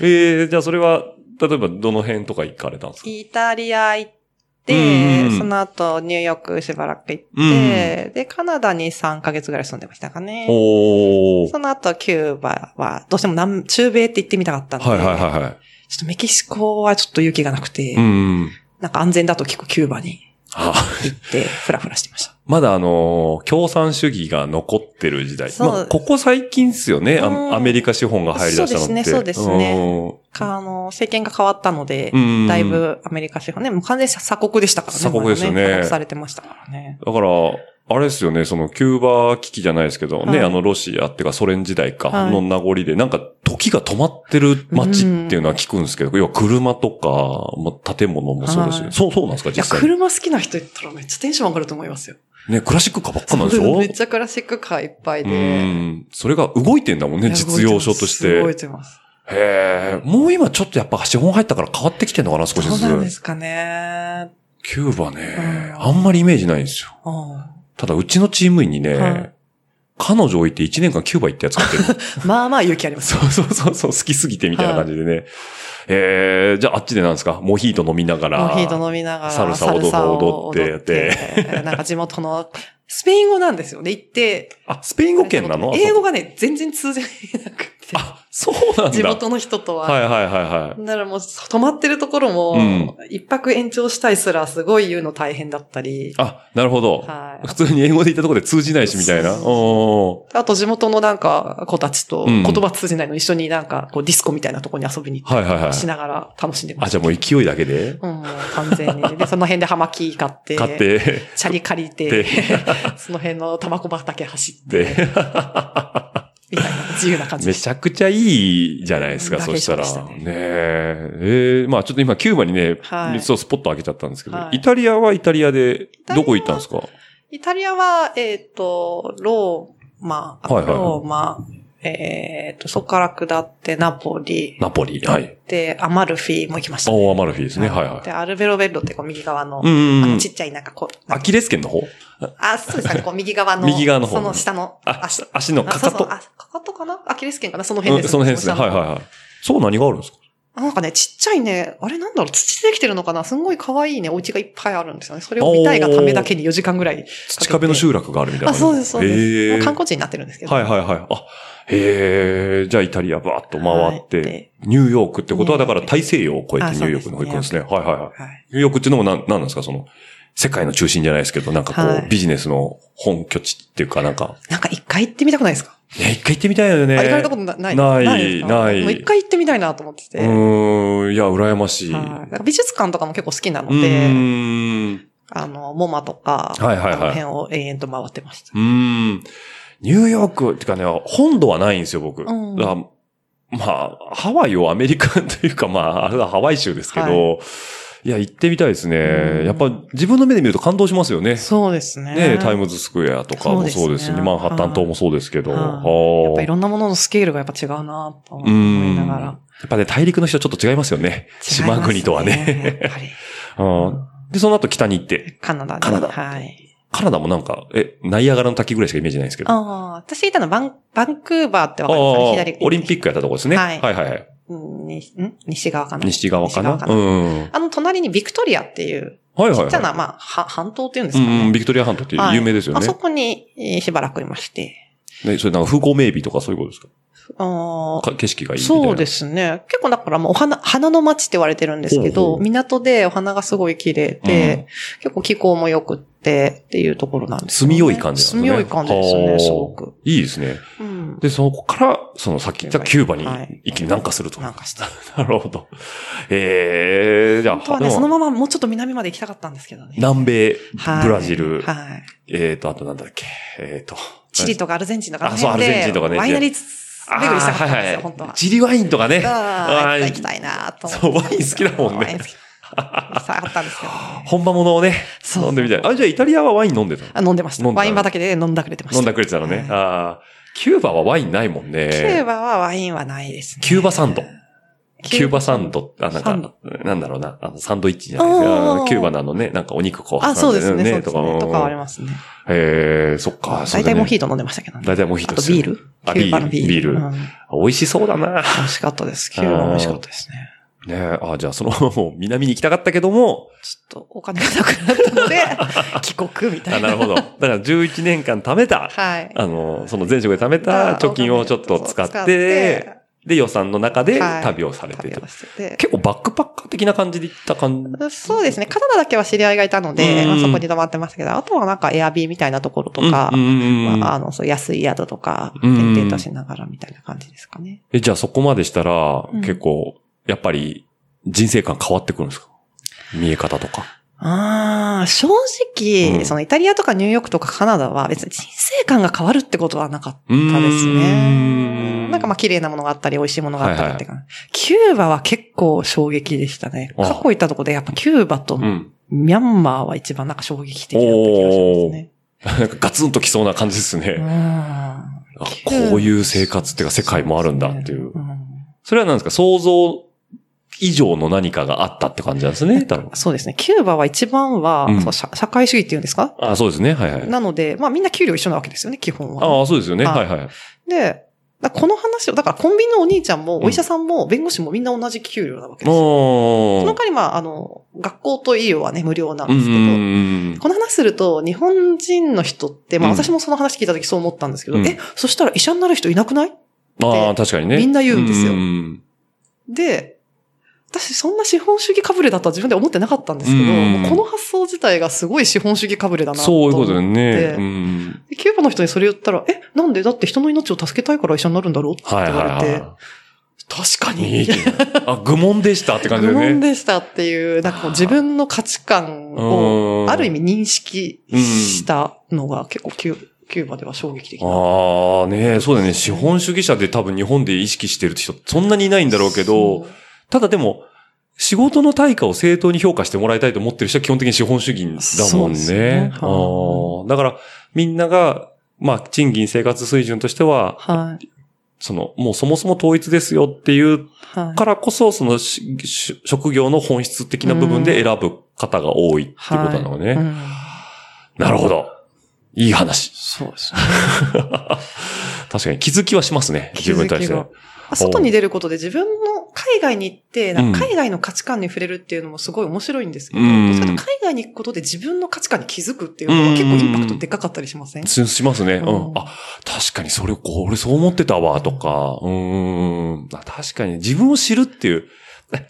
Speaker 2: すね。えー、じゃあそれは、例えばどの辺とか行かれたんですか
Speaker 3: イタリア行っ
Speaker 2: うん
Speaker 3: て、
Speaker 2: うん
Speaker 3: その後ニューヨークしばらく行って、
Speaker 2: うん
Speaker 3: で、カナダに3ヶ月ぐらい住んでましたかね。
Speaker 2: おー。
Speaker 3: その後キューバは、どうしても南中米って行ってみたかったんで、
Speaker 2: はいはいはいはい。
Speaker 3: ちょっとメキシコはちょっと勇気がなくて、
Speaker 2: うん。
Speaker 3: なんか安全だと結構キューバに
Speaker 2: あ
Speaker 3: 行って、フラフラしてました。
Speaker 2: まだあのー共産主義が残ってる時代。
Speaker 3: そう
Speaker 2: まあ、ここ最近っすよね、あ
Speaker 3: うん
Speaker 2: アメリカ資本が入り出したのって。
Speaker 3: そうですねそうですね
Speaker 2: うん
Speaker 3: かあの、政権が変わったので、
Speaker 2: うん
Speaker 3: だいぶアメリカ資本ね、もう完全に鎖国でしたからね。
Speaker 2: 鎖国ですよね
Speaker 3: まだ鎖国されてましたからね。
Speaker 2: だから、あれですよね、そのキューバ危機じゃないですけど、ね、
Speaker 3: はい
Speaker 2: あのロシアっていうかソ連時代か
Speaker 3: はい
Speaker 2: の名残で、なんか時が止まってる街っていうのは聞くんですけど、要は車とか、まあ、建物もそうですよね。
Speaker 3: はい
Speaker 2: そう、そうなんですか、
Speaker 3: いや、
Speaker 2: 実際に。
Speaker 3: 車好きな人言ったらめっちゃテンション上がると思いますよ。
Speaker 2: ね、クラシックカーばっかなんでしょ
Speaker 3: めっちゃクラシックカーいっぱいうで。
Speaker 2: ん。それが動いてんだもんね、実用書とし
Speaker 3: 動い
Speaker 2: て。
Speaker 3: てます。
Speaker 2: へえ。もう今ちょっとやっぱ資本入ったから変わってきてんのかな、
Speaker 3: ど
Speaker 2: 少し
Speaker 3: うなん
Speaker 2: ず
Speaker 3: で
Speaker 2: つ。
Speaker 3: すかね。
Speaker 2: キューバね、
Speaker 3: うん
Speaker 2: あんまりイメージないんですよ。
Speaker 3: うん
Speaker 2: ただ、うちのチーム員にね、
Speaker 3: はい
Speaker 2: 彼女置いて1年間キューバ行ったやつがいてるの。
Speaker 3: まあまあ勇気あります。
Speaker 2: そうそうそうそう、好きすぎてみたいな感じでね。えー、じゃああっちでなんですかモヒート飲みながら。
Speaker 3: モヒート飲みながら、
Speaker 2: サルサ踊
Speaker 3: を
Speaker 2: 踊って
Speaker 3: てなんか地元の、スペイン語なんですよね、行って。
Speaker 2: あ、スペイン語圏なの
Speaker 3: 英語がね、全然通じなくて。
Speaker 2: あ、そうなんだ。
Speaker 3: 地元の人とは。
Speaker 2: はいはいはいはい。
Speaker 3: ならもう、泊まってるところ
Speaker 2: う
Speaker 3: も
Speaker 2: ん、
Speaker 3: 一泊延長したいすら、すごい言うの大変だったり。
Speaker 2: あ、なるほど。
Speaker 3: はい。
Speaker 2: 普通に英語で言ったところで通じないしみたいな。
Speaker 3: そう
Speaker 2: お
Speaker 3: あと地元のなんか子たちと
Speaker 2: うん
Speaker 3: 言葉通じないの一緒になんかこうディスコみたいなところに遊びに行っ
Speaker 2: ーはいはいは
Speaker 3: たりし
Speaker 2: い。
Speaker 3: ながら楽しんでま
Speaker 2: あ、
Speaker 3: し
Speaker 2: じゃあもう勢いだけで
Speaker 3: た。うん、もう完全に。で、その辺でハマキ買って、
Speaker 2: 買って、
Speaker 3: チャリ借り
Speaker 2: で
Speaker 3: て、 その辺のタバコ畑走って、
Speaker 2: で、
Speaker 3: みたいな自由な感じで
Speaker 2: め
Speaker 3: し
Speaker 2: ちゃくちゃいいじゃないですか、
Speaker 3: うん
Speaker 2: そしたら。
Speaker 3: バケーショ
Speaker 2: ね
Speaker 3: ンでし
Speaker 2: え。えーまあちょっと今キューバにね、
Speaker 3: はい
Speaker 2: そうスポット開けちゃったんですけど、
Speaker 3: はい
Speaker 2: イタリアはイタリアで
Speaker 3: タリア
Speaker 2: ど
Speaker 3: は
Speaker 2: こ行ったんですか
Speaker 3: イタリアは、えっ、と、ローマ、
Speaker 2: はいはい
Speaker 3: ローマ、えっ、と、そこから下ってナポリ、
Speaker 2: ナポリ。はい。
Speaker 3: で、アマルフィも行きました、
Speaker 2: おー、アマルフィですね。はいは
Speaker 3: で、アルベロベッロってこう右側の、
Speaker 2: い。うんうん
Speaker 3: あ
Speaker 2: う
Speaker 3: の
Speaker 2: ん。
Speaker 3: ちっちゃいなんかこう、
Speaker 2: アキレス腱の方
Speaker 3: あ、そうですかね、こう右側の、
Speaker 2: 右側の方
Speaker 3: その下の
Speaker 2: あ
Speaker 3: 足。、
Speaker 2: 足の
Speaker 3: あ
Speaker 2: かか
Speaker 3: そうそ
Speaker 2: と
Speaker 3: う。あ、かかとかなアキレス腱かなその辺
Speaker 2: うん
Speaker 3: です、
Speaker 2: その辺ですね。はいはいはい。そう何があるんですか
Speaker 3: い。なんかね、ちっちゃいね、あれなんだろう、土でできてるのかなすんごい可愛いね、お家がいっぱいあるんですよね。それを見たいがためだけに4時間ぐらい。
Speaker 2: 土壁の集落があるみたいな感
Speaker 3: あ、
Speaker 2: じ。
Speaker 3: そうです、そうです。
Speaker 2: へ
Speaker 3: もう
Speaker 2: ー
Speaker 3: 観光地になってるんですけど。
Speaker 2: はいはいはい。あ、へえ。じゃあイタリアバーッと回っ
Speaker 3: はい
Speaker 2: て
Speaker 3: で、
Speaker 2: ニューヨークってことはだ
Speaker 3: ニュ
Speaker 2: か
Speaker 3: ーヨーク
Speaker 2: ら大西洋を越えて
Speaker 3: あ
Speaker 2: ニューヨークの方行くんですね。はいはいはい。
Speaker 3: はい。
Speaker 2: ニューヨークっていうのもなんなんなんですかその、世界の中心じゃないですけど、なんか
Speaker 3: は
Speaker 2: こう
Speaker 3: い
Speaker 2: ビジネスの本拠地っていうかなんか、
Speaker 3: なんか一回行ってみたくないですか、
Speaker 2: ね一回行ってみたいよね。
Speaker 3: あ、行かれたことなない
Speaker 2: ない
Speaker 3: ですか
Speaker 2: ない
Speaker 3: もう一回行ってみたいなと思ってて。
Speaker 2: うーん、いや、羨ましい。
Speaker 3: はいなんか美術館とかも結構好きなの
Speaker 2: う
Speaker 3: で、
Speaker 2: ーん。
Speaker 3: あの、モマとか、
Speaker 2: はいはいはい
Speaker 3: あの辺を延々と回ってました。
Speaker 2: うーん。ニューヨークってかね、本土はないんですよ、僕。
Speaker 3: ん
Speaker 2: だからまあ、ハワイをアメリカというか、まあ、あれはハワイ州ですけど、い、や、行ってみたいですね
Speaker 3: う。ん
Speaker 2: やっぱ自分の目で見ると感動しますよね。
Speaker 3: そうですね。
Speaker 2: ねタイムズスクエアとかもそ
Speaker 3: そうう
Speaker 2: で
Speaker 3: ですす
Speaker 2: ね。
Speaker 3: ね
Speaker 2: マンハッタン島もそうですけど。
Speaker 3: はい
Speaker 2: は
Speaker 3: やっぱい
Speaker 2: あ
Speaker 3: ろんなもののスケールがやっぱ違うなと
Speaker 2: う
Speaker 3: 思
Speaker 2: ん。
Speaker 3: いながら。
Speaker 2: やっぱね、大陸の人はちょっと違いますよね。島国とは
Speaker 3: 違い
Speaker 2: ね。
Speaker 3: ますやっ ぱり。
Speaker 2: うんで、その後北に行って、
Speaker 3: カナダに
Speaker 2: カナダ
Speaker 3: はい。
Speaker 2: カナダもなんか、え、ナイアガラの滝ぐらいしかイメージないんですけど。
Speaker 3: ああ、私いたのバン、バンクーバーってわかります
Speaker 2: ああ
Speaker 3: か左
Speaker 2: オリンピックやったとこですね。
Speaker 3: はい
Speaker 2: はいはいはい。
Speaker 3: うんにん西側かな。
Speaker 2: 西側かな。
Speaker 3: 西側かな
Speaker 2: うん。はい
Speaker 3: あの、隣にビクトリアっていう、
Speaker 2: はい
Speaker 3: ち
Speaker 2: は
Speaker 3: っ
Speaker 2: い。
Speaker 3: ちゃな、まあ、は半島っていうんです
Speaker 2: う
Speaker 3: かね。
Speaker 2: んうん、ビクトリア半島って有名ですよ
Speaker 3: はい
Speaker 2: ね
Speaker 3: あそ。こにえーしばらくいまして。
Speaker 2: ねそれなんか風光明媚とかそういうことですか
Speaker 3: あー
Speaker 2: か景色がいいみたいな。。
Speaker 3: そうですすね。結構だから、まあ、お花、花の街って言われてるんですけ
Speaker 2: ほう
Speaker 3: ど、
Speaker 2: ほう
Speaker 3: 港でお花がすごい綺麗で、結構気候も良くっってっていうところなんです
Speaker 2: 住みよい感じなんです
Speaker 3: 住
Speaker 2: ね。
Speaker 3: みよい感じです
Speaker 2: はあ
Speaker 3: ね、すごく。。
Speaker 2: いいですね。
Speaker 3: うん。
Speaker 2: で、そこから、そのさっき言ったキューバに
Speaker 3: はい
Speaker 2: 一気に南下すると。
Speaker 3: なんかした。
Speaker 2: なるほど。ええじゃあ、
Speaker 3: 本当はね、
Speaker 2: でも
Speaker 3: そのままもうちょっと南まで行きたかったんですけどね。
Speaker 2: 南米、
Speaker 3: はい
Speaker 2: ブラジル、
Speaker 3: はい。
Speaker 2: えっ、と、あとなんだっけ、えっ、と。
Speaker 3: チリとかアルゼンチンとか
Speaker 2: あそう
Speaker 3: あの辺で
Speaker 2: アルゼンチンとかね
Speaker 3: ワイナリー
Speaker 2: あー
Speaker 3: 巡りしたかったんですよ、
Speaker 2: は
Speaker 3: 本
Speaker 2: い
Speaker 3: 当
Speaker 2: はい
Speaker 3: は。
Speaker 2: チリワインとかね。
Speaker 3: あ
Speaker 2: は
Speaker 3: ー
Speaker 2: い
Speaker 3: 行きたいなと思って。
Speaker 2: そうワイン好きだもんね
Speaker 3: ワイン好き。さあったんで すけどね。
Speaker 2: 本場ものをね、
Speaker 3: そう
Speaker 2: 飲んでみたい。あ、じゃあイタリアはワイン飲んでたの
Speaker 3: あ飲んでまし
Speaker 2: 飲
Speaker 3: た。
Speaker 2: んだ
Speaker 3: ワイン畑で飲んだくれてました。
Speaker 2: 飲んだくれてたのね。ああ、キューバはワインないもんね。
Speaker 3: キューバはワインはないですね。
Speaker 2: キューバサンド。キュー
Speaker 3: バ。
Speaker 2: バサンド、あ、なん
Speaker 3: サン
Speaker 2: か、なんだろうな、あの、サンドイッチじゃないです
Speaker 3: あー
Speaker 2: か。キューバなのね、なんかお肉こう挟んで、ね。
Speaker 3: あ、そうですね。そうです
Speaker 2: と
Speaker 3: ね。と
Speaker 2: か
Speaker 3: か
Speaker 2: も。
Speaker 3: はありますね。
Speaker 2: えー、そっか、そ
Speaker 3: 大
Speaker 2: れでね
Speaker 3: 体モヒート飲んでましたけどね。
Speaker 2: 大体モヒー
Speaker 3: あ
Speaker 2: トで
Speaker 3: と
Speaker 2: すよ
Speaker 3: ビ
Speaker 2: ね
Speaker 3: ール
Speaker 2: あ
Speaker 3: キューバのビール。
Speaker 2: ビール
Speaker 3: うん美
Speaker 2: 美味しそうだな。
Speaker 3: 味しかったです。キューバは美味しかったですね。
Speaker 2: ねえ、あ、じゃあその、もう南に行きたかったけども、
Speaker 3: ちょっとお金がなくなった ので、帰国みた
Speaker 2: あ
Speaker 3: いな。
Speaker 2: なるほど。だから11年間貯めた、
Speaker 3: はい。
Speaker 2: あの、その前職で貯めた貯金をちょっと使っ、
Speaker 3: 使ってて、
Speaker 2: で予算の中で
Speaker 3: はい
Speaker 2: 旅をされて
Speaker 3: 旅
Speaker 2: と
Speaker 3: を。してて
Speaker 2: 結構バックパッカー的な感じで行った感じ。
Speaker 3: そうですね。カナダだけは知り合いがいたので、
Speaker 2: うん
Speaker 3: まあ、そこに泊まってましたけど、あとはなんかエアビーみたいなところとか
Speaker 2: う、んうんうん
Speaker 3: まあ、あの、そう安い宿とか、
Speaker 2: うん
Speaker 3: 点々としながらみたいな感じですかね。
Speaker 2: え、じゃあそこまでしたら、
Speaker 3: うん
Speaker 2: 結構、やっぱり人生観変わってくるんですか見え方とか。
Speaker 3: ああ、正直、
Speaker 2: うん
Speaker 3: そのイタリアとかニューヨークとかカナダは別に人生観が変わるってことはなかっ
Speaker 2: うー
Speaker 3: たですね。
Speaker 2: ん。
Speaker 3: なんかまあ綺麗なものがあったり、美味しいものがあったりって感じ。キューバは結構衝撃でしたね。
Speaker 2: ああ
Speaker 3: 過去行ったとこでやっぱキューバと
Speaker 2: うん。
Speaker 3: ミャンマーは一番なんか衝撃的だった気がします
Speaker 2: な
Speaker 3: ね。
Speaker 2: んかガツンときそうな感じです
Speaker 3: うん
Speaker 2: ね。あ
Speaker 3: キューバ
Speaker 2: こういう生活っていうか世界もあるんだっていう。
Speaker 3: ん
Speaker 2: それは何ですか想像以上の何かがあったって感じなんですね、太郎。
Speaker 3: そうですね。キューバは一番は、
Speaker 2: うん
Speaker 3: そう社社会主義っていうんですか
Speaker 2: あそうですね。はいはい。
Speaker 3: なので、まあみんな給料一緒なわけですよね、基本は。
Speaker 2: ああ、そうですよね。
Speaker 3: あ
Speaker 2: はいはい。
Speaker 3: で、だこの話を、だからコンビニのお兄ちゃんも、お医者さんも、弁護士もみんな同じ給料なわけですよ。
Speaker 2: お
Speaker 3: その
Speaker 2: ー。
Speaker 3: 代わり、まあ、あの、学校と医療はね、無料なん
Speaker 2: う
Speaker 3: で
Speaker 2: ん
Speaker 3: す
Speaker 2: う
Speaker 3: けど、
Speaker 2: ん
Speaker 3: この話すると、日本人の人って、まあ
Speaker 2: うん
Speaker 3: 私もその話聞いた時そう思ったんですけど、
Speaker 2: うん
Speaker 3: え、そしたら医者になる人いなくない
Speaker 2: うん。ああ、確かにね。
Speaker 3: みんな言うんですよ
Speaker 2: ううん
Speaker 3: で、私そんな資本主義かぶれだとは自分で思ってなかったんですけど、
Speaker 2: うん
Speaker 3: もうこの発想自体がすごい資本主義かぶれだなと
Speaker 2: そうい
Speaker 3: 思
Speaker 2: う
Speaker 3: って。
Speaker 2: ことよね。
Speaker 3: と
Speaker 2: う
Speaker 3: 思
Speaker 2: ん。
Speaker 3: でキューバの人にそれ言ったら、え、なんでだって人の命を助けたいから医者になるんだろうって言
Speaker 2: はい
Speaker 3: われて、
Speaker 2: はいはい。
Speaker 3: 確か
Speaker 2: いい意
Speaker 3: に。
Speaker 2: 見 あ、愚問でしたって感じ
Speaker 3: 無
Speaker 2: だよね。
Speaker 3: 問でしたっていう、なんかもう自分の価値観を、
Speaker 2: うん
Speaker 3: ある意。味認識したのが結構キュキューバでは衝撃的な。
Speaker 2: ああ、ねえそうだよね。資本主義者で多分日本で意識してる人そんなにいないんだろうけど、ただでも、仕事の対価を正当に評価してもらいたいと思ってる人は基本的に資本主義だも
Speaker 3: そうんです
Speaker 2: ね
Speaker 3: ね。
Speaker 2: あーだから、みんなが、まあ、賃金生活水準としては、
Speaker 3: そう。はい。
Speaker 2: その、もうそもそも統一ですよっていう
Speaker 3: はい。
Speaker 2: からこそ、そのし、し職業の本質的な部分で選ぶ方が多いってことなのね。
Speaker 3: はいうん
Speaker 2: なるほど。いい話。
Speaker 3: そうですね。
Speaker 2: 確かに気づきはしますね。自分に対して。
Speaker 3: 気づきが外に出ることで自分の海外に行って、なんか
Speaker 2: うん
Speaker 3: 海外の価値観に触れるっていうのもすごい面白いんですけど、
Speaker 2: うん
Speaker 3: それと海外に行くことで自分の価値観に気づくっていうのは結構インパクトでかかったりしません、
Speaker 2: ししますね。う。
Speaker 3: うんん
Speaker 2: あ、確かにそれ、こう俺そう思ってたわ、とか。うーん。あ確かに自分を知るっていう。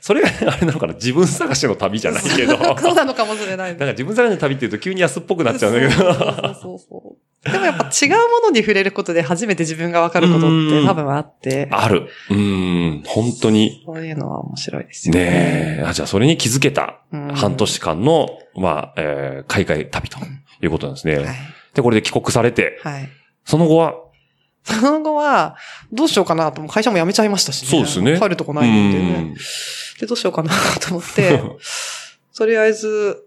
Speaker 2: それが あれなのかな自分探しの旅じゃないけど。なん
Speaker 3: そう
Speaker 2: か
Speaker 3: なのかもしれないです
Speaker 2: 自分探しの旅っていうと急に安っぽくなっちゃうんだけ
Speaker 3: そう
Speaker 2: ど。
Speaker 3: そうそうそうでもやっぱ違うものに触れることで初めて自分がわかることって多分あって、
Speaker 2: ある。うーん。本当に。
Speaker 3: そういうのは面白いですよね。
Speaker 2: ねえ。あじゃあそれに気づけた。
Speaker 3: うん
Speaker 2: 半年間の、まあ、えー海外旅ということなんです
Speaker 3: は
Speaker 2: ね。
Speaker 3: い。
Speaker 2: で、これで帰国されて、
Speaker 3: はい。
Speaker 2: その後は、
Speaker 3: その後は、どうしようかなと、もう会社も辞めちゃいましたしね。
Speaker 2: そうですね
Speaker 3: 帰るとこ
Speaker 2: う
Speaker 3: ないんでね。
Speaker 2: ん。
Speaker 3: で、どうしようかなと思 って、とりあえず、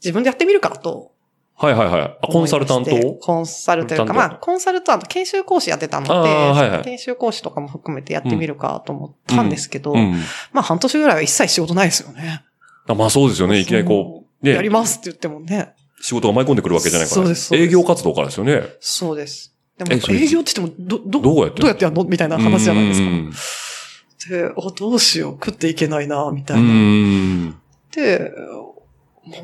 Speaker 3: 自分でやってみるかと。
Speaker 2: はいはいはい。あ、コンサルタント
Speaker 3: 思いましてコンサルという
Speaker 2: コンサル
Speaker 3: か、
Speaker 2: タ
Speaker 3: ま
Speaker 2: ント
Speaker 3: あ、コンサルタント、研修講師やってたので、
Speaker 2: あーはいはい
Speaker 3: 研修講師とかも含めてやってみるかと思ったんですけど、
Speaker 2: うん。
Speaker 3: まあ、半年ぐらいは一切仕事ないですよね。
Speaker 2: あまあそうですよね。いきなりこう、
Speaker 3: そのやり
Speaker 2: ね、
Speaker 3: ますって言ってもね。
Speaker 2: 仕事が舞い込んでくるわけじゃないから。
Speaker 3: そうですそうです
Speaker 2: 営業活動からですよね。
Speaker 3: そうです。で
Speaker 2: え
Speaker 3: も、
Speaker 2: それ
Speaker 3: 営業って言っても、ど、ど、
Speaker 2: どうやって
Speaker 3: どうやってやんのみたいな話じゃないですか。
Speaker 2: す
Speaker 3: で、あ、どうしよう、食っていけないな、みた
Speaker 2: う
Speaker 3: いな。
Speaker 2: ん。
Speaker 3: で、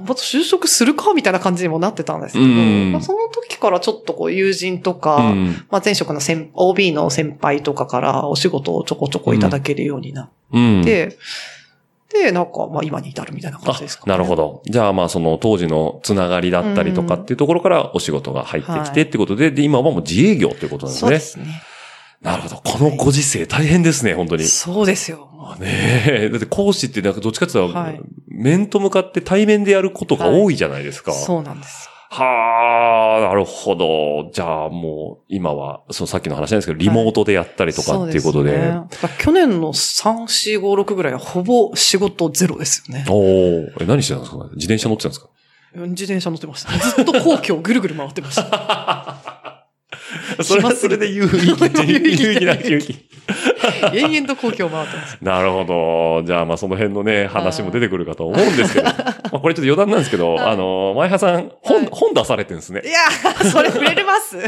Speaker 3: また就職するか、みたいな感じにもなってたんですけど、
Speaker 2: うん
Speaker 3: まあ、その時からちょっとこう、友人と
Speaker 2: う
Speaker 3: か、
Speaker 2: ん。
Speaker 3: まあ、前職の先 OB の先輩とかからお仕事をちょこちょこいただけるようになっ
Speaker 2: うん。
Speaker 3: て、で、なんか、まあ今に至るみたいな感じですか、ね、
Speaker 2: なるほど。じゃあまあその当時のつながりだったりとかっていうところからお仕事が入ってきてってことで、で、今はもう自営業っていうことなんです
Speaker 3: そう
Speaker 2: ね。
Speaker 3: ですね。
Speaker 2: なるほど。このご時世大変ですね、本当に。
Speaker 3: そうですよ。
Speaker 2: ねえ。だって講師ってなんかどっちかっていうと、
Speaker 3: はい
Speaker 2: 面と向かって対面でやることが多いじゃないですか。
Speaker 3: そうなんです。
Speaker 2: はあ、なるほど。じゃあもう今は、そのさっきの話なんですけど、リモートでやったりとかっていうことで。
Speaker 3: そすねだから去年の3、4、5、6ぐらいはほぼ仕事ゼロですよね。
Speaker 2: おおえ何してたんですか自転車乗ってたんですか
Speaker 3: 自転車乗ってました。ずっと皇居をぐるぐる回ってま した。
Speaker 2: それはそれで有意義。有意義な有意義。
Speaker 3: 延々と皇居を回ってました。
Speaker 2: なるほど。じゃあ、まあ、その辺のね、話も出てくるかと思うん ですけど、まあ、これちょっと余談なんですけど、あの、前葉さん、本、
Speaker 3: はい
Speaker 2: 本出されてるんですね
Speaker 3: い。やー、それ触れれます もう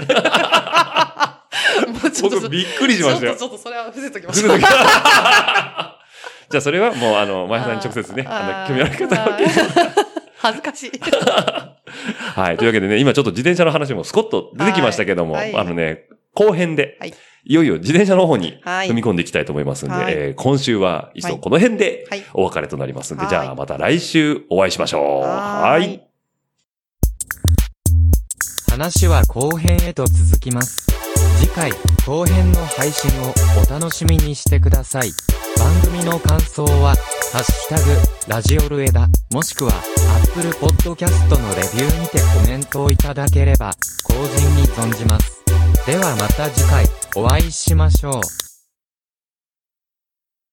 Speaker 3: ちょっと
Speaker 2: 僕、びっくりしましたよ
Speaker 3: ち。ょっとちょっとそれは伏せときまし
Speaker 2: じ
Speaker 3: ょう。
Speaker 2: ゃあ、それはもう、あの、前葉さんに直接ね、あの、興味ある方は。
Speaker 3: 方恥ずかしい。
Speaker 2: はい。というわけでね、今ちょっと自転車の話もスコッと出てきましたけども、
Speaker 3: はい
Speaker 2: あのね、後編で、
Speaker 3: はい
Speaker 2: い、よいよ自転車の方に
Speaker 3: はい
Speaker 2: 踏み込んでいきたいと思いますんで、
Speaker 3: はい
Speaker 2: えー今週は一
Speaker 3: は
Speaker 2: 層
Speaker 3: い
Speaker 2: この辺で
Speaker 3: はい
Speaker 2: お別れとなりますんで、
Speaker 3: はい
Speaker 2: じゃあまた来週お会いしましょう。
Speaker 3: は
Speaker 2: はいい
Speaker 4: 話は後編へと続きます。次回、後編の配信をお楽しみにしてください。番組の感想は、ハッシュタグ、ラジオルエダ、もしくは、Apple Podcast のレビューにてコメントをいただければ、後人に存じます。ではまた次回、お会いしましょう。